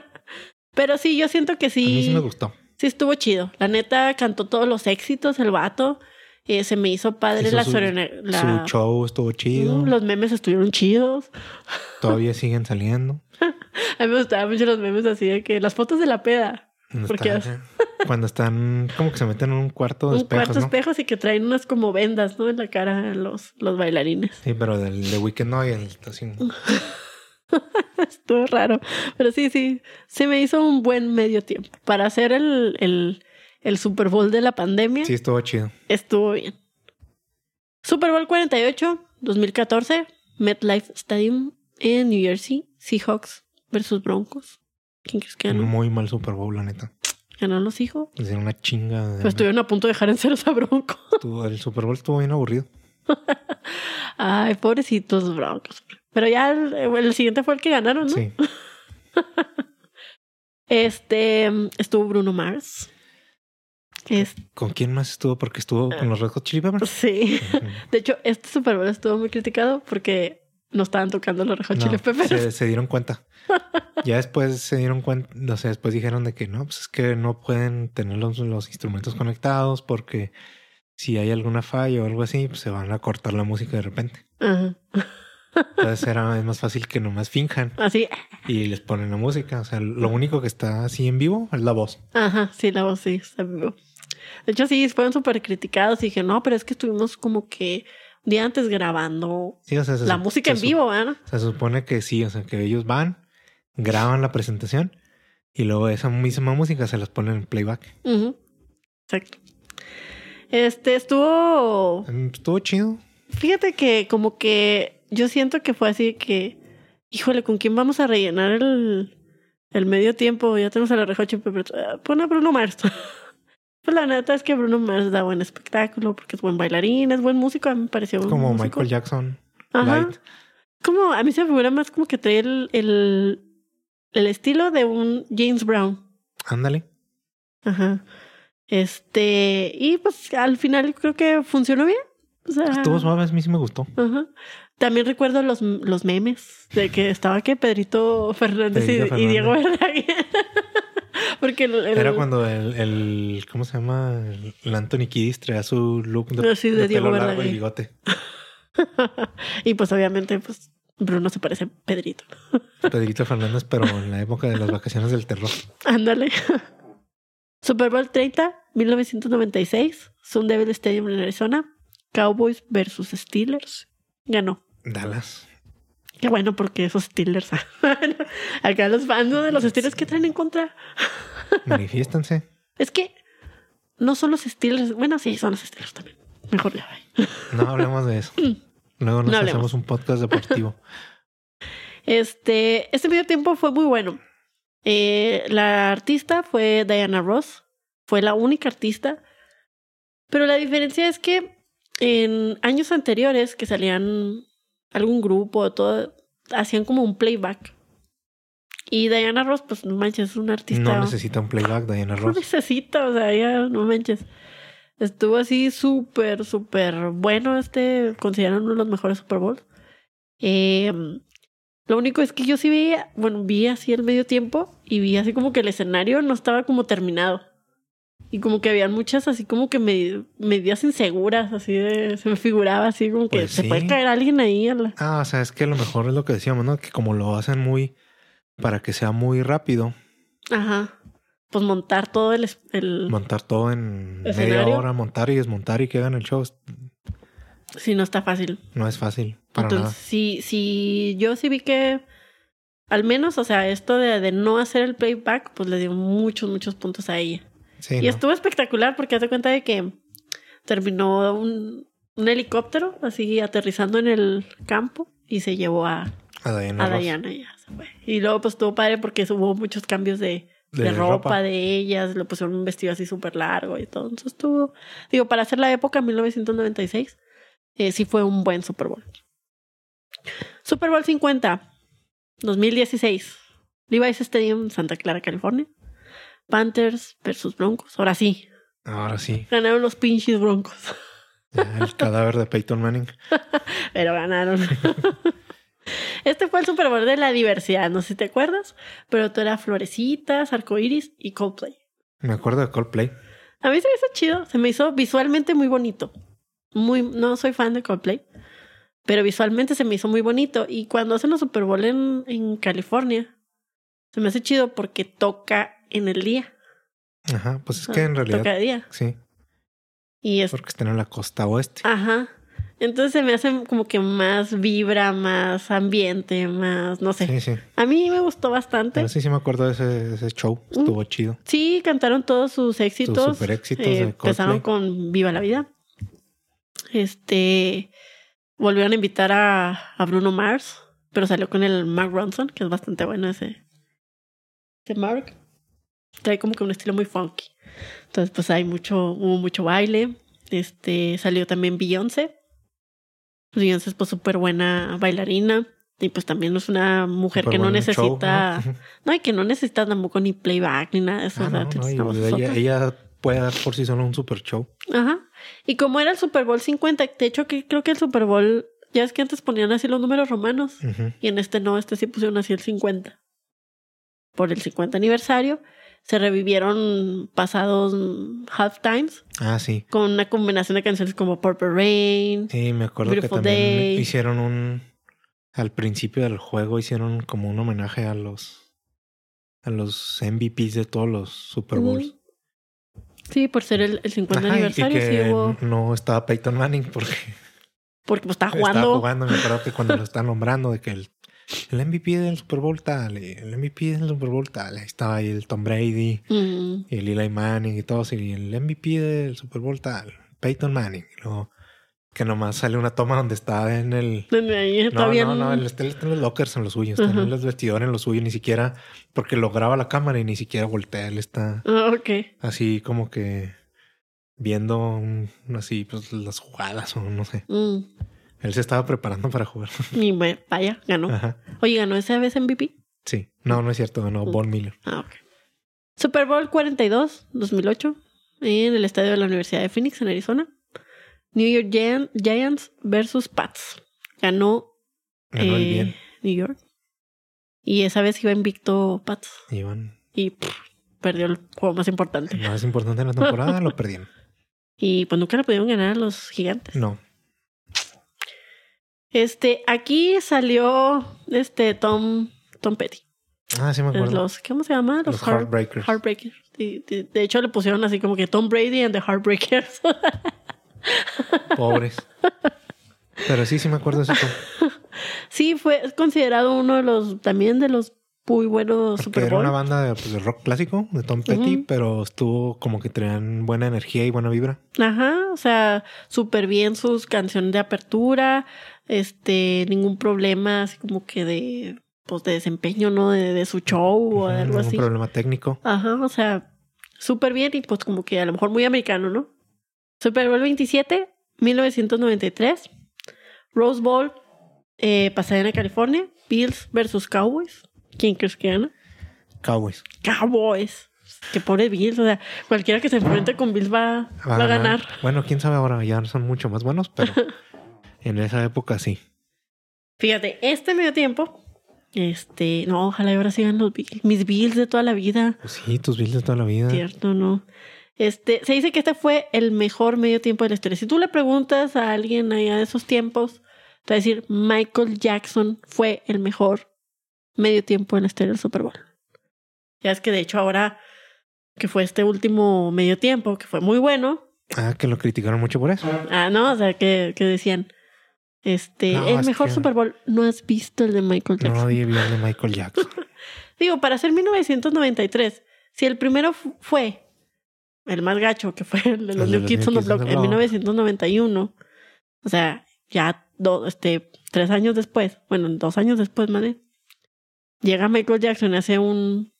Speaker 2: Pero sí, yo siento que
Speaker 1: A mí sí me
Speaker 2: sí,
Speaker 1: gustó.
Speaker 2: sí estuvo chido. La neta cantó todos los éxitos, el vato. Eh, se me hizo padre
Speaker 1: Hizo
Speaker 2: la,
Speaker 1: su-
Speaker 2: sorene- la-
Speaker 1: Su show estuvo chido.
Speaker 2: Mm, Los memes estuvieron chidos.
Speaker 1: Todavía siguen saliendo.
Speaker 2: A mí me gustaban mucho los memes así de que las fotos de la peda.
Speaker 1: Cuando
Speaker 2: ¿Por qué
Speaker 1: están, cuando están como que se meten en un cuarto de
Speaker 2: un
Speaker 1: espejos,
Speaker 2: cuarto
Speaker 1: ¿no?
Speaker 2: espejos y que traen unas como vendas, ¿no? En la cara los, los bailarines.
Speaker 1: Sí, pero del de Weekend no y el así,
Speaker 2: Estuvo raro. Pero sí, sí. Se me hizo un buen medio tiempo. Para hacer el, el, el Super Bowl de la pandemia,
Speaker 1: Sí, estuvo chido.
Speaker 2: estuvo bien. Super Bowl 48, 2014, MetLife Stadium en New Jersey, Seahawks versus Broncos. ¿Quién crees que ganó?
Speaker 1: Muy mal Super Bowl, la neta.
Speaker 2: ¿Ganaron los hijos?
Speaker 1: Le hicieron una chinga. de-
Speaker 2: Pero estuvieron a punto de dejar en ceros a Broncos.
Speaker 1: estuvo- el Super Bowl estuvo bien aburrido.
Speaker 2: Ay, pobrecitos Broncos. Pero ya el, el siguiente fue el que ganaron, ¿no?
Speaker 1: Sí.
Speaker 2: Este estuvo Bruno Mars. Es-
Speaker 1: ¿Con quién más estuvo? Porque estuvo
Speaker 2: Ah.
Speaker 1: con los Red Hot Chili Peppers.
Speaker 2: sí.
Speaker 1: Ujú.
Speaker 2: De hecho, este Super Bowl estuvo muy criticado porque no estaban tocando los Rejo
Speaker 1: No,
Speaker 2: Chili Peppers.
Speaker 1: Se, se dieron cuenta. Ya después se dieron cuenta, no sé, después dijeron de que no, pues es que no pueden tener los, los instrumentos conectados porque si hay alguna falla o algo así, pues se van a cortar la música de repente.
Speaker 2: Ajá.
Speaker 1: Entonces era más fácil que nomás finjan
Speaker 2: Así,
Speaker 1: y les ponen la música. O sea, lo único que está así en vivo es la voz.
Speaker 2: ajá, sí, la voz sí está vivo. De hecho, sí, fueron súper criticados. Y dije, no, pero es que estuvimos como que un día antes grabando
Speaker 1: Sí, o sea, se
Speaker 2: la
Speaker 1: sup-
Speaker 2: música en
Speaker 1: se sup-
Speaker 2: vivo, ¿verdad?
Speaker 1: Se supone que sí, o sea, que ellos van, graban la presentación y luego esa misma música se las ponen en playback.
Speaker 2: Ujú. Exacto. Este estuvo.
Speaker 1: Mm, Estuvo chido.
Speaker 2: Fíjate que como que yo siento que fue así que, híjole, ¿con quién vamos a rellenar el, el medio tiempo? Ya tenemos a la Rejoche, pero eh, pon a Bruno Mars. pues la neta es que Bruno Mars da buen espectáculo porque es buen bailarín, es buen músico, a mí me pareció buen
Speaker 1: Como
Speaker 2: músico.
Speaker 1: Michael Jackson.
Speaker 2: Ajá.
Speaker 1: Light.
Speaker 2: Como a mí se me figura más como que trae el, el, el estilo de un James Brown.
Speaker 1: Ándale.
Speaker 2: Ajá. Este, y pues al final creo que funcionó bien. O sea,
Speaker 1: Estuvo suave, a mí sí me gustó.
Speaker 2: Ajá. También recuerdo los, los memes de que estaba que Pedrito Fernández, y,
Speaker 1: Pedrito
Speaker 2: y Diego Verdaguer. Porque el, el-
Speaker 1: Era cuando el, el- ¿cómo se llama? El, el Anthony Kiddis traía su look
Speaker 2: Ah,
Speaker 1: de,
Speaker 2: sí, de Diego
Speaker 1: pelo largo
Speaker 2: Verdaguer.
Speaker 1: y bigote.
Speaker 2: y pues obviamente pues Bruno se parece a Pedrito.
Speaker 1: Pedrito Fernández, pero en la época de las vacaciones del terror.
Speaker 2: Ándale. Super Bowl 30, 1996, Sun Devil Stadium en Arizona, Cowboys versus Steelers. Ganó.
Speaker 1: Dallas.
Speaker 2: Qué bueno porque esos Steelers. acá los fans ¿no? de los Steelers que traen en contra.
Speaker 1: Manifiéstense.
Speaker 2: Es que no son los Steelers. Bueno, sí, son los Steelers también. Mejor ya. bye.
Speaker 1: No hablemos de eso. Luego nos
Speaker 2: No hablemos.
Speaker 1: hacemos un podcast deportivo.
Speaker 2: Este, este medio tiempo fue muy bueno. Eh, la artista fue Diana Ross. Fue la única artista. Pero la diferencia es que en años anteriores que salían algún grupo o todo, hacían como un playback. Y Diana Ross, pues no manches, es una artista.
Speaker 1: No necesita un playback, Diana
Speaker 2: No
Speaker 1: Ross.
Speaker 2: necesita, o sea, ya no manches. Estuvo así súper, súper bueno este, consideraron uno de los mejores Super Bowls. Eh, lo único es que yo sí veía, bueno, vi así el medio tiempo y vi así como que el escenario no estaba como terminado. Y como que habían muchas así como que me- medidas inseguras, así de, se me figuraba así como que
Speaker 1: Pues
Speaker 2: se
Speaker 1: sí.
Speaker 2: puede caer alguien ahí. a la-
Speaker 1: Ah, o sea, es que a lo mejor es lo que decíamos, ¿no? Que como lo hacen muy, para que sea muy rápido,
Speaker 2: Ajá. Pues montar todo el... es- el
Speaker 1: montar todo en media
Speaker 2: Escenario.
Speaker 1: hora, montar y desmontar y que hagan el show,
Speaker 2: sí, no está fácil.
Speaker 1: no es fácil para
Speaker 2: Entonces, sí, sí, yo sí vi que al menos, o sea, esto de, de no hacer el playback, pues le dio muchos, muchos puntos a ella.
Speaker 1: nada. Sí,
Speaker 2: y
Speaker 1: no.
Speaker 2: estuvo espectacular porque hace cuenta de que terminó un, un helicóptero así aterrizando en el campo y se llevó a,
Speaker 1: A Diana
Speaker 2: a
Speaker 1: Ross.
Speaker 2: Diana y ya se fue. Y luego pues estuvo padre porque hubo muchos cambios de de, ropa, de ellas, le pusieron un vestido así súper largo y todo. Entonces estuvo, digo, para hacer la época 1996, eh, sí fue un buen Super Bowl. Super Bowl 50, 2016, Levi's Stadium, Santa Clara, California. Panthers versus Broncos. Ahora sí,
Speaker 1: Ahora sí.
Speaker 2: ganaron los pinches Broncos,
Speaker 1: ya el cadáver de Peyton Manning.
Speaker 2: pero ganaron. Este fue el Super Bowl de la diversidad, no sé si te acuerdas, pero tú eras florecitas, arcoiris y Coldplay.
Speaker 1: Me acuerdo de Coldplay.
Speaker 2: A mí se me hizo chido, se me hizo visualmente muy bonito. Muy, no soy fan de Coldplay, pero visualmente se me hizo muy bonito. Y cuando hacen los Super Bowl en, en California, se me hace chido porque toca en el día.
Speaker 1: Ajá. Pues es que en
Speaker 2: Toca
Speaker 1: realidad
Speaker 2: de día.
Speaker 1: sí,
Speaker 2: Y es.
Speaker 1: porque están en la costa oeste.
Speaker 2: Ajá. Entonces se me hace como que más vibra, más ambiente, más. No sé.
Speaker 1: Sí, sí.
Speaker 2: A mí me gustó bastante.
Speaker 1: Pero sí, sí me acuerdo de ese, de ese show.
Speaker 2: Mm.
Speaker 1: Estuvo chido.
Speaker 2: Sí, cantaron todos sus éxitos. Eh,
Speaker 1: Sus superéxitos de
Speaker 2: empezaron
Speaker 1: Coldplay.
Speaker 2: con Viva la Vida. Este. Volvieron a invitar a, a Bruno Mars, pero salió con el Mark Ronson, que es bastante bueno ese. Ese Mark. Trae como que un estilo muy funky. Entonces, pues hay mucho, hubo mucho baile. Este, salió también Beyoncé. Beyoncé es pues súper buena bailarina. Y pues también es una mujer
Speaker 1: Súper
Speaker 2: que no
Speaker 1: buen
Speaker 2: necesita.
Speaker 1: show, ¿no?
Speaker 2: No, y que no necesitas tampoco ni playback ni nada de eso.
Speaker 1: Ah,
Speaker 2: o sea,
Speaker 1: no,
Speaker 2: tú
Speaker 1: no, y
Speaker 2: estamos
Speaker 1: ella,
Speaker 2: nosotros.
Speaker 1: ella puede dar por sí sola un super show.
Speaker 2: Ajá. Y como era el Super Bowl 50, de hecho que creo que el Super Bowl, ya es que antes ponían así los números romanos.
Speaker 1: Ujú.
Speaker 2: Y en este no, este sí pusieron así el 50. Por el 50 aniversario, se revivieron pasados mm, half times
Speaker 1: Ah, sí.
Speaker 2: con una combinación de canciones como Purple Rain.
Speaker 1: Sí, me acuerdo
Speaker 2: Beautiful
Speaker 1: que también
Speaker 2: Day.
Speaker 1: hicieron un. Al principio del juego hicieron como un homenaje a los. A los MVPs de todos los Super Bowls.
Speaker 2: Ujú. Sí, por ser el, el 50
Speaker 1: Ajá, y-
Speaker 2: aniversario,
Speaker 1: y que
Speaker 2: sí hubo.
Speaker 1: no estaba Peyton Manning porque
Speaker 2: Porque pues, estaba
Speaker 1: estaba
Speaker 2: jugando.
Speaker 1: jugando. Me acuerdo que cuando lo están nombrando, de que el, el MVP del Super Bowl tal, y el MVP del Super Bowl tal, ahí estaba ahí el Tom Brady.
Speaker 2: Mm,
Speaker 1: y el Eli Manning y todos, y el MVP del Super Bowl tal, Peyton Manning. Y luego que nomás sale una toma donde está en el...
Speaker 2: ahí está
Speaker 1: No,
Speaker 2: bien-
Speaker 1: no, no, él está, él está en los lockers en lo suyo, está
Speaker 2: Ajá.
Speaker 1: en los vestidores en lo suyo, ni siquiera, porque lo graba la cámara y ni siquiera voltea, él está
Speaker 2: Ah, ok.
Speaker 1: así como que viendo un- así pues las jugadas o no sé.
Speaker 2: Mm,
Speaker 1: Él se estaba preparando para jugar.
Speaker 2: y me- vaya, ganó.
Speaker 1: Ajá.
Speaker 2: Oye, ganó esa vez MVP.
Speaker 1: Sí, no, no es cierto, no, Von Miller.
Speaker 2: Ah, ok. Super Bowl 42, 2008, en el estadio de la Universidad de Phoenix, en Arizona. New York Gian- Giants versus Pats. Ganó,
Speaker 1: Ganó
Speaker 2: eh,
Speaker 1: el bien.
Speaker 2: New York. Y esa vez iba invicto Pats.
Speaker 1: Iban,
Speaker 2: Y pff, perdió el juego más importante.
Speaker 1: lo más importante de la temporada lo perdieron.
Speaker 2: Y pues nunca le pudieron ganar a los gigantes.
Speaker 1: No,
Speaker 2: Este, aquí salió este Tom, Tom Petty.
Speaker 1: ah, sí me acuerdo.
Speaker 2: Los, ¿cómo se llama?
Speaker 1: Los
Speaker 2: Heart-
Speaker 1: Heartbreakers.
Speaker 2: Heartbreakers. Y- y- De, hecho, le pusieron así como que Tom Brady and the Heartbreakers.
Speaker 1: Pobres. Pero sí, sí me acuerdo de eso.
Speaker 2: sí, fue considerado uno de los, también de los muy buenos
Speaker 1: Porque
Speaker 2: Super
Speaker 1: era
Speaker 2: Bowl.
Speaker 1: una banda de, pues, de rock clásico, de Tom Petty,
Speaker 2: Ujú.
Speaker 1: pero estuvo como que tenían buena energía y buena vibra.
Speaker 2: Ajá, o sea, súper bien sus canciones de apertura, este, ningún problema así como que de, pues, de desempeño, ¿no? De, de su show o
Speaker 1: Ujú,
Speaker 2: algo
Speaker 1: ningún
Speaker 2: así.
Speaker 1: problema técnico.
Speaker 2: Ajá, o sea, súper bien y pues como que a lo mejor muy americano, ¿no? Super Bowl 27, 1993. Rose Bowl, eh, Pasadena, California. Bills versus Cowboys. ¿Quién crees que gana?
Speaker 1: Cowboys.
Speaker 2: Cowboys. Qué pobre Bills. O sea, cualquiera que se enfrente con Bills va,
Speaker 1: Va
Speaker 2: va a ganar.
Speaker 1: Bueno, quién sabe ahora, ya son mucho más buenos, pero en esa época sí.
Speaker 2: Fíjate, este medio tiempo. Este, no, ojalá y ahora sigan los Bills, mis Bills de toda la vida.
Speaker 1: Pues sí, tus Bills de toda la vida.
Speaker 2: Cierto, no. Este, se dice que este fue el mejor medio tiempo de la historia. Si tú le preguntas a alguien allá de esos tiempos, te va a decir Michael Jackson fue el mejor medio tiempo en la historia del Super Bowl. Ya es que de hecho ahora que fue este último medio tiempo, que fue muy bueno.
Speaker 1: Ah, que lo criticaron mucho por eso.
Speaker 2: Ah, no, o sea, que, que decían, este,
Speaker 1: No,
Speaker 2: el
Speaker 1: es
Speaker 2: mejor
Speaker 1: que-
Speaker 2: Super Bowl, no has visto el de Michael Jackson.
Speaker 1: No di bien de Michael Jackson.
Speaker 2: Digo, para ser 1993, si el primero fu- fue el más gacho, que fue el de los
Speaker 1: El de
Speaker 2: New
Speaker 1: los
Speaker 2: Kids on the Block en
Speaker 1: Block.
Speaker 2: 1991, o sea, ya do- este, tres años después, bueno, dos años después, madre, llega Michael Jackson y hace un,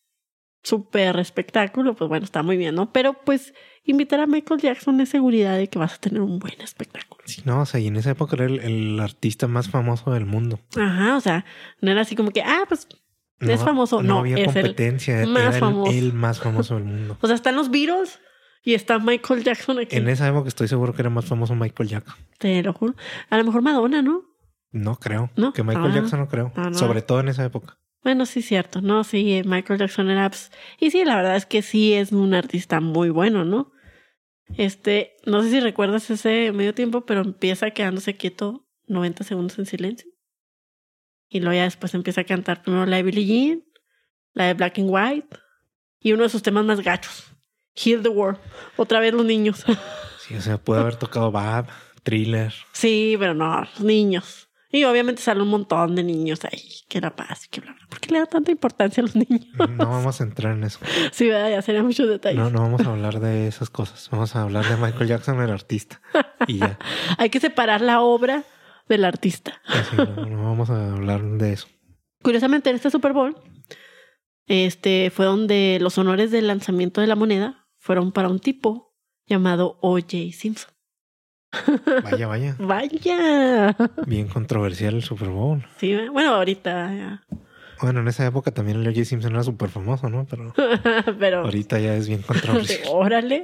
Speaker 2: súper espectáculo, pues bueno, está muy bien, ¿no? Pero pues invitar a Michael Jackson es seguridad de que vas a tener un buen espectáculo.
Speaker 1: Sí, no, o sea, y en esa época era el, el artista más famoso del mundo.
Speaker 2: Ajá, o sea, no era así como que, ah, pues es
Speaker 1: No-
Speaker 2: famoso.
Speaker 1: No,
Speaker 2: No,
Speaker 1: había
Speaker 2: es el
Speaker 1: competencia. era
Speaker 2: más
Speaker 1: el-
Speaker 2: famoso.
Speaker 1: El, más famoso del mundo.
Speaker 2: O sea, están los Beatles y está Michael Jackson aquí.
Speaker 1: En esa época estoy seguro que era más famoso Michael Jackson.
Speaker 2: Te lo juro. A lo mejor Madonna, ¿no?
Speaker 1: No creo.
Speaker 2: ¿No?
Speaker 1: Que Michael
Speaker 2: Ah.
Speaker 1: Jackson no creo.
Speaker 2: Ah, no.
Speaker 1: Sobre todo en esa época.
Speaker 2: Bueno, sí, cierto. No, sí, eh, Michael Jackson era. pues, y sí, la verdad es que sí es un artista muy bueno, ¿no? Este, no sé si recuerdas ese medio tiempo, pero empieza quedándose quieto 90 segundos en silencio. Y luego ya después empieza a cantar primero la de Billie Jean, la de Black and White y uno de sus temas más gachos, Heal the World. Otra vez los niños.
Speaker 1: Sí, o sea, puede haber tocado Bab, Thriller.
Speaker 2: Sí, pero no, los niños. Y obviamente sale un montón de niños ahí, que la paz, que bla, bla. ¿Por qué le da tanta importancia a los niños?
Speaker 1: No vamos a entrar en eso.
Speaker 2: Sí, ¿verdad? ya serían muchos detalles.
Speaker 1: No, no vamos a hablar de esas cosas. Vamos a hablar de Michael Jackson, el artista. Y ya.
Speaker 2: Hay que separar la obra del artista.
Speaker 1: Así, no, no vamos a hablar de eso.
Speaker 2: Curiosamente, en este Super Bowl, este fue donde los honores del lanzamiento de la moneda fueron para un tipo llamado O.J. Simpson.
Speaker 1: Vaya, vaya.
Speaker 2: Vaya.
Speaker 1: Bien controversial el Super Bowl.
Speaker 2: Sí, ¿verdad? bueno, ahorita ya.
Speaker 1: Bueno, en esa época también el O.J. Simpson era súper famoso, ¿no? Pero
Speaker 2: Pero
Speaker 1: ahorita ya es bien controversial.
Speaker 2: órale.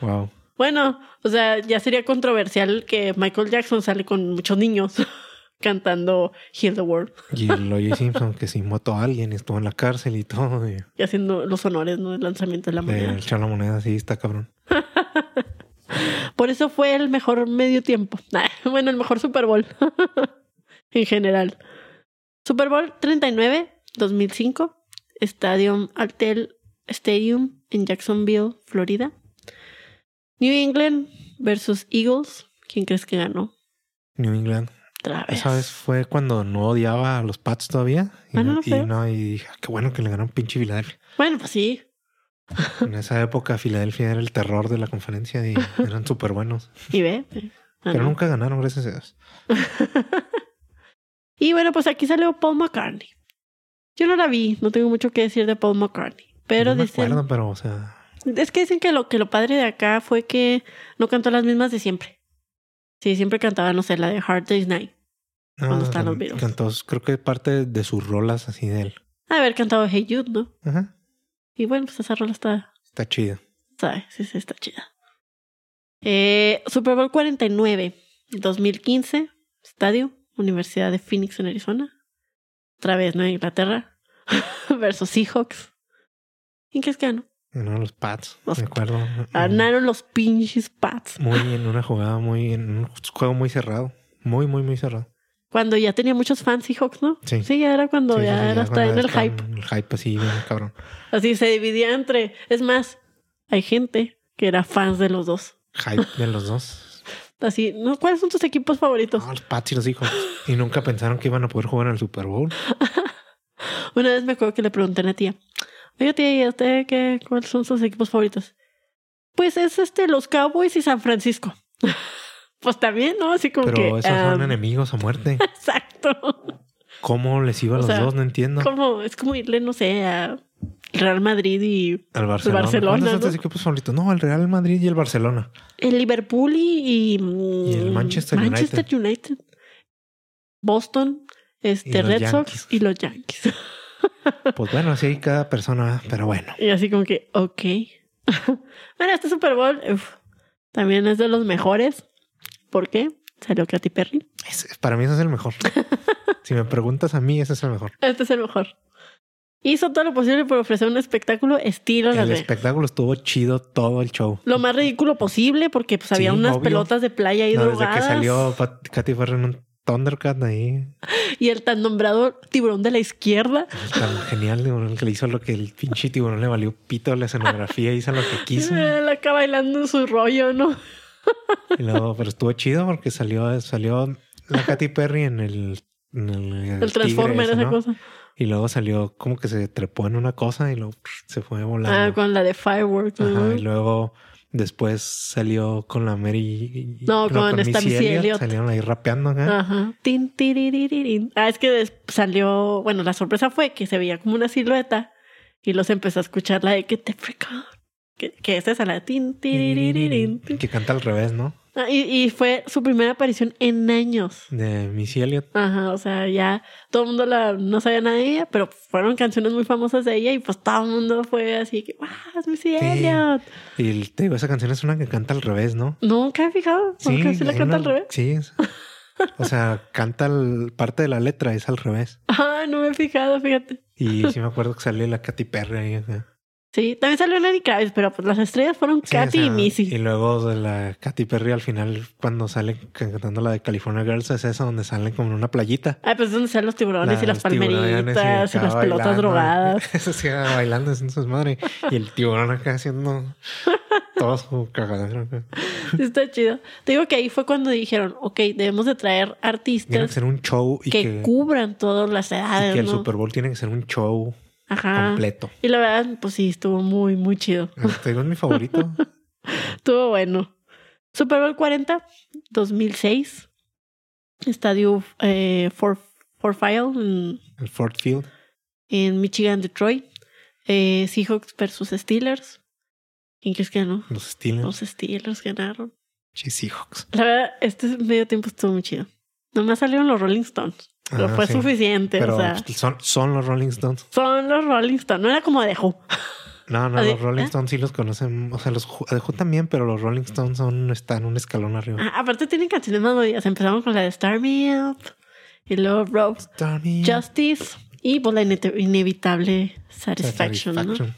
Speaker 1: Wow.
Speaker 2: Bueno, o sea, ya sería controversial que Michael Jackson sale con muchos niños cantando Heal the World
Speaker 1: Y el O.J. Simpson que sí mató a alguien, estuvo en la cárcel y todo. Y
Speaker 2: y haciendo los honores ¿no? del lanzamiento de la moneda.
Speaker 1: el echar la moneda sí está cabrón.
Speaker 2: Por eso fue el mejor medio tiempo. Ah, Bueno, el mejor Super Bowl en general. Super Bowl 39, 2005, Stadium Altel Stadium en Jacksonville, Florida. New England versus Eagles. ¿Quién crees que ganó?
Speaker 1: New England.
Speaker 2: Otra vez.
Speaker 1: Esa vez fue cuando no odiaba a los Pats todavía. Y,
Speaker 2: Ah,
Speaker 1: no,
Speaker 2: no,
Speaker 1: y,
Speaker 2: feo.
Speaker 1: no, y dije, "Ah, qué bueno que le ganó un pinche Filadelfia.
Speaker 2: Bueno, pues sí.
Speaker 1: En esa época Filadelfia era el terror de la conferencia y eran súper buenos.
Speaker 2: Y ve. Ah,
Speaker 1: Pero
Speaker 2: no.
Speaker 1: nunca ganaron, gracias a Dios.
Speaker 2: Y bueno, pues aquí salió Paul McCartney. Yo no la vi, no tengo mucho que decir de Paul McCartney. Pero
Speaker 1: no me
Speaker 2: dicen,
Speaker 1: acuerdo, pero o sea,
Speaker 2: es que dicen que lo, que lo padre de acá fue que no cantó las mismas de siempre. Sí, siempre cantaba, no sé, la de Hard Day's Night.
Speaker 1: no,
Speaker 2: Cuando
Speaker 1: o
Speaker 2: estaban
Speaker 1: sea,
Speaker 2: los Beatles.
Speaker 1: cantó, creo que parte de sus rolas así de él.
Speaker 2: Haber cantado Hey Jude, ¿no?
Speaker 1: Ajá.
Speaker 2: Y bueno, pues esa rola está,
Speaker 1: Está chido.
Speaker 2: ¿sabes? Sí, sí, está chida. Eh, Super Bowl 49, 2015, estadio, Universidad de Phoenix en Arizona. Otra vez, ¿no? Inglaterra versus Seahawks. ¿Y qué es que ganó?
Speaker 1: Ganaron los Pats,
Speaker 2: Los Ah,
Speaker 1: me acuerdo.
Speaker 2: Ganaron los pinches Pats.
Speaker 1: Muy en una jugada, muy en un juego muy cerrado. Muy, muy, muy cerrado.
Speaker 2: Cuando ya tenía muchos fans Seahawks, ¿no?
Speaker 1: Sí.
Speaker 2: Sí, ya era cuando
Speaker 1: Sí, sí,
Speaker 2: ya
Speaker 1: sí,
Speaker 2: era
Speaker 1: cuando
Speaker 2: hasta en el
Speaker 1: estaban
Speaker 2: hype.
Speaker 1: en El hype así, bien cabrón.
Speaker 2: Así se dividía entre. Es más, hay gente que era fans de los dos.
Speaker 1: Hype de los dos.
Speaker 2: Así, ¿no? ¿Cuáles son tus equipos favoritos?
Speaker 1: No, los Pats y los hijos. Y nunca pensaron que iban a poder jugar en el Super Bowl. Ah.
Speaker 2: Una vez me acuerdo que le pregunté a una tía, oye tía, ¿y a usted qué, cuáles son sus equipos favoritos? Pues es este, los Cowboys y San Francisco. pues también, ¿no? Así como
Speaker 1: Pero
Speaker 2: que. um,
Speaker 1: esos son
Speaker 2: am,
Speaker 1: enemigos a muerte.
Speaker 2: Exacto.
Speaker 1: ¿Cómo les iba a
Speaker 2: O
Speaker 1: los
Speaker 2: sea,
Speaker 1: dos? No entiendo.
Speaker 2: Como, es como irle, no sé, a Real Madrid y
Speaker 1: Al Barcelona.
Speaker 2: Barcelona,
Speaker 1: ¿Cuáles son
Speaker 2: ¿no?
Speaker 1: tus equipos favoritos? No, el Real Madrid y el Barcelona.
Speaker 2: El Liverpool y, y-
Speaker 1: Y el Manchester
Speaker 2: Manchester United. Boston,
Speaker 1: Y
Speaker 2: este
Speaker 1: los
Speaker 2: Red
Speaker 1: Yankees.
Speaker 2: Sox y los Yankees.
Speaker 1: Pues bueno, así hay cada persona, pero bueno.
Speaker 2: Y así como que, ok. bueno, este Super Bowl uf, también es de los mejores. ¿Por qué? Salió Katy Perry.
Speaker 1: Ese- para mí ese es el mejor. si me preguntas a mí, ese es el mejor.
Speaker 2: Este es el mejor. Hizo todo lo posible por ofrecer un espectáculo estilo Las
Speaker 1: El
Speaker 2: Vegas.
Speaker 1: espectáculo estuvo chido todo el show.
Speaker 2: Lo más ridículo posible porque pues había
Speaker 1: Sí,
Speaker 2: unas
Speaker 1: obvio.
Speaker 2: pelotas de playa ahí
Speaker 1: No, desde
Speaker 2: drogadas.
Speaker 1: que salió Pat- Katy Perry en un Thundercat ahí,
Speaker 2: Y el tan nombrado tiburón de la izquierda.
Speaker 1: Pues, tan genial, tiburón, que le hizo lo que el pinche tiburón le valió pito a la escenografía, hizo lo que quiso.
Speaker 2: Él acá bailando en su rollo, ¿no?
Speaker 1: Y luego, pero estuvo chido porque salió, salió la Katy Perry en el, en el, eh,
Speaker 2: El Transformer,
Speaker 1: tigre ese,
Speaker 2: esa
Speaker 1: ¿no?
Speaker 2: cosa.
Speaker 1: Y luego salió como que se trepó en una cosa y luego pff, se fue
Speaker 2: Ah,
Speaker 1: volando.
Speaker 2: con la de Fireworks. ¿no?
Speaker 1: Ajá, y luego después salió con la Mary.
Speaker 2: No, con esta
Speaker 1: Missy
Speaker 2: Missy
Speaker 1: Elliott,
Speaker 2: Elliott.
Speaker 1: Salieron ahí rapeando acá.
Speaker 2: Ajá. Tin, Ah, tiriririn. Ah, es que des- salió. Bueno, la sorpresa fue que se veía como una silueta Y los empezó a escuchar la de que te freca. Que, que es esa, la de tin, tiriririn, tin.
Speaker 1: Que canta al revés, ¿no?
Speaker 2: Ah, Y, y fue su primera aparición en años.
Speaker 1: De Missy Elliott.
Speaker 2: Ajá, o sea, ya todo el mundo la, no sabía nada de ella, pero fueron canciones muy famosas de ella y pues todo el mundo fue así que, ¡guau! Es
Speaker 1: Sí.
Speaker 2: Missy Elliott.
Speaker 1: Y el- te digo, esa canción es una que canta al revés, ¿no?
Speaker 2: Nunca he fijado, porque sí, la
Speaker 1: hay
Speaker 2: canta al
Speaker 1: una-
Speaker 2: revés.
Speaker 1: Sí. es- O sea, canta el- parte de la letra, es al revés.
Speaker 2: Ah, no me he fijado, fíjate.
Speaker 1: Y sí me acuerdo que sale la Katy Perry ahí. ajá.
Speaker 2: Sí, también salió Lenny Kravitz, pero pues las estrellas fueron
Speaker 1: Sí,
Speaker 2: Katy
Speaker 1: o sea,
Speaker 2: y Missy.
Speaker 1: Y luego de la Katy Perry al final, cuando sale cantando la de California Girls, es esa donde salen como en una playita.
Speaker 2: Ah, pues donde están los tiburones y las
Speaker 1: Los tiburones
Speaker 2: palmeritas y,
Speaker 1: acá
Speaker 2: las pelotas
Speaker 1: bailando.
Speaker 2: drogadas.
Speaker 1: Eso sí, bailando en sus madres. Y el tiburón acá haciendo todo su cagadero. acá.
Speaker 2: Sí, Está chido. Te digo que ahí fue cuando dijeron, ok, debemos de traer
Speaker 1: Tiene que
Speaker 2: artistas
Speaker 1: ser un show y
Speaker 2: que,
Speaker 1: que,
Speaker 2: cubran todas las
Speaker 1: y
Speaker 2: edades,
Speaker 1: que el
Speaker 2: ¿no? Ah.
Speaker 1: Super Bowl tiene que ser un show
Speaker 2: Ajá.
Speaker 1: completo.
Speaker 2: Y la verdad, pues sí, estuvo muy, muy chido.
Speaker 1: Te digo, es mi favorito.
Speaker 2: Estuvo bueno. Super Bowl 40, 2006. Estadio eh, Fort, Fort File en,
Speaker 1: El Ford Field.
Speaker 2: en Michigan, Detroit. Eh, Seahawks versus Steelers. ¿Quién crees que ganó?
Speaker 1: Los Steelers.
Speaker 2: Los Steelers ganaron.
Speaker 1: Che, Seahawks.
Speaker 2: La verdad, este medio tiempo estuvo muy chido. Nomás salieron los Rolling Stones. Pero
Speaker 1: Ah,
Speaker 2: fue
Speaker 1: sí.
Speaker 2: suficiente.
Speaker 1: Pero pues,
Speaker 2: o sea,
Speaker 1: son, son los Rolling Stones.
Speaker 2: son los Rolling Stones. No era como de "Oh, Who.
Speaker 1: No, no,
Speaker 2: Ah, de-
Speaker 1: los Rolling
Speaker 2: ¿eh?
Speaker 1: Stones sí los conocen. O sea, los Ju- de Who también, pero los Rolling Stones son, están un escalón arriba.
Speaker 2: Ah, aparte tienen canciones más movidas. Empezamos con la de Star Me Up. Y luego Robes,
Speaker 1: Tommy,
Speaker 2: Justice. Y pues la inete- inevitable Satisfaction, ¿no?
Speaker 1: Satisfaction.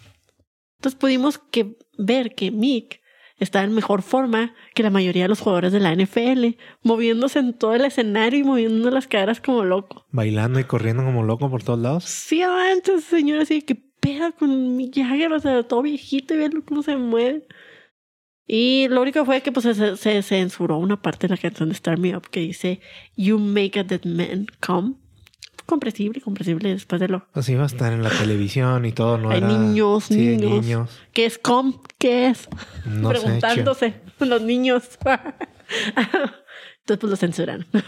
Speaker 2: Entonces pudimos que ver que Mick está en mejor forma que la mayoría de los jugadores de la NFL, moviéndose en todo el escenario y moviendo las caderas como loco.
Speaker 1: Bailando y corriendo como loco por todos lados.
Speaker 2: Sí, antes, señor, así que pedo con mi Jagger, o sea, todo viejito y verlo cómo se mueve. Y lo único fue que pues se, se censuró una parte de la canción de Star Me Up que dice You make a dead man come. Comprensible, comprensible después de lo
Speaker 1: Así Pues iba a estar en la televisión y todo, ¿no?
Speaker 2: Hay
Speaker 1: era-
Speaker 2: niños,
Speaker 1: Sí, hay
Speaker 2: niños.
Speaker 1: niños.
Speaker 2: ¿Qué es com? ¿Qué es?
Speaker 1: No sé,
Speaker 2: Preguntándose los niños. Entonces pues lo censuraron.
Speaker 1: che,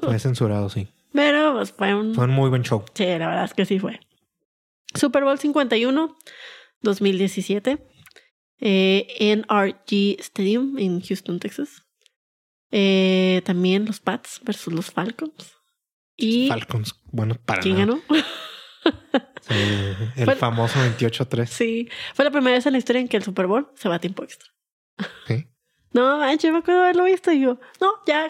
Speaker 1: fue censurado, sí.
Speaker 2: Pero pues fue un...
Speaker 1: Fue un muy buen show.
Speaker 2: Sí, la verdad es que sí fue. Super Bowl 51, 2017, eh, NRG Stadium en Houston, Texas. Eh, también los Pats versus los Falcons. Y
Speaker 1: Falcons, bueno, para
Speaker 2: ¿quién
Speaker 1: nada.
Speaker 2: ganó?
Speaker 1: Sí, el
Speaker 2: Bueno.
Speaker 1: famoso 28-3.
Speaker 2: sí, fue la primera vez en la historia en que el Super Bowl se va a tiempo extra.
Speaker 1: Sí.
Speaker 2: No, manches, me acuerdo de haberlo visto y yo, no, ya,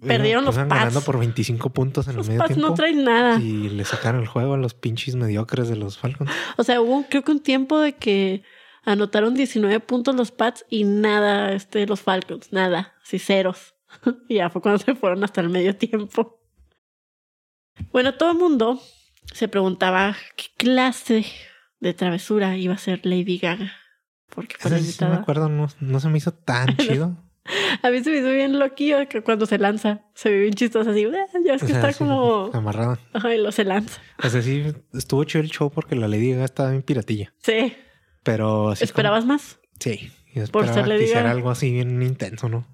Speaker 2: Perdieron
Speaker 1: Iban-
Speaker 2: los
Speaker 1: iban
Speaker 2: Pats.
Speaker 1: ganando por 25 puntos en
Speaker 2: los
Speaker 1: el medio
Speaker 2: Pats
Speaker 1: tiempo.
Speaker 2: no traen nada.
Speaker 1: y le sacaron el juego a los pinches mediocres de los Falcons.
Speaker 2: O sea, hubo un- creo que un tiempo de que anotaron 19 puntos los Pats y nada, este, los Falcons, nada, sí, ceros. y ya fue cuando se fueron hasta el medio tiempo. Bueno, todo el mundo se preguntaba qué clase de travesura iba a ser Lady Gaga. Porque fue la
Speaker 1: Ese sí me
Speaker 2: invitada.
Speaker 1: acuerdo, no, no se me hizo tan chido.
Speaker 2: a mí se me hizo bien loquillo que cuando se lanza, se ve bien chistoso así. "Ah", Ya es
Speaker 1: O
Speaker 2: que
Speaker 1: sea,
Speaker 2: está
Speaker 1: sí,
Speaker 2: como.
Speaker 1: amarrada.
Speaker 2: Ay, lo se lanza.
Speaker 1: O sea, sí, estuvo chido el show porque la Lady Gaga estaba bien piratilla.
Speaker 2: Sí.
Speaker 1: Pero así como-
Speaker 2: ¿Esperabas más?
Speaker 1: sí. Yo
Speaker 2: por
Speaker 1: esperaba
Speaker 2: ser Lady
Speaker 1: que hiciera
Speaker 2: Gaga.
Speaker 1: algo así bien intenso, ¿no?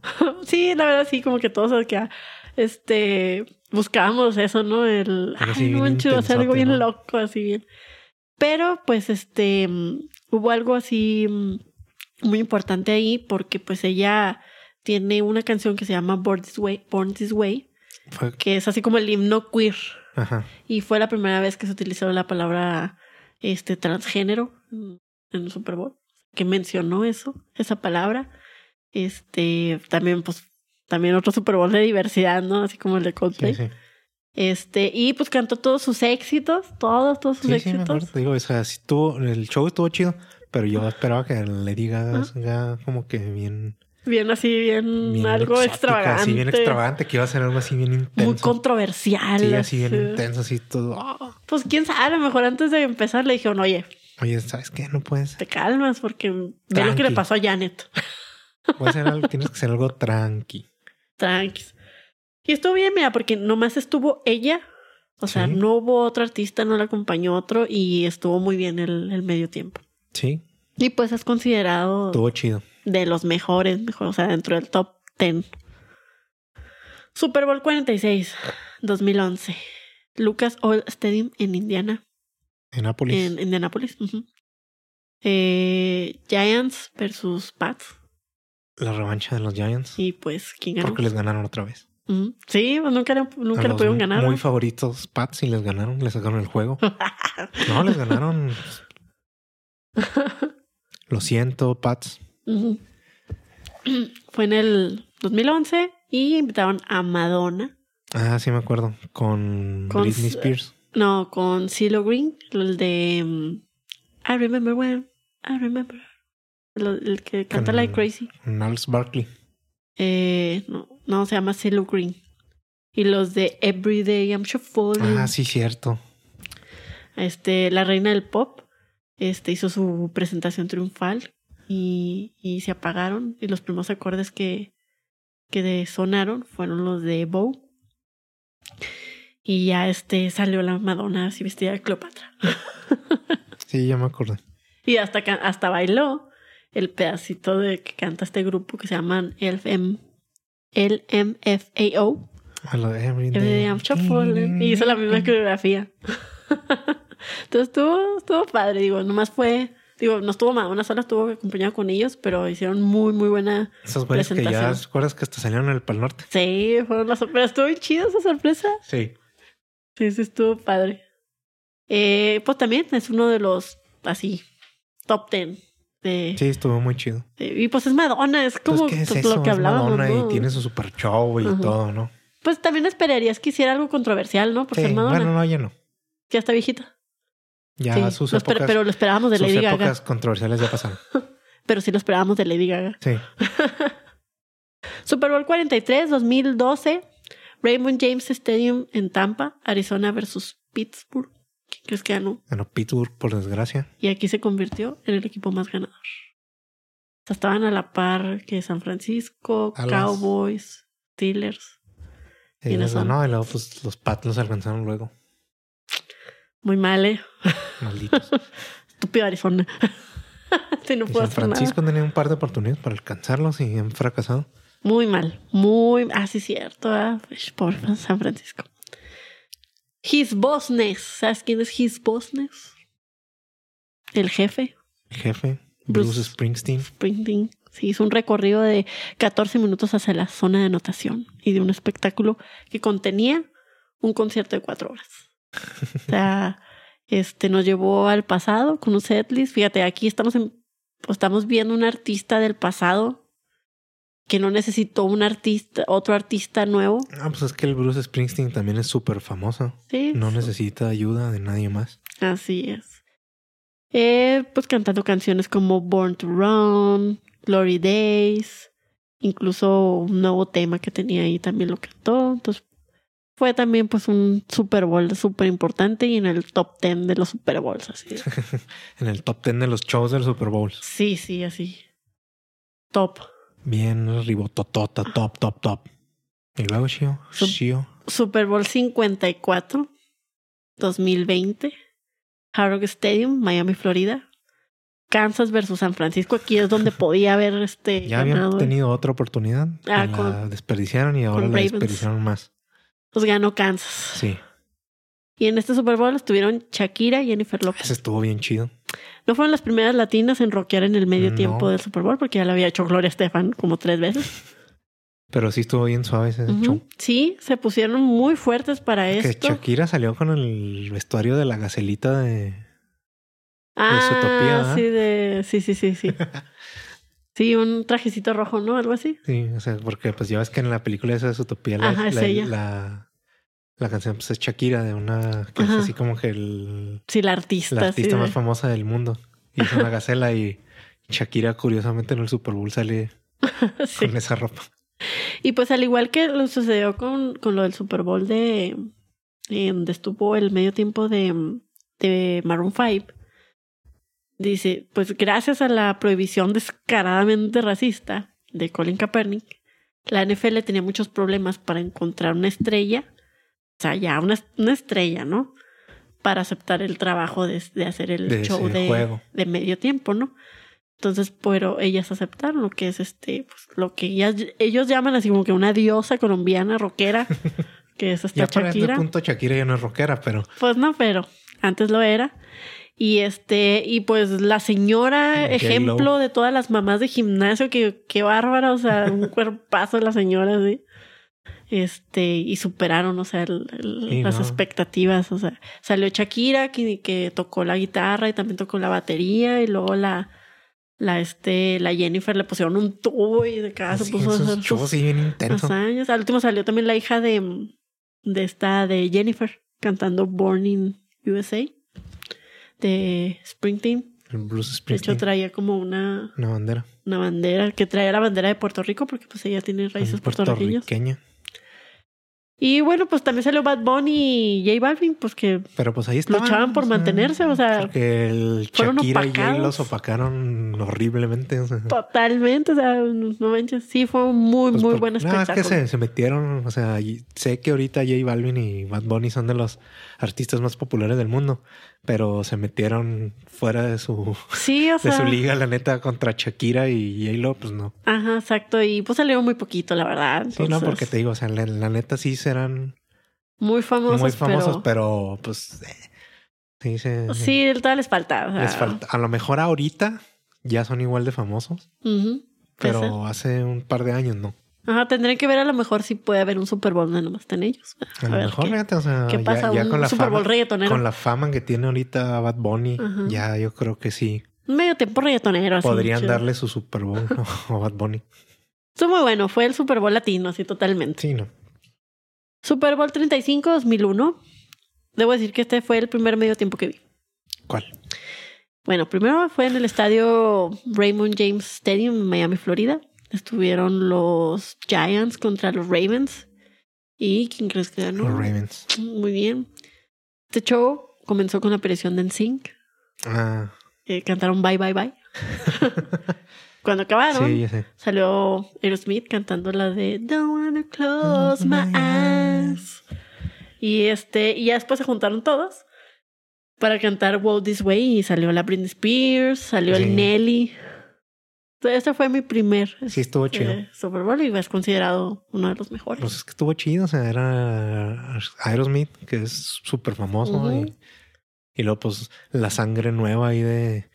Speaker 2: Sí, la verdad, sí, como que todos acá, este, buscábamos eso, ¿no? El,
Speaker 1: Algo así
Speaker 2: ay, no
Speaker 1: bien
Speaker 2: manches, va a ser algo
Speaker 1: intensote,
Speaker 2: bien
Speaker 1: ¿no?
Speaker 2: loco, así bien. Pero, pues, este, mm, hubo algo así mm, muy importante ahí, porque, pues, ella tiene una canción que se llama Born This Way, Born This Way
Speaker 1: Fue-
Speaker 2: que es así como el himno queer,
Speaker 1: ajá.
Speaker 2: y fue la primera vez que se utilizó la palabra, este, transgénero mm, en el Super Bowl, que mencionó eso, esa palabra. Este, también, pues, también otro Super Bowl de diversidad, ¿no? Así como el de Coldplay.
Speaker 1: Sí, sí.
Speaker 2: Este, y pues cantó todos sus éxitos, todos, todos sus
Speaker 1: Sí, sí, me acuerdo.
Speaker 2: éxitos.
Speaker 1: Te Digo, o sea, sí estuvo, el show estuvo chido, pero yo esperaba que le
Speaker 2: Ah.
Speaker 1: diga como que bien,
Speaker 2: bien así, bien,
Speaker 1: bien
Speaker 2: Mm, algo
Speaker 1: exótica,
Speaker 2: extravagante.
Speaker 1: Así bien extravagante, que iba a ser algo así bien intenso.
Speaker 2: Muy controversial.
Speaker 1: Sí, así bien
Speaker 2: así.
Speaker 1: intenso, así todo. Ah.
Speaker 2: Pues quién sabe, a lo mejor antes de empezar le dijeron, oye,
Speaker 1: Oye, ¿sabes qué? No puedes.
Speaker 2: te calmas porque ve lo que le
Speaker 1: Tranqui.
Speaker 2: pasó a Janet.
Speaker 1: puede ser algo- tienes que ser algo tranqui.
Speaker 2: Tranquis. Y estuvo bien, mira, porque nomás estuvo ella. O sea,
Speaker 1: Sí.
Speaker 2: no hubo otro artista, no la acompañó otro y estuvo muy bien el, el medio tiempo.
Speaker 1: Sí,
Speaker 2: Y pues es considerado
Speaker 1: estuvo chido.
Speaker 2: de los mejores, mejor, o sea, dentro del top 10. Super Bowl 46, 2011. Lucas Oil Stadium en Indiana,
Speaker 1: En Nápoles.
Speaker 2: en Indianapolis. ujú. eh, Giants versus Pats.
Speaker 1: La revancha de los Giants.
Speaker 2: Y pues, ¿quién ganó?
Speaker 1: Porque les ganaron otra vez.
Speaker 2: Mm, Sí, pues nunca, le-
Speaker 1: A
Speaker 2: nunca le
Speaker 1: los
Speaker 2: pudieron ganar.
Speaker 1: Muy
Speaker 2: ¿no?
Speaker 1: favoritos Pats y les ganaron, les sacaron el juego. No, les ganaron. Lo siento, Pats.
Speaker 2: Ujú. Fue en el 2011 y invitaron a Madonna.
Speaker 1: Ah, sí me acuerdo. Con,
Speaker 2: Con
Speaker 1: Britney
Speaker 2: s-
Speaker 1: Spears.
Speaker 2: No, con CeeLo Green, el de mm, I Remember When, I Remember. Lo- el que canta
Speaker 1: Con-
Speaker 2: Like Crazy.
Speaker 1: Con Alex Barkley.
Speaker 2: Eh, no, no, se llama CeeLo Green. Y los de Everyday I'm Shuffling.
Speaker 1: Ah, sí, cierto.
Speaker 2: este, la reina del pop este, hizo su presentación triunfal y, y se apagaron. Y los primeros acordes que, que de- sonaron fueron los de Bow. Y ya este, salió la Madonna así vestida de Cleopatra.
Speaker 1: Sí, ya me acordé.
Speaker 2: Y hasta, ca- hasta bailó el pedacito de que canta este grupo que se llaman LM, LMFAO.
Speaker 1: A lo de Every Day.
Speaker 2: Everyday I'm Shuffling. Y hizo la misma coreografía. Entonces estuvo, estuvo padre, digo, nomás fue, digo, no estuvo Madonna sola, estuvo acompañada con ellos, pero hicieron muy, muy buena.
Speaker 1: Esos güeyes que ya
Speaker 2: presentación.
Speaker 1: ¿te acuerdas que hasta salieron en el Pal Norte.
Speaker 2: Sí, fueron las sorpresas, estuvo bien chida esa sorpresa.
Speaker 1: Sí.
Speaker 2: Sí, sí, estuvo padre. Eh, pues también es uno de los, así, top ten. De,
Speaker 1: Sí, estuvo muy chido.
Speaker 2: de- y pues es Madonna, es como
Speaker 1: Entonces, ¿qué
Speaker 2: pues,
Speaker 1: es eso?
Speaker 2: lo que
Speaker 1: Es
Speaker 2: hablábamos.
Speaker 1: Madonna
Speaker 2: ¿no?
Speaker 1: y tiene su super show y
Speaker 2: Ajá.
Speaker 1: todo, ¿no?
Speaker 2: Pues también esperarías que hiciera algo controversial, ¿no? Por
Speaker 1: Sí,
Speaker 2: ser Madonna,
Speaker 1: bueno, no, ya no.
Speaker 2: que ya está viejita.
Speaker 1: Ya
Speaker 2: Sí,
Speaker 1: sus
Speaker 2: lo esper-
Speaker 1: épocas,
Speaker 2: pero lo esperábamos de
Speaker 1: sus
Speaker 2: Lady Gaga.
Speaker 1: épocas controversiales ya pasaron.
Speaker 2: pero sí lo esperábamos de Lady Gaga.
Speaker 1: Sí.
Speaker 2: Super Bowl 43, 2012, Raymond James Stadium en Tampa, Arizona versus Pittsburgh. ¿Quién crees que ganó?
Speaker 1: Bueno, Pittsburgh, por desgracia.
Speaker 2: Y aquí se convirtió en el equipo más ganador. O sea, estaban a la par que San Francisco,
Speaker 1: Alas.
Speaker 2: Cowboys, Steelers.
Speaker 1: Y
Speaker 2: ¿Quiénes
Speaker 1: les
Speaker 2: son?
Speaker 1: ganó, y luego pues, los Pats los alcanzaron luego.
Speaker 2: Muy mal, ¿eh?
Speaker 1: Malditos.
Speaker 2: Estúpido Arizona. si no
Speaker 1: y
Speaker 2: puedo
Speaker 1: San
Speaker 2: hacer nada.
Speaker 1: Francisco tenía un par de oportunidades para alcanzarlos y han fracasado.
Speaker 2: Muy mal, muy. Ah, sí, cierto. ah, pues, Por San Francisco. His Bosnes. ¿Sabes quién es His Bosnes? El jefe.
Speaker 1: Jefe, Bruce,
Speaker 2: Bruce.
Speaker 1: Springsteen.
Speaker 2: Sprinting. Sí, hizo un recorrido de 14 minutos hacia la zona de anotación y de un espectáculo que contenía un concierto de cuatro horas. O sea, este nos llevó al pasado con un setlist. Fíjate, aquí estamos en, pues, estamos viendo un artista del pasado que no necesitó un artista, otro artista nuevo.
Speaker 1: Ah, pues es que el Bruce Springsteen también es súper famoso.
Speaker 2: Sí.
Speaker 1: No necesita ayuda de nadie más.
Speaker 2: Así es. Eh, pues cantando canciones como Born to Run, Glory Days, incluso un nuevo tema que tenía ahí también lo cantó. Entonces fue también pues un Super Bowl súper importante y en el top 10 de los Super Bowls. Así.
Speaker 1: En el top 10 de los shows del Super Bowl.
Speaker 2: Sí, sí, así. Top.
Speaker 1: Bien ribototota, top, top, top. Y luego Shio,
Speaker 2: Sup-
Speaker 1: Shio.
Speaker 2: Super Bowl 54, 2020. Hard Rock Stadium, Miami, Florida. Kansas versus San Francisco. Aquí es donde podía haber este.
Speaker 1: Ya habían
Speaker 2: ganado.
Speaker 1: tenido otra oportunidad.
Speaker 2: Ah,
Speaker 1: y la
Speaker 2: con-
Speaker 1: desperdiciaron y ahora
Speaker 2: con
Speaker 1: la
Speaker 2: Ravens.
Speaker 1: desperdiciaron más.
Speaker 2: Pues ganó Kansas.
Speaker 1: Sí,
Speaker 2: Y en este Super Bowl estuvieron Shakira y Jennifer López.
Speaker 1: ese estuvo bien chido.
Speaker 2: No fueron las primeras latinas en rockear en el medio
Speaker 1: No.
Speaker 2: tiempo del Super Bowl porque ya lo había hecho Gloria Estefan como tres veces.
Speaker 1: Pero sí estuvo bien suave ese
Speaker 2: Ujú.
Speaker 1: show.
Speaker 2: Sí, se pusieron muy fuertes para
Speaker 1: Que
Speaker 2: esto.
Speaker 1: Shakira salió con el vestuario de la gacelita de.
Speaker 2: Ah,
Speaker 1: pues Isotopía,
Speaker 2: sí, de... sí, sí, sí, sí. Sí, un trajecito rojo, ¿no? Algo así.
Speaker 1: Sí, o sea, porque pues ya ves que en la película esa de Utopía la,
Speaker 2: Ajá, es
Speaker 1: la,
Speaker 2: ella.
Speaker 1: la- la canción pues, es Shakira de una que
Speaker 2: Ajá.
Speaker 1: es así como que el,
Speaker 2: Sí, la
Speaker 1: la
Speaker 2: artista.
Speaker 1: artista
Speaker 2: sí,
Speaker 1: más
Speaker 2: de-
Speaker 1: famosa del mundo. Y es una gacela y Shakira curiosamente en el Super Bowl sale
Speaker 2: Sí.
Speaker 1: con esa ropa.
Speaker 2: Y pues al igual que lo sucedió con, con lo del Super Bowl de en donde estuvo el medio tiempo de, em, de Maroon 5, dice, pues gracias a la prohibición descaradamente racista de Colin Kaepernick, la NFL tenía muchos problemas para encontrar una estrella, o sea, ya una, una estrella, ¿no? Para aceptar el trabajo de, de hacer el
Speaker 1: De
Speaker 2: show
Speaker 1: ese
Speaker 2: de,
Speaker 1: juego.
Speaker 2: de medio tiempo, ¿no? Entonces, pero ellas aceptaron lo que es este, pues, lo que ellas- ellos llaman así como que una diosa colombiana rockera, que es
Speaker 1: Ya
Speaker 2: esta
Speaker 1: para este
Speaker 2: Shakira.
Speaker 1: punto Shakira ya no es rockera, pero
Speaker 2: Pues no, pero antes lo era. Y este, y pues la señora,
Speaker 1: J-Lo.
Speaker 2: ejemplo de todas las mamás de gimnasio, que, que bárbara, o sea, un cuerpazo la señora, sí. Este, y superaron, o sea, el- el-
Speaker 1: Sí,
Speaker 2: las
Speaker 1: no.
Speaker 2: expectativas. O sea, salió Shakira, que, que tocó la guitarra y también tocó la batería, y luego la, la, este, la Jennifer le pusieron un tubo y de cada Ah, se
Speaker 1: Sí,
Speaker 2: puso a
Speaker 1: esos
Speaker 2: hacer
Speaker 1: shows
Speaker 2: sus-
Speaker 1: sí, bien intenso.
Speaker 2: años. Al último salió también la hija de, de esta, de Jennifer, cantando Born in USA, de Springteen.
Speaker 1: El Bruce
Speaker 2: De hecho,
Speaker 1: Springsteen.
Speaker 2: traía como una,
Speaker 1: Una bandera.
Speaker 2: una bandera, que traía la bandera de Puerto Rico, porque pues ella tiene raíces puertorriqueñas.
Speaker 1: puertorriqueña.
Speaker 2: Y bueno, pues también salió Bad Bunny y J Balvin, pues que
Speaker 1: Pero pues ahí estaban.
Speaker 2: Luchaban por mantenerse, o sea,
Speaker 1: Porque el
Speaker 2: fueron
Speaker 1: Shakira y él
Speaker 2: opacados.
Speaker 1: los opacaron horriblemente. o sea.
Speaker 2: totalmente, o sea, no manches, sí, fue un muy,
Speaker 1: Pues
Speaker 2: muy
Speaker 1: por-
Speaker 2: buen
Speaker 1: no,
Speaker 2: espectáculo.
Speaker 1: es que se, se metieron, o sea, y sé que ahorita J Balvin y Bad Bunny son de los artistas más populares del mundo, pero se metieron fuera de su,
Speaker 2: Sí, o
Speaker 1: de
Speaker 2: sea.
Speaker 1: su liga, la neta, contra Shakira y J-Lo, pues no.
Speaker 2: Ajá, exacto. Y pues salieron muy poquito, la verdad.
Speaker 1: Sí, no,
Speaker 2: entonces,
Speaker 1: porque te digo, o sea, la, la neta sí serán
Speaker 2: Muy famosos,
Speaker 1: muy famosos,
Speaker 2: pero... Pues
Speaker 1: pero, pues eh, sí se...
Speaker 2: Sí, ah. el tal les falta. o sea,
Speaker 1: les falta- A lo mejor ahorita ya son igual de famosos,
Speaker 2: ujú, puede
Speaker 1: pero
Speaker 2: ser.
Speaker 1: hace un par de años no.
Speaker 2: Ajá, tendré que ver a lo mejor si puede haber un Super Bowl donde nomás están ellos.
Speaker 1: A, lo
Speaker 2: ver
Speaker 1: mejor,
Speaker 2: qué,
Speaker 1: fíjate, o sea,
Speaker 2: qué
Speaker 1: Ah, ya-
Speaker 2: pasa.
Speaker 1: ya,
Speaker 2: un
Speaker 1: con la
Speaker 2: Super Bowl
Speaker 1: fama...
Speaker 2: reggaetonero.
Speaker 1: Con la fama que tiene ahorita Bad Bunny,
Speaker 2: Ajá.
Speaker 1: ya yo creo que sí.
Speaker 2: Medio tiempo reggaetonero. así,
Speaker 1: Podrían
Speaker 2: chido.
Speaker 1: darle su Super Bowl ¿no? a Bad Bunny.
Speaker 2: Estuvo muy bueno. Fue el Super Bowl latino, así totalmente.
Speaker 1: Sí, no.
Speaker 2: Super Bowl 35, 2001. Debo decir que este fue el primer medio tiempo que vi.
Speaker 1: ¿Cuál?
Speaker 2: Bueno, primero fue en el estadio Raymond James Stadium en Miami, Florida. Estuvieron los Giants contra los Ravens. ¿Y quién crees que ganó?
Speaker 1: Los Ravens.
Speaker 2: Muy bien. Este show comenzó con la aparición de NSYNC.
Speaker 1: Ah,
Speaker 2: que cantaron Bye Bye Bye. Cuando acabaron,
Speaker 1: sí, ya sé.
Speaker 2: salió Aerosmith cantando la de Don't wanna close my eyes. Y este, y ya después se juntaron todos para cantar Walk This Way y salió la Britney Spears, salió
Speaker 1: Sí.
Speaker 2: el Nelly. Entonces, este fue mi primer
Speaker 1: Sí, estuvo
Speaker 2: este,
Speaker 1: chido.
Speaker 2: Super Bowl y es considerado uno de los mejores.
Speaker 1: Pues es que estuvo chido, o sea, era Aerosmith, que es súper famoso.
Speaker 2: Ujú.
Speaker 1: y, y luego, pues, la sangre nueva ahí de,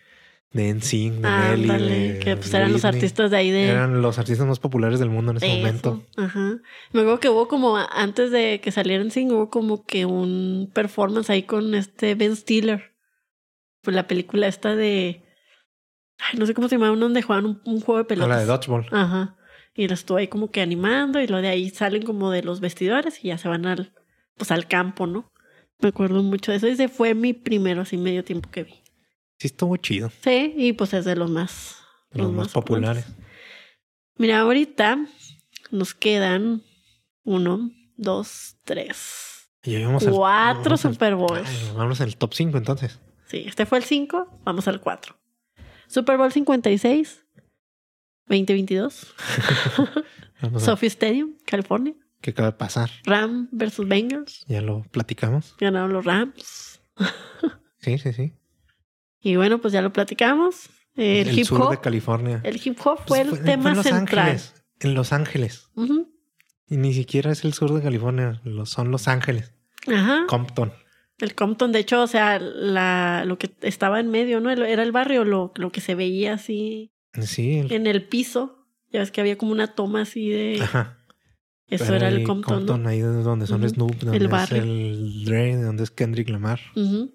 Speaker 1: de NSYNC, de Nelly.
Speaker 2: Ándale,
Speaker 1: de
Speaker 2: que pues eran los
Speaker 1: Britney.
Speaker 2: artistas de ahí de
Speaker 1: Eran los artistas más populares del mundo en ese
Speaker 2: Eso,
Speaker 1: momento.
Speaker 2: Ajá. Me acuerdo que hubo como, antes de que salieran sin, hubo como que un performance ahí con este Ben Stiller. Pues la película esta de. Ay, no sé cómo se llamaba, donde jugaban un, un juego de
Speaker 1: A
Speaker 2: pelotas.
Speaker 1: la de Dodgeball.
Speaker 2: Ajá. Y lo estuvo ahí como que animando y lo de ahí salen como de los vestidores y ya se van al, pues al campo, ¿no? Me acuerdo mucho de eso. Ese fue mi primero así medio tiempo que vi.
Speaker 1: Sí, estuvo chido.
Speaker 2: Sí, y pues es de los más
Speaker 1: de Los,
Speaker 2: Los
Speaker 1: más
Speaker 2: más
Speaker 1: populares.
Speaker 2: Mira, ahorita nos quedan uno, dos, tres,
Speaker 1: Y ya vamos al-
Speaker 2: cuatro
Speaker 1: vamos al-
Speaker 2: Super Bowls.
Speaker 1: Ay, Vamos al top 5 entonces.
Speaker 2: Sí, este fue el cinco, vamos al cuatro. Super Bowl 56, 2022,
Speaker 1: Vamos a-
Speaker 2: Sophie Stadium, California.
Speaker 1: ¿Qué acaba de pasar?
Speaker 2: Ram versus Bengals,
Speaker 1: Ya lo platicamos.
Speaker 2: ganaron los Rams.
Speaker 1: Sí, sí, sí.
Speaker 2: Y bueno, pues ya lo platicamos. El, hip
Speaker 1: sur de
Speaker 2: hop.
Speaker 1: California.
Speaker 2: El hip hop fue
Speaker 1: Pues
Speaker 2: el
Speaker 1: fue- fue
Speaker 2: tema
Speaker 1: en Los
Speaker 2: central.
Speaker 1: Ángeles. En Los Ángeles.
Speaker 2: Ujú.
Speaker 1: Y ni siquiera es el sur de California. lo- son Los Ángeles.
Speaker 2: Ajá.
Speaker 1: Compton.
Speaker 2: El Compton, de hecho, o sea, la, lo que estaba en medio, ¿no? El- Era el barrio, lo, lo que se veía así
Speaker 1: Sí. el-
Speaker 2: en el piso. Ya ves que había como una toma así de...
Speaker 1: Ajá.
Speaker 2: Eso
Speaker 1: Pero
Speaker 2: era el
Speaker 1: ahí
Speaker 2: Compton, ¿no?
Speaker 1: Compton, ahí es donde son
Speaker 2: Ujú.
Speaker 1: Snoop, donde
Speaker 2: El
Speaker 1: es
Speaker 2: barrio.
Speaker 1: el Dre, donde es Kendrick Lamar.
Speaker 2: Ujú.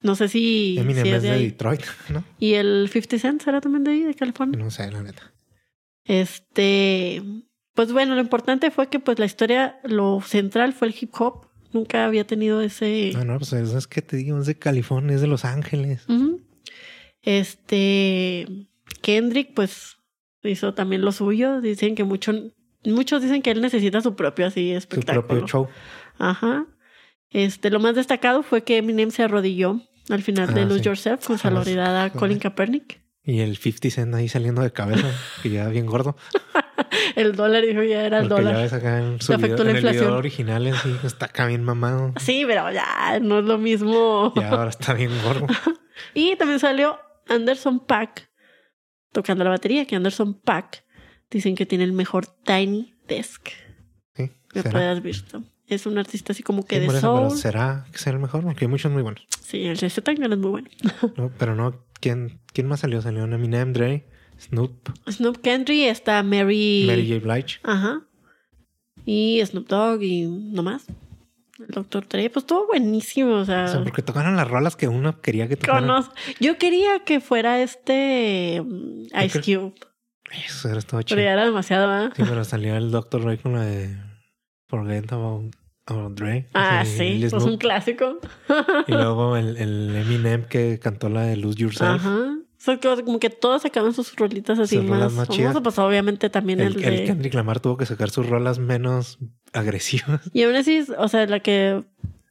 Speaker 2: No sé si,
Speaker 1: Eminem
Speaker 2: si
Speaker 1: es
Speaker 2: es
Speaker 1: de
Speaker 2: de ahí.
Speaker 1: Detroit, ¿no?
Speaker 2: Y el 50 Cent era también de ahí, de California.
Speaker 1: No sé, la neta.
Speaker 2: Este... Pues bueno, lo importante fue que pues la historia, lo central fue el hip hop. Nunca había tenido ese...
Speaker 1: No, no, pues eso es que te digo, es de California, es de Los Ángeles.
Speaker 2: Ujú. Este Kendrick, pues, hizo también lo suyo. Dicen que mucho, muchos dicen que él necesita su propio así
Speaker 1: Su
Speaker 2: espectáculo.
Speaker 1: propio show.
Speaker 2: Ajá. Este, lo más destacado fue que Eminem se arrodilló al final de
Speaker 1: Ah,
Speaker 2: Lose
Speaker 1: sí.
Speaker 2: Yourself con
Speaker 1: Ah, sí.
Speaker 2: saludidad a
Speaker 1: Ajá.
Speaker 2: Colin Kaepernick.
Speaker 1: Y el 50 Cent ahí saliendo de cabeza, que ya bien gordo.
Speaker 2: El dólar dijo ya era el
Speaker 1: Porque ya
Speaker 2: dólar.
Speaker 1: ves acá en, su
Speaker 2: Le
Speaker 1: video-
Speaker 2: afectó la
Speaker 1: en el video
Speaker 2: inflación.
Speaker 1: original, en sí, está acá bien mamado.
Speaker 2: Sí, pero ya no es lo mismo.
Speaker 1: Y ahora está bien gordo.
Speaker 2: Y también salió Anderson Pack tocando la batería, que Anderson Pack dicen que tiene el mejor Tiny Desk.
Speaker 1: Sí,
Speaker 2: que
Speaker 1: será.
Speaker 2: puedas visto. es un artista así como que
Speaker 1: Sí,
Speaker 2: de
Speaker 1: por eso, pero
Speaker 2: soul.
Speaker 1: ¿Será que será el mejor? Porque hay muchos muy buenos.
Speaker 2: Sí, el Z Tangana es muy bueno.
Speaker 1: No, pero no, ¿quién, ¿quién más salió? Salió Eminem, Dre, Snoop,
Speaker 2: Snoop Kendry está Mary.
Speaker 1: Mary J. Blige.
Speaker 2: Ajá. Y Snoop Dogg y nomás. El Doctor Dre, pues todo buenísimo. O sea,
Speaker 1: O sea, porque tocaron las rolas que uno quería que tocaran.
Speaker 2: conoz- yo quería que fuera este mm, Ice
Speaker 1: Ok.
Speaker 2: Cube,
Speaker 1: Eso era todo chido.
Speaker 2: pero ya era demasiado. ¿ah? ¿verdad?
Speaker 1: Sí, pero salió el Dr. Dre con la de Forget About, About Dre.
Speaker 2: Ah,
Speaker 1: O sea,
Speaker 2: sí,
Speaker 1: el
Speaker 2: pues un
Speaker 1: Snoop.
Speaker 2: clásico.
Speaker 1: Y luego el, el Eminem que cantó la de Lose Yourself.
Speaker 2: Ajá. O sea, que- como que todos sacaban sus rolitas así
Speaker 1: Sus rolas
Speaker 2: más.
Speaker 1: más
Speaker 2: famosas,
Speaker 1: chidas.
Speaker 2: pues obviamente también el,
Speaker 1: El, el
Speaker 2: de-
Speaker 1: Kendrick Lamar tuvo que sacar sus rolas menos agresivas.
Speaker 2: Y aún así, o sea, la que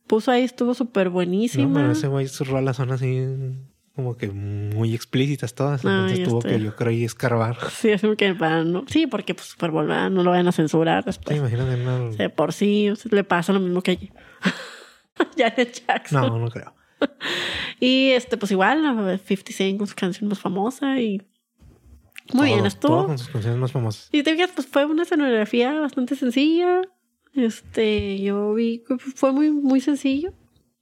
Speaker 2: puso ahí estuvo súper
Speaker 1: no,
Speaker 2: buenísima.
Speaker 1: pero ese güey, sus rolas son así como que muy explícitas todas.
Speaker 2: Ah,
Speaker 1: Entonces
Speaker 2: ya
Speaker 1: tuvo
Speaker 2: estoy.
Speaker 1: que yo creo ahí escarbar.
Speaker 2: Sí, así que para no- Sí, porque pues Super Bowl, ¿verdad? no lo van a censurar
Speaker 1: ¿Te
Speaker 2: después.
Speaker 1: imaginas en una-
Speaker 2: O sea, por sí o sea, le pasa lo mismo que allí. Janet Jackson.
Speaker 1: No, no creo.
Speaker 2: Y este, pues igual, ¿no? 50 Cent con su canción más famosa y. Muy bien,
Speaker 1: Todo, todo
Speaker 2: estuvo.
Speaker 1: con sus canciones más famosas.
Speaker 2: Y te fijas, pues fue una escenografía bastante sencilla. Este, yo vi que fue muy, muy sencillo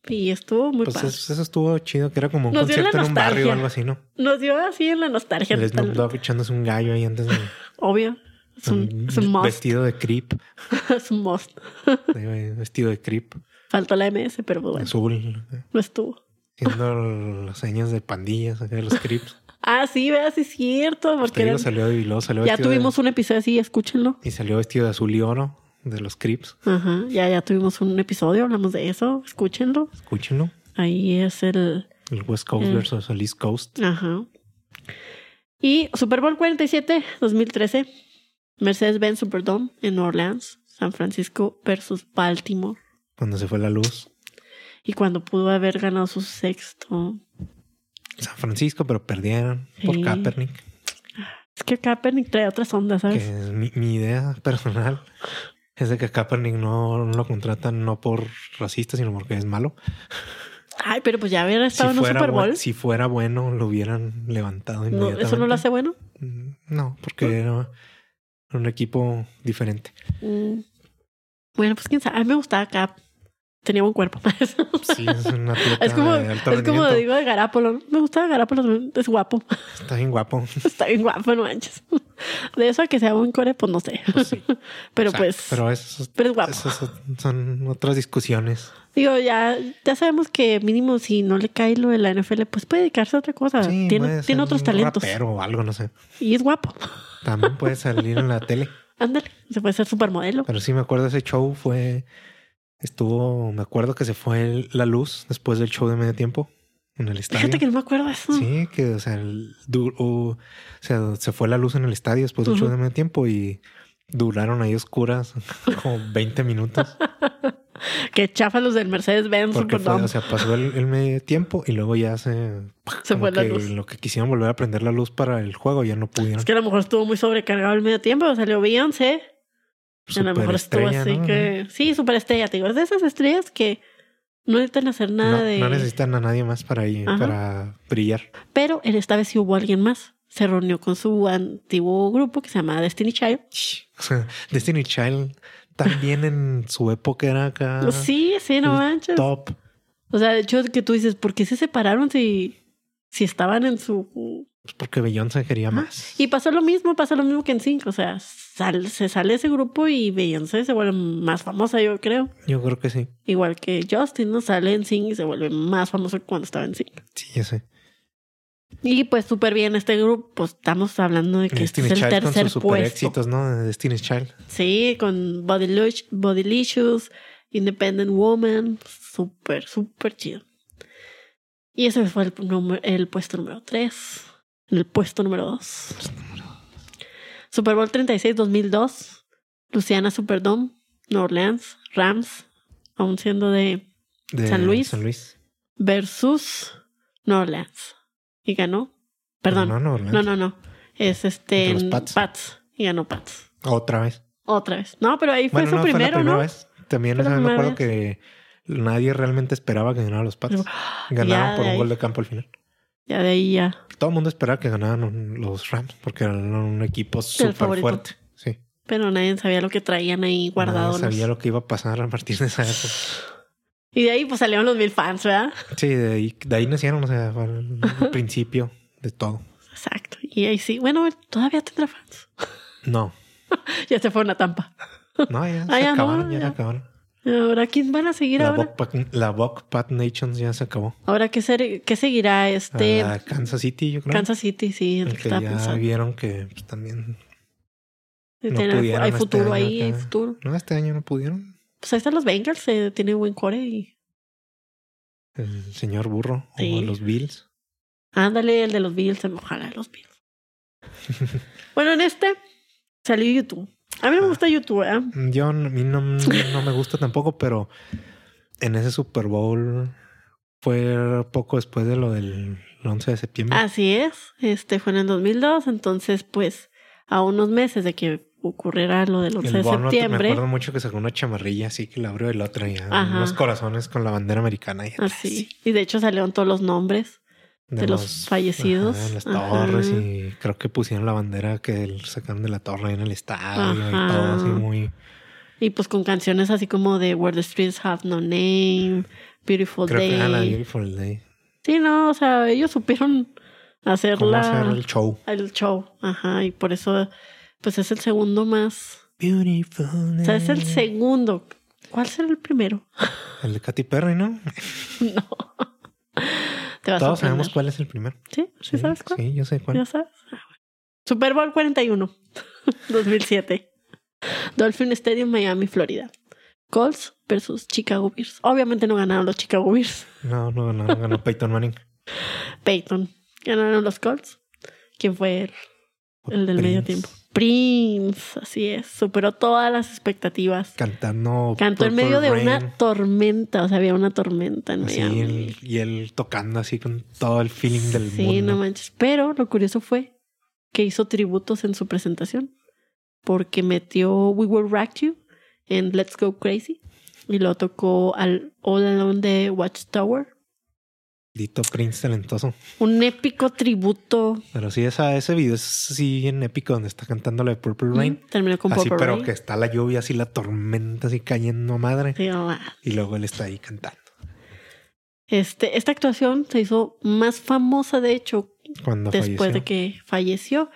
Speaker 2: y estuvo muy
Speaker 1: Pues
Speaker 2: padre.
Speaker 1: eso, eso estuvo chido, que era como un
Speaker 2: Nos dio la
Speaker 1: concierto en un barrio o
Speaker 2: nostalgia.
Speaker 1: algo así, ¿no?
Speaker 2: Nos dio así en la nostalgia.
Speaker 1: El Snoop
Speaker 2: totalmente.
Speaker 1: Dogg echándose un gallo ahí antes de...
Speaker 2: Obvio. Es
Speaker 1: Mm,
Speaker 2: un, es un must.
Speaker 1: vestido de creep.
Speaker 2: es un must.
Speaker 1: Ahí va, Vestido de creep.
Speaker 2: Faltó la MS, pero pues, bueno,
Speaker 1: Azul.
Speaker 2: no estuvo.
Speaker 1: Haciendo las señas de pandillas acá de los creeps.
Speaker 2: Ah, sí, vea, sí es cierto. Porque
Speaker 1: Te digo,
Speaker 2: eran-
Speaker 1: salió de Biló, salió
Speaker 2: ya
Speaker 1: vestido de-
Speaker 2: tuvimos un episodio así, escúchenlo.
Speaker 1: Y salió vestido de azul y oro de los creeps.
Speaker 2: Ajá, ya, ya tuvimos un episodio, hablamos de eso, escúchenlo.
Speaker 1: Escúchenlo.
Speaker 2: Ahí es el...
Speaker 1: El West Coast
Speaker 2: Mm.
Speaker 1: versus el East Coast.
Speaker 2: Ajá. Y Super Bowl 47, 2013. Mercedes-Benz Superdome en New Orleans, San Francisco versus Baltimore.
Speaker 1: Cuando se fue la luz.
Speaker 2: Y cuando pudo haber ganado su sexto.
Speaker 1: San Francisco, pero perdieron por
Speaker 2: Sí.
Speaker 1: Kaepernick.
Speaker 2: Es que Kaepernick trae otras ondas,
Speaker 1: Que
Speaker 2: ¿sabes?
Speaker 1: es mi, mi idea personal es de que a Kaepernick no, no lo contratan no por racista, sino porque es malo.
Speaker 2: Ay, pero pues ya hubiera estado en un
Speaker 1: buen-
Speaker 2: Super Bowl.
Speaker 1: si fuera bueno, lo hubieran levantado
Speaker 2: No,
Speaker 1: inmediatamente.
Speaker 2: ¿Eso no lo hace bueno?
Speaker 1: Mm, No, porque era un equipo diferente.
Speaker 2: Mm. Bueno, pues quién sabe. A mí me gustaba Cap. Tenía buen cuerpo.
Speaker 1: Sí, es un atleta
Speaker 2: es como,
Speaker 1: de Ah, eh, alto
Speaker 2: es como
Speaker 1: rendimiento.
Speaker 2: digo de Garapolo. Me gustaba Garapolo, también. es guapo.
Speaker 1: Está bien guapo.
Speaker 2: Está bien guapo, no manches. De eso a que sea buen core, pues no sé.
Speaker 1: Pues sí.
Speaker 2: Pero
Speaker 1: O sea,
Speaker 2: pues, pero,
Speaker 1: Pero esas,
Speaker 2: es guapo.
Speaker 1: esas son- son otras discusiones.
Speaker 2: Digo, ya, ya sabemos que mínimo si no le cae lo de la NFL, pues puede dedicarse a otra cosa.
Speaker 1: Sí,
Speaker 2: tiene
Speaker 1: puede
Speaker 2: tiene
Speaker 1: ser
Speaker 2: otros
Speaker 1: un
Speaker 2: talentos.
Speaker 1: rapero o algo, no sé.
Speaker 2: Y es guapo.
Speaker 1: También puede salir en la tele.
Speaker 2: Ándale, se puede ser supermodelo.
Speaker 1: Pero sí me acuerdo ese show fue estuvo, me acuerdo que se fue el- la luz después del show de medio tiempo en el estadio.
Speaker 2: Fíjate que no me acuerdo de eso.
Speaker 1: Sí, que o sea, el du- o sea, se fue la luz en el estadio después del show de medio tiempo y duraron ahí oscuras como 20 minutos
Speaker 2: Que chafa los del Mercedes-Benz
Speaker 1: porque fue,
Speaker 2: Superdome.
Speaker 1: o sea, pasó el, el medio tiempo y luego ya se
Speaker 2: Se
Speaker 1: como
Speaker 2: fue la
Speaker 1: que
Speaker 2: luz.
Speaker 1: lo que quisieron volver a prender la luz para el juego ya no pudieron.
Speaker 2: Es que a lo mejor estuvo muy sobrecargado el medio tiempo. Salió Beyoncé. A lo mejor estuvo
Speaker 1: Superestrella,
Speaker 2: así
Speaker 1: ¿no?
Speaker 2: que. Sí, superestrella, te digo. Es de esas estrellas que no necesitan hacer nada
Speaker 1: no,
Speaker 2: de.
Speaker 1: no necesitan a nadie más para, ahí-
Speaker 2: Ajá.
Speaker 1: para brillar.
Speaker 2: Pero en esta vez sí hubo alguien más. Se reunió con su antiguo grupo que se llamaba Destiny Child.
Speaker 1: O sea, Destiny Child también en su época era acá
Speaker 2: sí, sí, no
Speaker 1: el
Speaker 2: manches.
Speaker 1: top.
Speaker 2: O sea, de hecho, que tú dices, ¿por qué se separaron si, si estaban en su.
Speaker 1: Pues porque Beyoncé quería más.
Speaker 2: Y pasó lo mismo, pasó lo mismo que en Cinco. O sea, sal- se sale ese grupo y Beyoncé se vuelve más famosa, yo creo.
Speaker 1: Yo creo que sí.
Speaker 2: Igual que Justin, ¿no? Sale en Sing y se vuelve más famoso que cuando estaba en Sing.
Speaker 1: Sí, ya sé.
Speaker 2: Y pues súper bien este grupo. Pues estamos hablando de que este
Speaker 1: Destiny
Speaker 2: es el
Speaker 1: Child con
Speaker 2: tercer
Speaker 1: sus super
Speaker 2: puesto.
Speaker 1: éxitos, ¿no? De Destiny Child.
Speaker 2: Sí, con Body, Lush- Body Licious, Independent Woman. Súper, súper chido. Y ese fue el, número- el puesto número 3. El puesto número 2. Super Bowl 36, 2002. Luciana Superdome, New Orleans, Rams, aún siendo de
Speaker 1: De
Speaker 2: San Luis.
Speaker 1: San Luis.
Speaker 2: versus New Orleans. Y ganó. Perdón.
Speaker 1: No,
Speaker 2: No,
Speaker 1: no, Orleans.
Speaker 2: no, no. Es
Speaker 1: Contra
Speaker 2: este.
Speaker 1: los
Speaker 2: en
Speaker 1: Pats.
Speaker 2: Pats. Y ganó Pats.
Speaker 1: Otra vez.
Speaker 2: Otra vez. No, pero ahí fue
Speaker 1: bueno,
Speaker 2: su
Speaker 1: no, fue la
Speaker 2: primero,
Speaker 1: primera
Speaker 2: ¿no?
Speaker 1: vez. También
Speaker 2: Fue la
Speaker 1: o sea, me
Speaker 2: primera
Speaker 1: acuerdo
Speaker 2: vez.
Speaker 1: que nadie realmente esperaba que ganara los Pats.
Speaker 2: Pero-
Speaker 1: Ganaron
Speaker 2: Ya,
Speaker 1: por
Speaker 2: de
Speaker 1: un
Speaker 2: ahí.
Speaker 1: gol de campo al final.
Speaker 2: Ya de ahí ya.
Speaker 1: Todo el mundo esperaba que ganaran un- los Rams porque eran un equipo súper
Speaker 2: favorito.
Speaker 1: fuerte. Sí.
Speaker 2: Pero nadie sabía lo que traían ahí guardado.
Speaker 1: Nadie sabía lo que iba a pasar a partir de esa época.
Speaker 2: Y de ahí pues salieron los mil fans, ¿verdad?
Speaker 1: Sí, de ahí, de ahí nacieron, o sea, fue el principio de todo.
Speaker 2: Exacto. Y ahí sí, bueno, todavía tendrá fans.
Speaker 1: No,
Speaker 2: ya se fue una tampa.
Speaker 1: no, ya
Speaker 2: Ah,
Speaker 1: se
Speaker 2: ya no,
Speaker 1: acabaron, ya,
Speaker 2: ya.
Speaker 1: se acabaron.
Speaker 2: Ahora, ¿quién van a seguir
Speaker 1: La
Speaker 2: ahora?
Speaker 1: Bok Pac- La Bok Pat Nations ya se acabó.
Speaker 2: Ahora, ¿qué, ser- qué seguirá este
Speaker 1: A Kansas City, yo creo.
Speaker 2: Kansas City? Sí, el que
Speaker 1: Porque
Speaker 2: estaba
Speaker 1: ya
Speaker 2: pensando.
Speaker 1: vieron que pues, también.
Speaker 2: Sí,
Speaker 1: no
Speaker 2: tiene-
Speaker 1: pudieron
Speaker 2: hay
Speaker 1: este
Speaker 2: futuro
Speaker 1: año
Speaker 2: ahí, hay
Speaker 1: acá.
Speaker 2: futuro.
Speaker 1: No, este año no pudieron.
Speaker 2: Pues ahí están los Bengals, eh, tiene buen core y...
Speaker 1: El señor burro
Speaker 2: Sí.
Speaker 1: o los Bills.
Speaker 2: Ándale, el de los Bills, ojalá los Bills. bueno, en este salió YouTube. A mí no me
Speaker 1: Ah.
Speaker 2: gusta YouTube, ¿eh?
Speaker 1: Yo n- a mí no, mm, no me gusta tampoco, pero en ese Super Bowl fue poco después de lo del 11 de septiembre.
Speaker 2: Así es, este fue en el 2002, entonces pues a unos meses de que ocurriera lo del 11
Speaker 1: el
Speaker 2: de
Speaker 1: bono, te- me
Speaker 2: septiembre,
Speaker 1: acuerdo mucho que sacó una chamarrilla así que la abrió y la otra ya.
Speaker 2: Ajá.
Speaker 1: Unos corazones con la bandera americana. Y atrás,
Speaker 2: así, ah, y de hecho salieron todos los nombres, de los fallecidos.
Speaker 1: ajá, de las
Speaker 2: Ajá.
Speaker 1: torres y creo que pusieron la bandera que sacaron de la torre en el estadio
Speaker 2: Ajá.
Speaker 1: y todo así muy...
Speaker 2: y pues con canciones así como de Where the Streets Have No Name, Beautiful
Speaker 1: creo que era la
Speaker 2: Day.
Speaker 1: Beautiful Day.
Speaker 2: Sí, no, o sea, ellos supieron
Speaker 1: ¿Cómo hacer
Speaker 2: hacerla
Speaker 1: el show?
Speaker 2: el show, ajá, y por eso pues es el segundo más,
Speaker 1: Beautiful
Speaker 2: o
Speaker 1: Day.
Speaker 2: sea, es el segundo. ¿Cuál será el primero?
Speaker 1: El de Katy Perry, ¿no?
Speaker 2: no. Te vas
Speaker 1: Todos
Speaker 2: a
Speaker 1: sabemos
Speaker 2: sorprender.
Speaker 1: cuál es el primero.
Speaker 2: ¿Sí? ¿Sí, sabes cuál?
Speaker 1: Sí, yo sé cuál.
Speaker 2: ¿Ya sabes? Ah, bueno. Super Bowl 41, 2007. Dolphin Stadium, Miami, Florida. Colts versus Chicago Bears. Obviamente no ganaron los Chicago Bears.
Speaker 1: No, no, no, no ganó Peyton Manning.
Speaker 2: Peyton. Ganaron los Colts. ¿Quién fue él? El del
Speaker 1: Prince,
Speaker 2: medio tiempo. Prince, así es. Superó todas las expectativas.
Speaker 1: Cantando.
Speaker 2: Cantó en
Speaker 1: Purple
Speaker 2: medio de
Speaker 1: Rain,
Speaker 2: una tormenta. O sea, había una tormenta en
Speaker 1: así,
Speaker 2: Miami.
Speaker 1: el- y él tocando así con todo el feeling del
Speaker 2: sí,
Speaker 1: mundo.
Speaker 2: no manches. Pero lo curioso fue que hizo tributos en su presentación. Porque metió We Will Rock You en Let's Go Crazy. Y lo tocó al All Alone de Watchtower.
Speaker 1: Dito Prince talentoso.
Speaker 2: Un épico tributo.
Speaker 1: Pero sí, esa, ese video es así en épico donde está cantando la de Purple Rain.
Speaker 2: Mm, Terminó con
Speaker 1: así,
Speaker 2: Purple
Speaker 1: pero
Speaker 2: Rain.
Speaker 1: que está la lluvia, así la tormenta, así cayendo a madre.
Speaker 2: Sí, no, ah.
Speaker 1: Y luego él está ahí cantando.
Speaker 2: Este, esta actuación se hizo más famosa, de hecho,
Speaker 1: Cuando
Speaker 2: después de
Speaker 1: falleció.
Speaker 2: que falleció.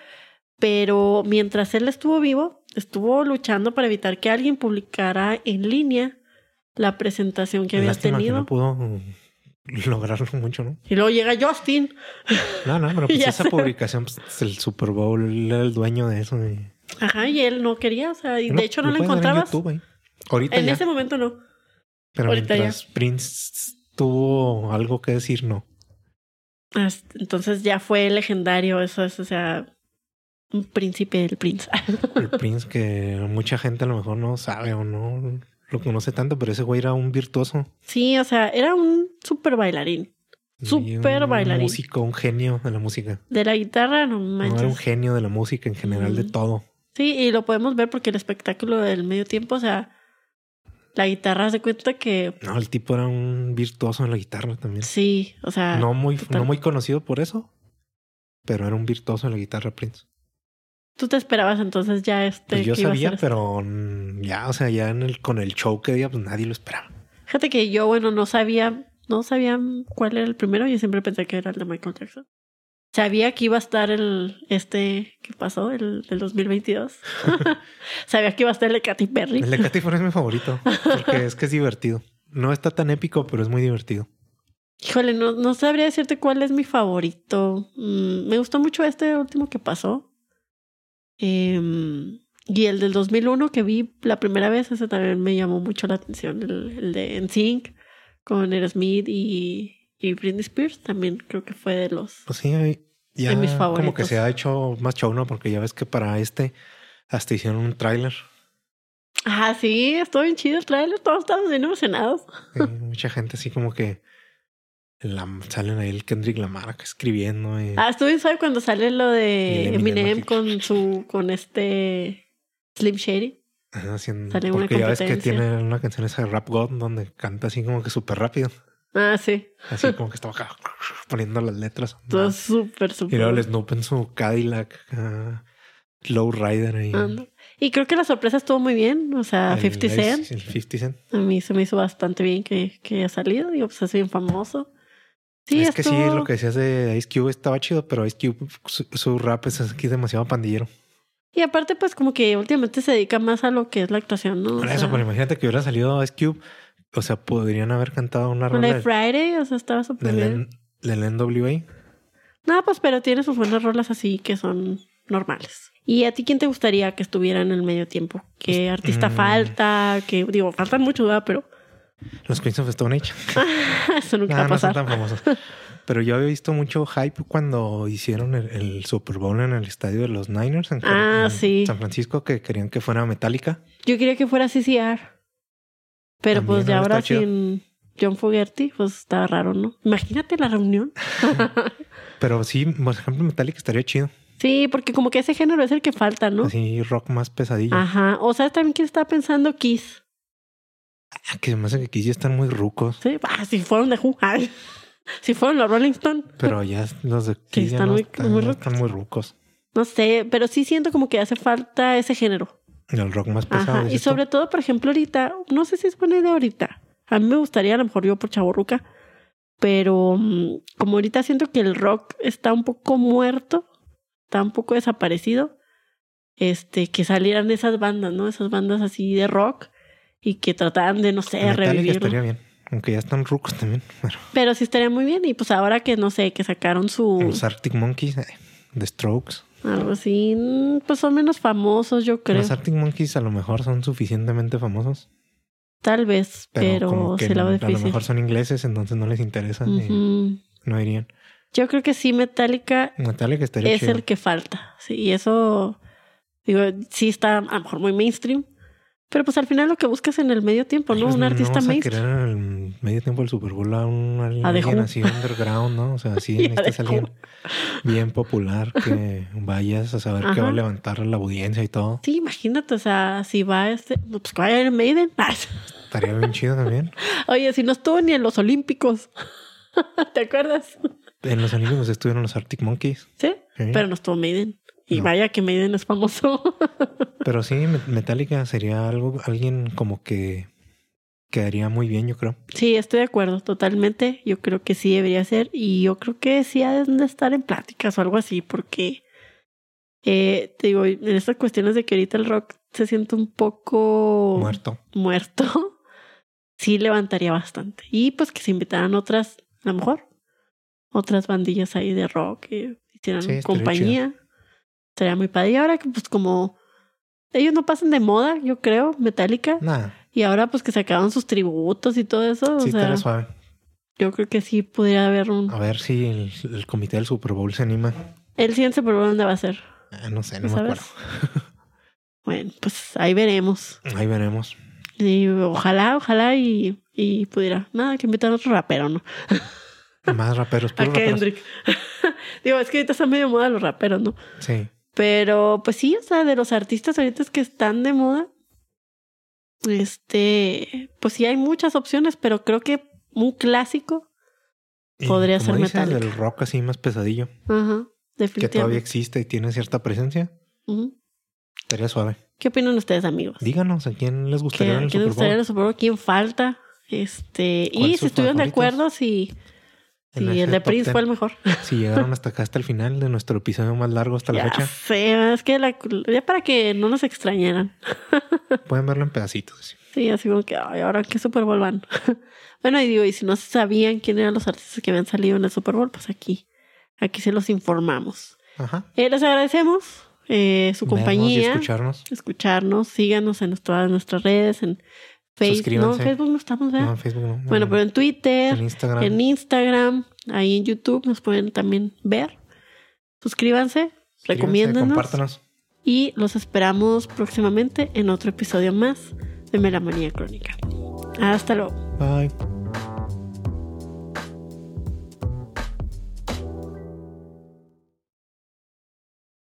Speaker 2: Pero mientras él estuvo vivo, estuvo luchando para evitar que alguien publicara en línea la presentación que había
Speaker 1: Lástima que
Speaker 2: tenido.
Speaker 1: no pudo mm, lograrlo mucho, ¿no?
Speaker 2: Y luego llega Justin.
Speaker 1: No, no, pero pues
Speaker 2: Ya
Speaker 1: esa
Speaker 2: sé.
Speaker 1: publicación, pues, el Super Bowl él era el dueño de eso. y-
Speaker 2: Ajá, y él no quería, o sea, y
Speaker 1: Lo-
Speaker 2: de hecho no
Speaker 1: lo
Speaker 2: la
Speaker 1: pueden ver en
Speaker 2: encontrabas. En,
Speaker 1: YouTube, ahí. Ahorita ya,
Speaker 2: ese momento no.
Speaker 1: pero
Speaker 2: ahorita
Speaker 1: mientras Prince tuvo algo que decir, no.
Speaker 2: As- Entonces ya fue legendario, eso es, o sea, un príncipe del príncipe.
Speaker 1: El Prince que mucha gente a lo mejor no sabe o no lo conoce tanto, pero ese güey era un virtuoso.
Speaker 2: Sí, o sea, era un super bailarín.
Speaker 1: y
Speaker 2: Súper
Speaker 1: un
Speaker 2: bailarín.
Speaker 1: músico, un genio de la música.
Speaker 2: De la guitarra, no
Speaker 1: No,
Speaker 2: manches. Mm.
Speaker 1: era un genio de la música en general de
Speaker 2: Ujú.
Speaker 1: todo.
Speaker 2: Sí, y lo podemos ver porque el espectáculo del medio tiempo, o sea, la guitarra se cuenta que
Speaker 1: No, el tipo era un virtuoso en la guitarra también.
Speaker 2: sí, o sea,
Speaker 1: no, muy,
Speaker 2: Ah, total.
Speaker 1: no muy conocido por eso, pero era un virtuoso en la guitarra Prince.
Speaker 2: tú te esperabas entonces ya este
Speaker 1: Pues yo
Speaker 2: que iba a
Speaker 1: sabía,
Speaker 2: ser esto.
Speaker 1: pero mm, ya, o sea, ya en el, con el show que día, pues nadie lo esperaba.
Speaker 2: Fíjate que yo, bueno, no sabía, no sabía cuál era el primero, yo siempre pensé que era el de Michael Jackson. Sabía que iba a estar el, este, ¿qué pasó? El del 2022. sabía que iba a estar el de Katy Perry.
Speaker 1: El de Katy Perry es mi favorito, porque es que es divertido. No está tan épico, pero es muy divertido.
Speaker 2: Híjole, no, no sabría decirte cuál es mi favorito. Mm, me gustó mucho este último que pasó. Em, y el del 2001 que vi la primera vez, ese también me llamó mucho la atención. El, el de NSYNC con Aerosmith y, y Britney Spears también creo que fue de los...
Speaker 1: Pues sí, hay- ya
Speaker 2: De mis
Speaker 1: como que
Speaker 2: favoritos.
Speaker 1: se ha hecho más show, ¿no? Porque ya ves que para este hasta hicieron un tráiler.
Speaker 2: Ah, sí, estuvo bien chido el trailer, todos estábamos bien emocionados.
Speaker 1: Eh, mucha gente así como que la- salen ahí el Kendrick Lamar acá escribiendo. y-
Speaker 2: Ah, estuvo bien suave cuando sale lo
Speaker 1: Y
Speaker 2: de
Speaker 1: el Eminem,
Speaker 2: Eminem
Speaker 1: así.
Speaker 2: con su, con este Slim Shady.
Speaker 1: Ajá, haciendo-
Speaker 2: Sale una
Speaker 1: porque ya ves que
Speaker 2: competencia.
Speaker 1: tiene una canción esa de Rap God donde canta así como que súper rápido.
Speaker 2: Ah, sí,
Speaker 1: Así como que estaba acá poniendo las letras.
Speaker 2: todo súper,
Speaker 1: Y luego
Speaker 2: súper.
Speaker 1: el Snoop en su Cadillac. acá, Low Rider ahí.
Speaker 2: Ando. Y creo que la sorpresa estuvo muy bien, o sea,
Speaker 1: El
Speaker 2: 50
Speaker 1: Ice-
Speaker 2: Ah, Cent.
Speaker 1: El 50 Cent.
Speaker 2: A mí se me hizo bastante bien que, que haya salido, digo, pues es bien famoso. Sí,
Speaker 1: es que sí,
Speaker 2: estuvo-
Speaker 1: lo que decías de Ice Cube estaba chido, pero Ice Cube, su, su rap es aquí demasiado pandillero.
Speaker 2: Y aparte, pues como que últimamente se dedica más a lo que es la actuación, ¿no? O
Speaker 1: Por
Speaker 2: sea,
Speaker 1: eso, pero imagínate que hubiera salido Ice Cube. O sea, podrían haber cantado una
Speaker 2: con
Speaker 1: rola
Speaker 2: la de
Speaker 1: del-
Speaker 2: Friday, o sea, estaba súper
Speaker 1: del,
Speaker 2: bien.
Speaker 1: N- del NWA.
Speaker 2: No, pues pero tiene sus buenas rolas así que son normales. ¿Y a ti quién te gustaría que estuviera en el medio tiempo? ¿Qué artista
Speaker 1: mm.
Speaker 2: falta? Que digo, faltan mucho, ¿verdad? Pero
Speaker 1: Los Queens of Stone Age.
Speaker 2: eso nunca va
Speaker 1: Nah,
Speaker 2: a
Speaker 1: no son
Speaker 2: pasar.
Speaker 1: tan famosos. Pero yo había visto mucho hype cuando hicieron el, el Super Bowl en el estadio de los Niners en,
Speaker 2: Ah,
Speaker 1: en
Speaker 2: sí.
Speaker 1: San Francisco, que querían que fuera Metallica.
Speaker 2: Yo quería que fuera CCR. Pero
Speaker 1: También
Speaker 2: pues
Speaker 1: hubiera
Speaker 2: ya ahora
Speaker 1: estado chido.
Speaker 2: sin John Fogerty, pues estaba raro, ¿no? Imagínate la reunión.
Speaker 1: Pero sí, por ejemplo, Metallica estaría chido.
Speaker 2: Sí, porque como que ese género es el que falta, ¿no? Ah.
Speaker 1: Así rock más pesadillo.
Speaker 2: Ajá. O sea, también que estaba pensando Kiss.
Speaker 1: Ah, Que me hace que aquí ya están muy rucos.
Speaker 2: Sí, ah, si fueron de Who. ay. Si fueron los Rolling Stone.
Speaker 1: Pero ya los de aquí
Speaker 2: Sí,
Speaker 1: ya
Speaker 2: están
Speaker 1: no
Speaker 2: muy-
Speaker 1: están,
Speaker 2: muy
Speaker 1: no
Speaker 2: rucos.
Speaker 1: están muy rucos.
Speaker 2: No sé, pero sí siento como que hace falta ese género.
Speaker 1: El rock más pesado.
Speaker 2: Ajá, y
Speaker 1: dices tú.
Speaker 2: sobre todo, por ejemplo, ahorita, no sé si es buena idea ahorita. A mí me gustaría, a lo mejor yo por chaborruca, pero mm, como ahorita siento que el rock está un poco muerto, está un poco desaparecido, este, que salieran esas bandas, ¿no? Esas bandas así de rock y que trataran de, no sé,
Speaker 1: Metallica
Speaker 2: revivirlo.
Speaker 1: estaría bien. Aunque ya están rucos también. Pero
Speaker 2: Pero sí estaría muy bien. Y pues ahora que, no sé, que sacaron su...
Speaker 1: los Arctic Monkeys, eh, The Strokes.
Speaker 2: Algo así, mm, pues son menos famosos, yo creo.
Speaker 1: Los Arctic Monkeys a lo mejor son suficientemente famosos.
Speaker 2: Tal vez, pero,
Speaker 1: como que
Speaker 2: se la va
Speaker 1: a lo
Speaker 2: difícil.
Speaker 1: mejor son ingleses, entonces no les interesa y
Speaker 2: Ujú.
Speaker 1: no irían.
Speaker 2: Yo creo que sí, Metallica
Speaker 1: Metallica estaría
Speaker 2: es
Speaker 1: chido.
Speaker 2: el que falta. Sí, y eso, digo, sí está a lo mejor muy mainstream. Pero pues al final lo que buscas en el medio tiempo, ¿no?
Speaker 1: Pues
Speaker 2: Un artista
Speaker 1: no vas a
Speaker 2: mainstream.
Speaker 1: querer en el medio tiempo del Super Bowl a un alguien
Speaker 2: A The Who.
Speaker 1: así underground, ¿no? O sea, sí
Speaker 2: Y a
Speaker 1: necesitas
Speaker 2: The
Speaker 1: alguien bien popular que vayas a saber que
Speaker 2: Ajá.
Speaker 1: va a levantar la audiencia y todo.
Speaker 2: Sí, imagínate, o sea, si va este, no, pues que vaya Iron Maiden.
Speaker 1: Estaría bien chido también.
Speaker 2: Oye, si no estuvo ni en los Olímpicos. ¿Te acuerdas?
Speaker 1: En los Olímpicos estuvieron los Arctic Monkeys.
Speaker 2: Sí,
Speaker 1: sí.
Speaker 2: pero no estuvo Maiden. Y
Speaker 1: No.
Speaker 2: vaya que Maiden es famoso.
Speaker 1: Pero sí, Met- Metallica sería algo, alguien como que quedaría muy bien, yo creo.
Speaker 2: sí, estoy de acuerdo, totalmente. Yo creo que sí debería ser. Y yo creo que sí ha de estar en pláticas o algo así, porque eh, te digo, en estas cuestiones de que ahorita el rock se siente un poco
Speaker 1: Muerto.
Speaker 2: muerto, sí levantaría bastante. Y pues que se invitaran otras, a lo mejor, otras bandillas ahí de rock que hicieran
Speaker 1: Sí, estaría
Speaker 2: compañía. Sería muy padre. Y ahora que pues como ellos no pasan de moda, yo creo, Metallica.
Speaker 1: Nada,
Speaker 2: Y ahora pues que sacaron sus tributos y todo eso.
Speaker 1: sí
Speaker 2: o sea,
Speaker 1: estaría suave.
Speaker 2: yo creo que sí pudiera haber un...
Speaker 1: A ver si el, el comité del Super Bowl se anima.
Speaker 2: El siguiente Super Bowl, dónde va a ser.
Speaker 1: Ah, no sé,
Speaker 2: ¿No
Speaker 1: no me
Speaker 2: sabes?
Speaker 1: acuerdo.
Speaker 2: Bueno, pues ahí veremos.
Speaker 1: Ahí veremos.
Speaker 2: Y ojalá, ojalá y, y pudiera. Nada, que invitar a otro rapero, ¿no?
Speaker 1: Más raperos,
Speaker 2: A
Speaker 1: puros raperos.
Speaker 2: Kendrick. Digo, es que ahorita están medio de moda los raperos, ¿no?
Speaker 1: Sí.
Speaker 2: Pero pues sí, o sea, de los artistas ahorita es que están de moda. Este, pues sí hay muchas opciones, pero creo que un clásico,
Speaker 1: Y
Speaker 2: Podría
Speaker 1: como
Speaker 2: ser
Speaker 1: dices,
Speaker 2: Metallica.
Speaker 1: El rock así más pesadillo,
Speaker 2: ajá,
Speaker 1: que todavía
Speaker 2: definitivamente.
Speaker 1: existe y tiene cierta presencia,
Speaker 2: Ujú.
Speaker 1: estaría suave.
Speaker 2: ¿Qué opinan ustedes, amigos?
Speaker 1: Díganos a quién les
Speaker 2: ¿Qué,
Speaker 1: gustaría en el
Speaker 2: qué
Speaker 1: Super
Speaker 2: les gustaría en
Speaker 1: Bowl.
Speaker 2: el Super Bowl? ¿Quién falta? Este,
Speaker 1: ¿Cuál
Speaker 2: y
Speaker 1: es su
Speaker 2: si estuvieron de
Speaker 1: favorito?
Speaker 2: acuerdo, si,
Speaker 1: En
Speaker 2: si
Speaker 1: ese
Speaker 2: el de
Speaker 1: top
Speaker 2: Prince
Speaker 1: ten.
Speaker 2: fue el mejor.
Speaker 1: Si llegaron hasta acá, hasta el final de nuestro episodio más largo hasta la
Speaker 2: ya
Speaker 1: fecha,
Speaker 2: sé, es que la, ya para que no nos extrañaran.
Speaker 1: pueden verlo en pedacitos.
Speaker 2: Sí, así como que, ay, ahora qué Super Bowl van. bueno, y digo, y si no sabían quién eran los artistas que habían salido en el Super Bowl, pues aquí, aquí se los informamos.
Speaker 1: Ajá.
Speaker 2: Eh, les agradecemos eh,
Speaker 1: Vernos Y
Speaker 2: su compañía,
Speaker 1: escucharnos.
Speaker 2: escucharnos, síganos en todas nuestras redes, en Facebook. No,
Speaker 1: Suscríbanse.
Speaker 2: en Facebook no estamos, ¿verdad?
Speaker 1: No, en Facebook no.
Speaker 2: Ah. bueno, pero en Twitter,
Speaker 1: en Instagram.
Speaker 2: en Instagram, ahí en YouTube nos pueden también ver. Suscríbanse,
Speaker 1: Suscríbanse,
Speaker 2: recomiéndanos.
Speaker 1: Compártanos.
Speaker 2: Y los esperamos próximamente en otro episodio más de Melamanía Crónica. Hasta luego.
Speaker 1: Bye.